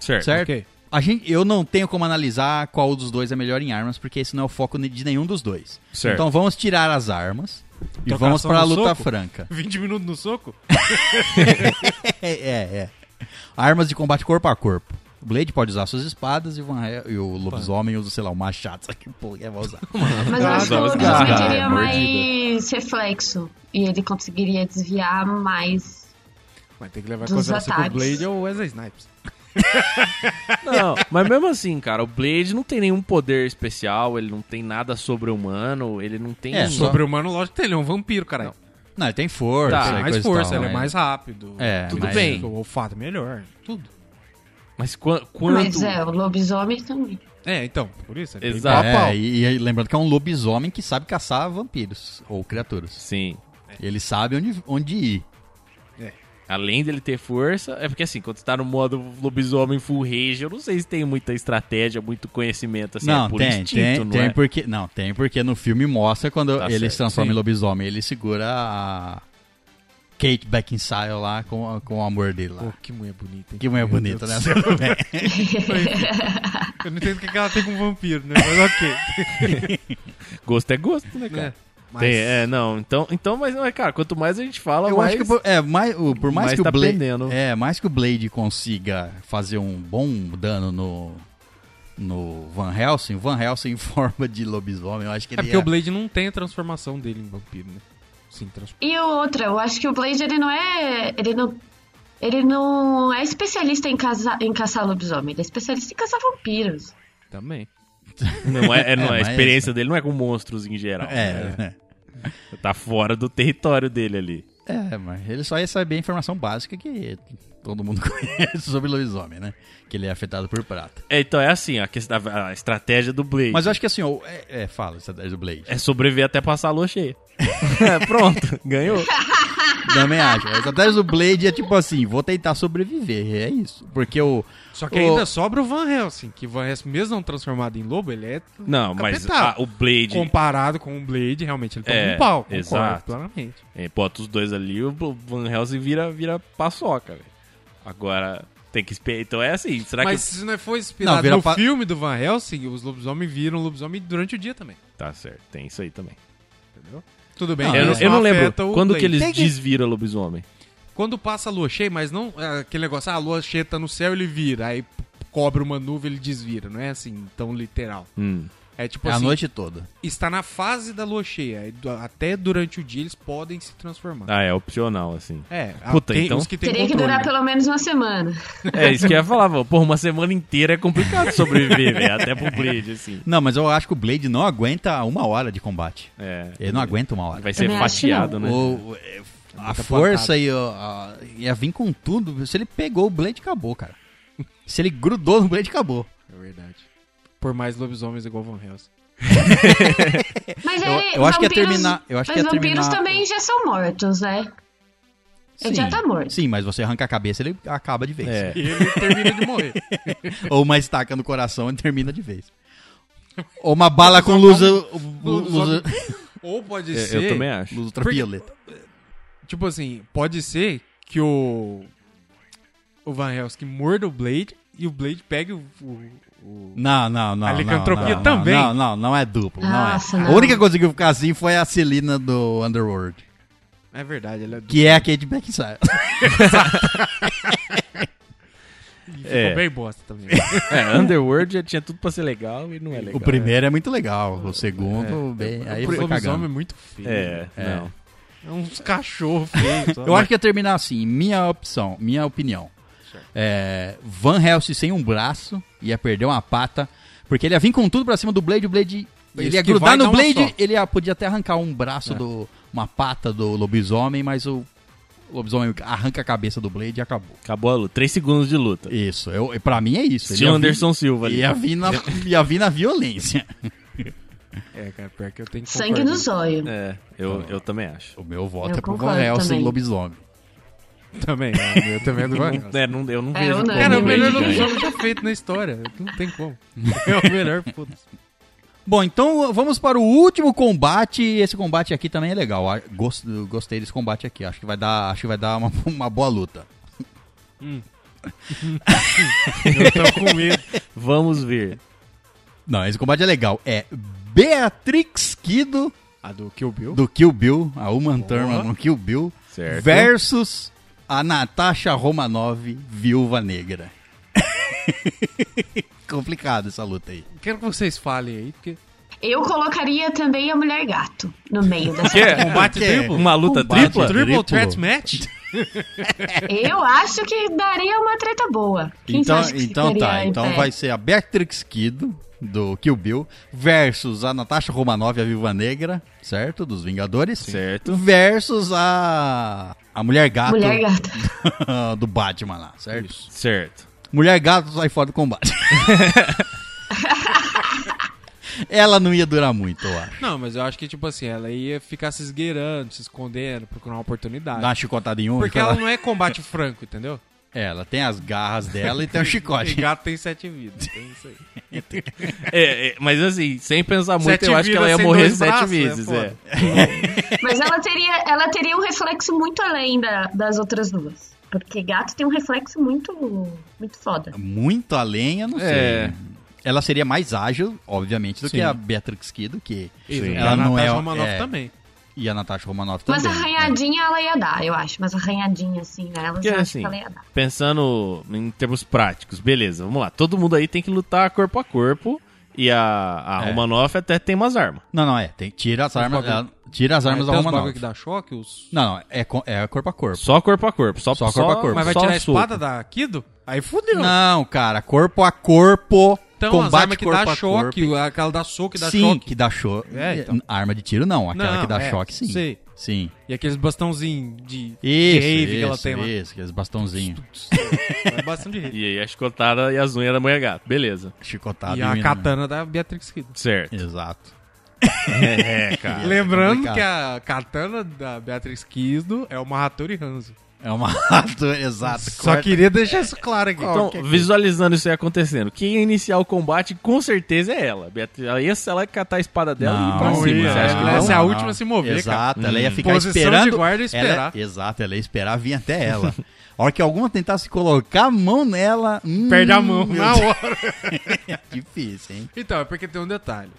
Certo.
certo?
Ok.
A gente, eu não tenho como analisar qual dos dois é melhor em armas, porque esse não é o foco ne- de nenhum dos dois.
Certo.
Então vamos tirar as armas e
Trocação
vamos para a
no
luta
soco?
franca.
20 minutos no soco?
É, é, é. Armas de combate corpo a corpo. O Blade pode usar suas espadas e o, Van Hel- e o lobisomem usa, sei lá, um machado. Sabe que porra que é, vai usar?
Mas eu acho que o
Não,
outro
não, não,
teria
é
mais reflexo. E ele conseguiria desviar mais.
Mas tem que levar em
Dos
consideração que o
ataques.
Blade é o Wesley Snipes.
Não, mas mesmo assim, cara, o Blade não tem nenhum poder especial, ele não tem nada sobre-humano, ele não tem...
É, só-
Sobre-humano, lógico que ele é um vampiro, caralho.
Não, ele tem força.
Tá,
e
tem mais
coisa e
força,
tal,
ele é
né?
mais rápido.
É,
Tudo
mas-
bem.
O olfato é melhor, tudo.
Mas qua- quanto...
Mas é, o lobisomem também.
É, então, por isso. ele tem
Exato.
pau a pau.
É, e, e lembrando que é um lobisomem que sabe caçar vampiros ou criaturas.
Sim.
Ele sabe onde, onde ir.
Além dele ter força, é porque assim, quando você tá no modo lobisomem full rage, eu não sei se tem muita estratégia, muito conhecimento, assim, é
não,
por
tem,
instinto,
tem,
não
tem
é?
porque. Não, tem porque no filme mostra quando
Tá
ele
certo,
se transforma
sim.
em lobisomem. Ele segura a Kate Beckinsale lá com, com o amor dele lá.
Pô, que mulher bonita, hein?
Que mulher
Meu
bonita, né?
Deus do céu. Eu não entendo o que que ela tem com vampiro, né? Mas ok.
Gosto é gosto, né, cara?
Né? Mas-
Tem, é, não, então, então, mas não é, cara, quanto mais a gente fala,
Eu
mais...
acho que por- é, mais, o- por mais
Mas
que
tá
o Blade,
aprendendo.
é, mais que o Blade consiga fazer um bom dano no no Van Helsing, o Van Helsing em forma de lobisomem, eu acho que
É
ele
porque o Blade não tem a transformação dele em vampiro, né? Sim, trans-
E outra, eu acho que o Blade ele não é. Ele não. Ele não é especialista em, casa, em caçar lobisomem, ele é especialista em caçar vampiros.
Também. Não é, é, não, a
É, mas-
experiência dele não é com monstros em geral. né?
É,
Tá fora do território dele ali.
é, mas ele só ia saber a informação básica que todo mundo conhece sobre o lobisomem, né? Que ele é afetado por prata.
É, então é assim, a, questão, a a estratégia do Blade
Mas eu acho que assim, ó, é, é, fala essa do Blade.
é sobreviver até passar a lua cheia. É, Pronto, ganhou.
Também acho. A estratégia do Blade é tipo assim, vou tentar sobreviver, é isso. Porque o...
Só que
o-
ainda sobra o Van Helsing, assim, que Van Helsing, mesmo não transformado em lobo, ele é
Não, mas
capetado.
a- o Blade
comparado com o Blade, realmente ele toma
É,
um pau. Concordo,
exato.
plenamente.
É, bota os dois ali, o Van Helsing vira, vira paçoca, velho. Agora, tem que esperar. Então é assim, será
Mas se não foi
Não,
inspirado
vira
no
pa-
filme do Van Helsing, os lobisomens viram lobisomem durante o dia também.
que... Tá certo, tem isso aí também.
Tudo bem,
Ah,
eu, não-
isso
eu não lembro,
é. afeta o
quando
Blade.
que eles
Tem que-
desviram o lobisomem?
Quando passa a lua cheia, mas não é, aquele negócio, ah, a lua cheia tá no céu, ele vira, aí p- cobre uma nuvem, ele desvira, não é assim tão literal.
Hum,
É tipo
É a
assim,
noite toda.
está na fase da lua cheia, e do- até durante o dia eles podem se transformar.
Ah, é opcional, assim.
É, a-
Puta,
tem
então-
os que tem
Teria que
controle. né?
durar pelo menos uma semana.
É, isso que eu ia falar, mano. Porra, uma semana inteira é complicado sobreviver, velho. Até pro Blade, assim.
Não, mas eu acho que o Blade não aguenta uma hora de combate.
É.
Ele não aguenta uma hora.
Vai ser
Também acho
fatiado, né? tá
O- é, a
Muita
força
pancada.
e o- a- ia vir com tudo. Se ele pegou o Blade, acabou, cara. Se ele grudou no Blade, acabou.
É verdade. Por mais lobisomens igual Van Helsing.
Mas
Eu-
ele,
eu acho que ia
vampiros-
terminar- eu acho
mas
que ia
vampiros
terminar-
também já são mortos, né? Ele já tá morto.
Sim, mas você arranca a cabeça, ele acaba de vez.
É.
E ele termina de morrer.
Ou uma estaca no coração e termina de vez. Ou uma bala com luz, luz, luz,
Ou pode
É,
ser.
eu também acho.
luz ultravioleta.
Tipo assim, pode ser que o. O Van Helsing morda o Blade e o Blade pega o. o- o-
Não, não, não.
A
não,
licantropia
não,
também?
Não, não, não é duplo.
Nossa,
não é.
não.
A única coisa que ficou assim foi a Celina do Underworld.
É verdade, ele é.
Que é a Kate Beckinsale.
Ficou
É.
bem bosta também.
É, Underworld já tinha tudo pra ser legal e não é legal.
O primeiro é muito legal, o segundo, bem, aí
Os
foi
lobisomem
cagando.
é muito feio.
É,
É.
não.
É uns cachorros feios.
Eu acho que ia terminar assim, minha opção, minha opinião. É, Van Helsing sem um braço, ia perder uma pata, porque ele ia vir com tudo pra cima do Blade, o Blade... Ele ia
Esquivar
grudar
e dar
no
uma
Blade,
só.
ele ia- podia até arrancar um braço
É.
do... Uma pata do lobisomem, mas o lobisomem arranca a cabeça do Blade e acabou.
Acabou a luta. Três segundos de luta.
Isso, eu, pra mim é isso.
Se o Anderson Silva ali.
ia vir, na, ia vir na violência.
É, cara, pior que eu tenho que
Sangue
concordar.
nos olhos.
É, eu, eu também acho.
O meu voto
Eu
é pro Van
concordo
Helsing
também.
lobisomem.
Também, é, o meu também é do Van
Né?
Helsing.
É, não, eu não
É,
vejo
eu não.
como
Cara, é o
o
melhor
Blade ganha.
lobisomem já feito na história. Não tem como. É o melhor, foda-se.
Bom, então vamos para o último combate. Esse combate aqui também é legal. Ah, gost- Gostei desse combate aqui. Acho que vai dar, acho que vai dar uma, uma boa luta.
Eu tô com medo.
Vamos ver.
Não, esse combate é legal. É Beatrix Kido
A do Kill Bill?
do Kill Bill, a Uma Thurman
Porra.
no Kill Bill,
Certo.
versus a Natasha Romanov, Viúva Negra. Complicado essa luta aí.
Quero que vocês falem aí, porque.
Eu colocaria também a mulher gato no meio dessa.
Quê?
Combate
Quê?
triplo?
Uma luta
Combate
tripla?
Triple
Triplo.
Threat Match?
Eu acho que daria uma treta boa. Quem você
então
acha que
então
ficaria
tá,
em
então
pé?
vai ser a Beatrix Kido do Kill Bill versus a Natasha Romanoff, a Viúva Negra, certo? Dos Vingadores.
Certo.
Versus a a Mulher Gato
Mulher gata.
do Batman lá, certo?
Certo.
Mulher Gato sai fora do combate. Ela não ia durar muito, eu acho.
Não, mas eu acho que, tipo assim, ela ia ficar se esgueirando, se escondendo, procurando uma oportunidade.
Dá uma chicotada em um.
Porque ela não é combate franco, entendeu?
É, ela tem as garras dela e tem o
E
chicote.
gato tem sete vidas. Tem isso aí.
É, é, mas assim, sem pensar muito,
Sete
eu acho que
vidas
ela ia
sem
morrer
dois
sete
braços, é
vezes. É,
foda.
Mas ela teria, ela teria um reflexo muito além da- das outras duas. Porque gato tem um reflexo muito, muito foda.
muito além, eu não
É.
sei. Ela seria mais ágil, obviamente, do
Sim.
que a Beatrix Kido, que
Isso,
ela
a
não
Natasha
é,
Romanoff
é,
também.
E a Natasha Romanoff também.
Mas arranhadinha ela ia dar, eu acho. Mas arranhadinha, assim, nela,
Porque,
eu acho
assim,
que ela ia dar.
Pensando em termos práticos, beleza, vamos lá. Todo mundo aí tem que lutar corpo a corpo. E a, a
É.
Romanoff até tem umas armas.
Não, não, é. Tem, tira as armas.
bagulho.
ela- Tira as armas
Aí
da
tem os
Roma
bagulho que
9.
dá choque, os...
Não, não, é, co- é corpo a corpo.
Só corpo a corpo. Só,
Só corpo a corpo.
Mas vai
só
tirar a
soco.
espada da Kido? Aí fudeu.
Não, cara, corpo a corpo,
Então, as
combate
armas que
corpo
dá
a
choque,
corpo.
aquela da soco que dá
sim,
choque.
que dá choque.
É, então.
Arma de tiro não, aquela
Não,
que dá
é,
choque sim.
sei.
Sim.
E aqueles bastãozinhos de de
Isso,
rave
isso,
que ela tem lá.
isso, aqueles bastãozinhos.
É bastão de rave.
E aí a escotada e as unhas da mulher gata. Beleza.
Chicotado.
e a katana da Beatrix Kido.
Certo.
Exato.
É, cara.
Lembrando
complicado.
que a katana da Beatrix Kido é uma Hattori Hanzo.
É uma rato, exato.
Só
corta.
queria deixar isso claro aqui.
Então, visualizando isso aí acontecendo, quem ia iniciar o combate com certeza é ela. Beatriz, ela ia, se ela ia catar a espada dela e ir pra
não
cima.
ia.
Você acha que
Ela ia
não?
ser a última a se mover,
Exato, ela ia ficar
Posição de
esperando.
guarda e
ela-
esperar.
exato, ela ia esperar vir até ela. a hora que alguma tentasse colocar a mão nela. hum,
Perde a mão
meu
na hora.
Deus, Difícil, hein?
Então, é porque tem um detalhe.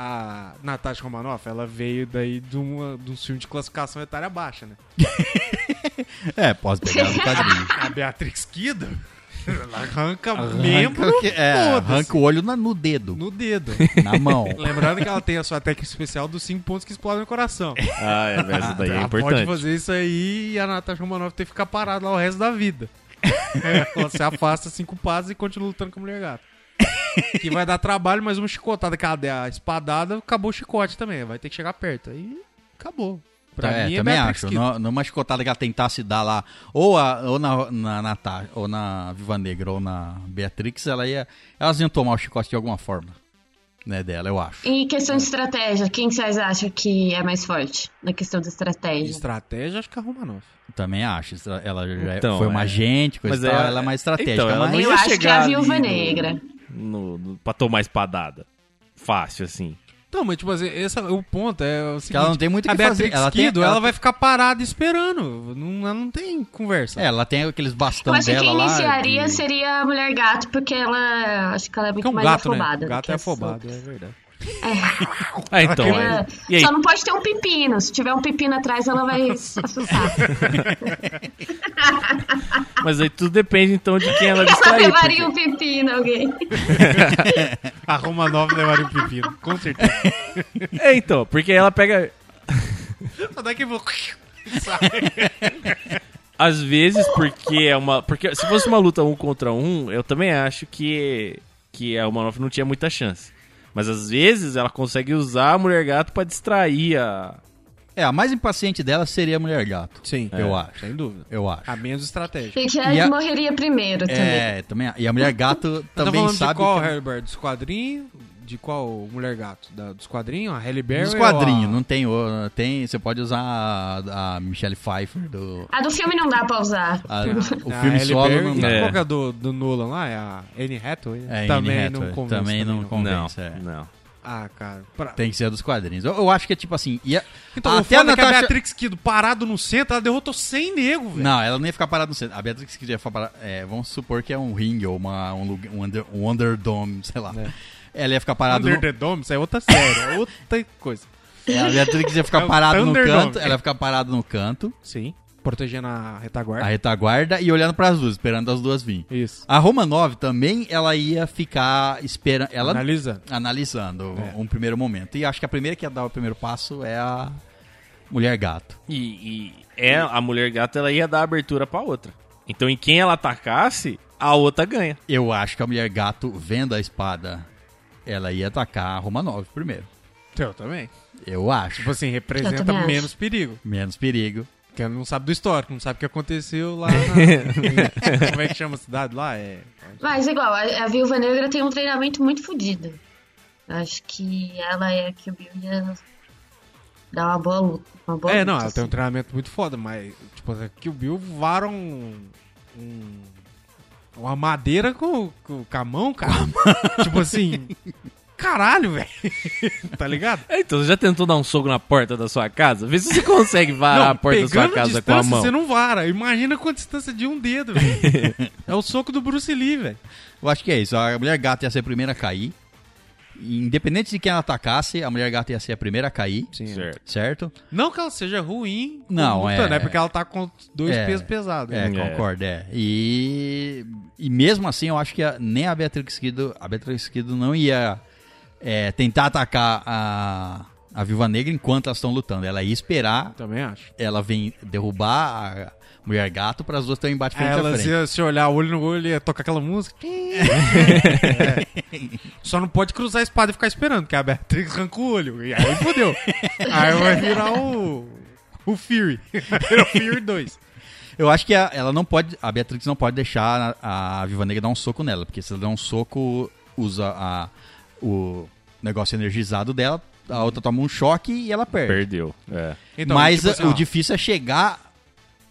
A Natasha Romanoff, ela veio daí de, uma, de um filme de classificação etária baixa, né?
É, posso pegar no quadrinho.
A Beatrix Kido, ela arranca, membro
Arranca, que- é,
foda-se.
arranca o olho na- no dedo,
no dedo.
na mão.
Lembrando que ela tem a sua técnica especial dos 5 pontos que explodem no coração.
Ah, é, mas essa daí é
ela pode
importante.
fazer isso aí e a Natasha Romanoff tem que ficar parada lá o resto da vida. É, ela se afasta cinco passos e continua lutando com a mulher gata. Que vai dar trabalho, mas uma chicotada. Cadê a espadada? Acabou o chicote também. Vai ter que chegar perto. Aí acabou. Pra
é,
mim é
também
Beatrix
acho.
Kidd.
No- Numa chicotada que ela tentasse dar lá, ou, a- ou na, na, Natasha, ou na Viva Negra, ou na Beatrix, ela ia, elas iam tomar o chicote de alguma forma. Né, dela, eu acho.
E questão de estratégia, quem vocês acham que é mais forte na questão da estratégia?
Estratégia, acho que é a Romanoff.
Também acho. estra- Ela já
Então,
foi uma
é.
agente, coisa
Mas
e tal,
é-
ela é mais estratégica.
então, ela
mas-
não
Eu
ia
acho que é a
chegar ali
Viúva
no-
Negra.
No, no, pra tomar espadada. Fácil, assim.
Então, mas tipo assim, esse é o ponto é o seguinte.
ela não tem muito o
a
que fazer.
Beatrix
Ela tem-
Kidd, ela,
ela
vai ficar parada esperando. Não, ela não tem conversa.
É, ela tem aqueles
Eu
bastão
acho que
Então, dela
quem
lá.
iniciaria
de-
seria a mulher gato, porque ela. Acho que ela é muito
Porque é um
mais
gato, né?
afobada.
O
do
gato
que
é
as
afobado,
outras.
é verdade.
Ah, então.
É,
aí- E aí,
Só não pode ter um pepino. Se tiver um pepino atrás, ela vai se assustar.
mas aí tudo depende, então, de quem ela
ela
distrair. porque-
levaria um pepino, alguém.
A Romanoff levaria o pepino, com certeza.
um-
É, então, porque ela pega...
Só Tá, daqui eu vou.
Às vezes, porque é uma. Porque se fosse uma luta um contra um, eu também acho que, que a Romanoff não tinha muita chance. Mas às vezes ela consegue usar a mulher gato pra distrair a.
É, a mais impaciente dela seria a mulher gato.
Sim, Ah,
eu acho.
Sem dúvida.
Eu acho.
A menos estratégia.
Porque
E a-
ela morreria primeiro também.
É, também. E a mulher gato
Tá
também
falando
sabe.
de qual,
que-
Herbert? Dos quadrinhos? De qual Mulher Gato? Da- dos quadrinhos? A Halle Berry?
Nos
ou a-
quadrinhos, não tem, o- tem. Você pode usar a, a Michelle Pfeiffer do.
A do filme não dá pra usar.
a- o
a
filme
Ah, Halle
solo
Berry,
não
Qual
dá.
É.
que é a do, do Nolan lá? É a Anne Hathaway? né?
É,
também
Anne
não
Hathaway.
convence.
Também não convence. Convence,
não,
é.
não.
Ah, cara. pra-
Tem que ser dos quadrinhos. Eu, eu acho que é tipo assim. ia-
Então,
até a
o foda é que a
Natasha-
Beatrix Kido parado no centro, ela derrotou 100 nego, velho.
Não, ela nem ia ficar parada no centro. A Beatrix que ia ficar parada. é, vamos supor que é um ringue ou uma, um, lugar- um, under, um underdome, sei lá.
É.
Ela ia ficar parada no,
Under the Dome, isso é outra série, é outra coisa.
É, a Beatrix ia
É
ficar
o
parada no
Thunderdome.
canto, ela ia ficar parada no canto,
Sim. Protegendo a
a
retaguarda.
retaguarda, e olhando pras duas, esperando as duas virem.
Isso.
A Romanov também, ela ia ficar esperando, ela
Analisando.
analisando
É.
um primeiro momento. E acho que a primeira que ia dar o primeiro passo é a Mulher Gato.
E, e é, a mulher gato ela ia dar abertura pra outra. Então em quem ela atacasse, a outra ganha.
Eu acho que a Mulher Gato, vendo a espada, ela ia atacar a Romanov primeiro.
Eu também.
Eu
Tipo
acho.
assim,
Eu
representa
também acho.
menos perigo.
Menos perigo.
Porque ela não sabe do histórico, não sabe o que aconteceu lá na... Como é que chama a cidade lá? É...
Mas igual, a, a Viúva Negra tem um treinamento muito fodido. Acho que ela é a que o Bill ia dar uma boa luta. Uma boa
É,
luta,
não, ela tem um
assim.
treinamento muito foda, mas, tipo, que o Bill varam um, um- uma madeira com, com, com a mão, cara. tipo assim, caralho, velho. tá ligado?
É, Então, você já tentou dar um soco na porta da sua casa? Vê se você consegue varar Ah, a porta da sua
pegando
casa com a
distância,
mão.
Você não vara. Imagina com a distância de um dedo, velho. é o soco do Bruce Lee, velho.
Eu acho que é isso. A mulher gata ia ser a primeira a cair. Independente de quem ela atacasse, a mulher gata ia ser a primeira a cair.
Certo.
Certo?
Não que ela seja ruim.
Não,
lutando,
é-
né? Porque ela tá com dois
É,
pesos pesados.
É,
né?
É.
concordo, é. E, e mesmo assim, eu acho que a- nem a Beatrix Kido, a Beatrix Kido não ia é, tentar atacar a, a a Viúva Negra enquanto elas estão lutando. Ela ia esperar,
Também acho.
ela vem derrubar a Mulher Gato para as duas terem um embate frente a
É, Ela,
frente.
se, se olhar olho no olho, ia tocar aquela música. É. Só não pode cruzar a espada e ficar esperando, porque a Beatrix arranca o olho. E aí fodeu. aí vai virar o. O Fury. Vai virar o Fury 2.
Eu acho que a- ela não pode, a Beatrix não pode deixar a, a Viúva Negra dar um soco nela, porque se ela der um soco, usa a- o negócio energizado dela, a outra toma um choque e ela perde.
Perdeu. É.
Então,
Mas
tipo assim,
o
ó,
difícil é chegar,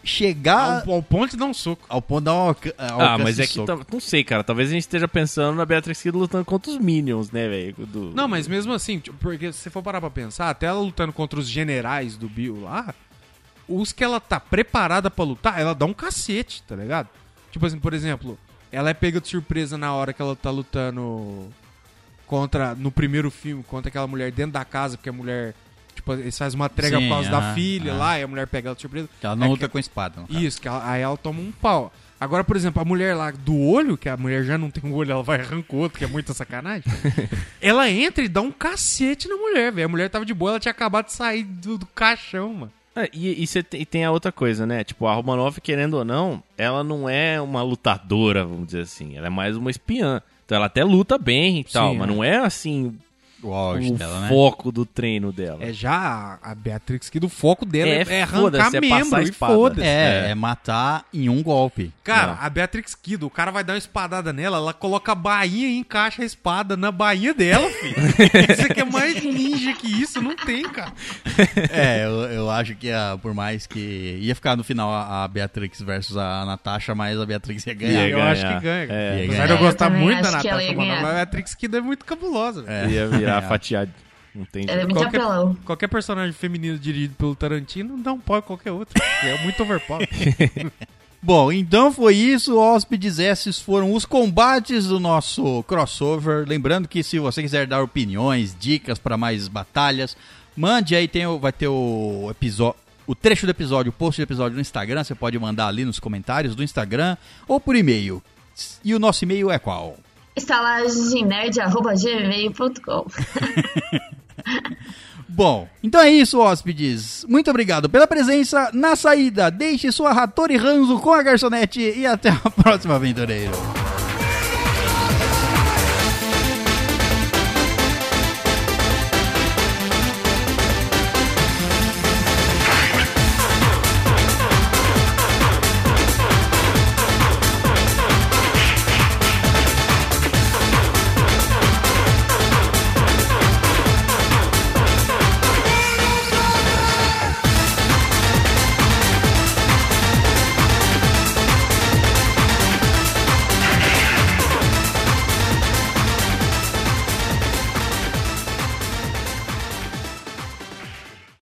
chegar
ao, ao ponto de dar um soco.
ao ponto de dar um alca-
Ah,
alcance
mas
de
é que.
soco.
tá- Não sei, cara. Talvez a gente esteja pensando na Beatrix Kid lutando contra os Minions, né, velho? Do...
Não, mas mesmo assim, tipo, porque se você for parar pra pensar, até ela lutando contra os generais do Bill lá, os que ela tá preparada pra lutar, ela dá um cacete, tá ligado? Tipo assim, por exemplo, ela é pega de surpresa na hora que ela tá lutando contra, no primeiro filme, contra aquela mulher dentro da casa, porque a mulher, tipo, eles fazem uma trégua
Sim,
por causa
aham,
da filha
aham.
lá, e a mulher pega ela de surpresa.
Ela não
É
luta
que-
com espada. no caso.
Isso, que ela- aí ela toma um pau. Agora, por exemplo, a mulher lá do olho, que a mulher já não tem um olho, ela vai arrancar o outro, que é muita sacanagem. ela entra e dá um cacete na mulher, velho. A mulher tava de boa, ela tinha acabado de sair do, do caixão, mano.
Ah, e, e, cê tem- e tem a outra coisa, né? Tipo, a Romanoff, querendo ou não, ela não é uma lutadora, vamos dizer assim. Ela é mais uma espiã. Então ela até luta bem e tal,
Sim,
mas
é.
não é assim
O auge
o
dela, né?
foco do treino dela.
É já a Beatrix que do foco dela é,
É,
é arrancar
foda-se, é passar
membro
a
e
espada.
foda-se.
É, é matar em um golpe.
Cara,
Não.
a Beatrix Kido, o cara vai dar uma espadada nela, ela coloca a bainha e encaixa a espada na bainha dela, filho. Isso aqui é mais ninja que isso, não tem, cara.
É, eu, eu acho que ah, por mais que ia ficar no final a, a Beatrix versus a Natasha, mas a Beatrix ia ganhar.
Ia
eu acho
ganhar.
que ganha.
É.
Ia
Apesar
ganhar.
de eu gostar
Eu também
muito da
acho que ela ia
Natasha Romanoff,
ganhar.
a Beatrix Kid é muito cabulosa. velho.
Ia virar
É.
fatiado. Não tem
Ela é
jeito.
muito
Qualquer-
apelão.
Qualquer personagem feminino dirigido pelo Tarantino dá um pau em qualquer outro. porque É muito overpower.
Bom, então foi isso, hóspedes. Esses foram os combates do nosso crossover. Lembrando que se você quiser dar opiniões, dicas para mais batalhas, mande aí, tem, o- vai ter o episódio. O trecho do episódio, o post do episódio no Instagram, você pode mandar ali nos comentários do Instagram ou por e-mail. E o nosso e-mail é qual?
Estalagemnerd.gmail.com
Bom, então é isso, hóspedes. Muito obrigado pela presença. Na saída, deixe sua Hattori Ranzo com a garçonete e até a próxima, aventureiro.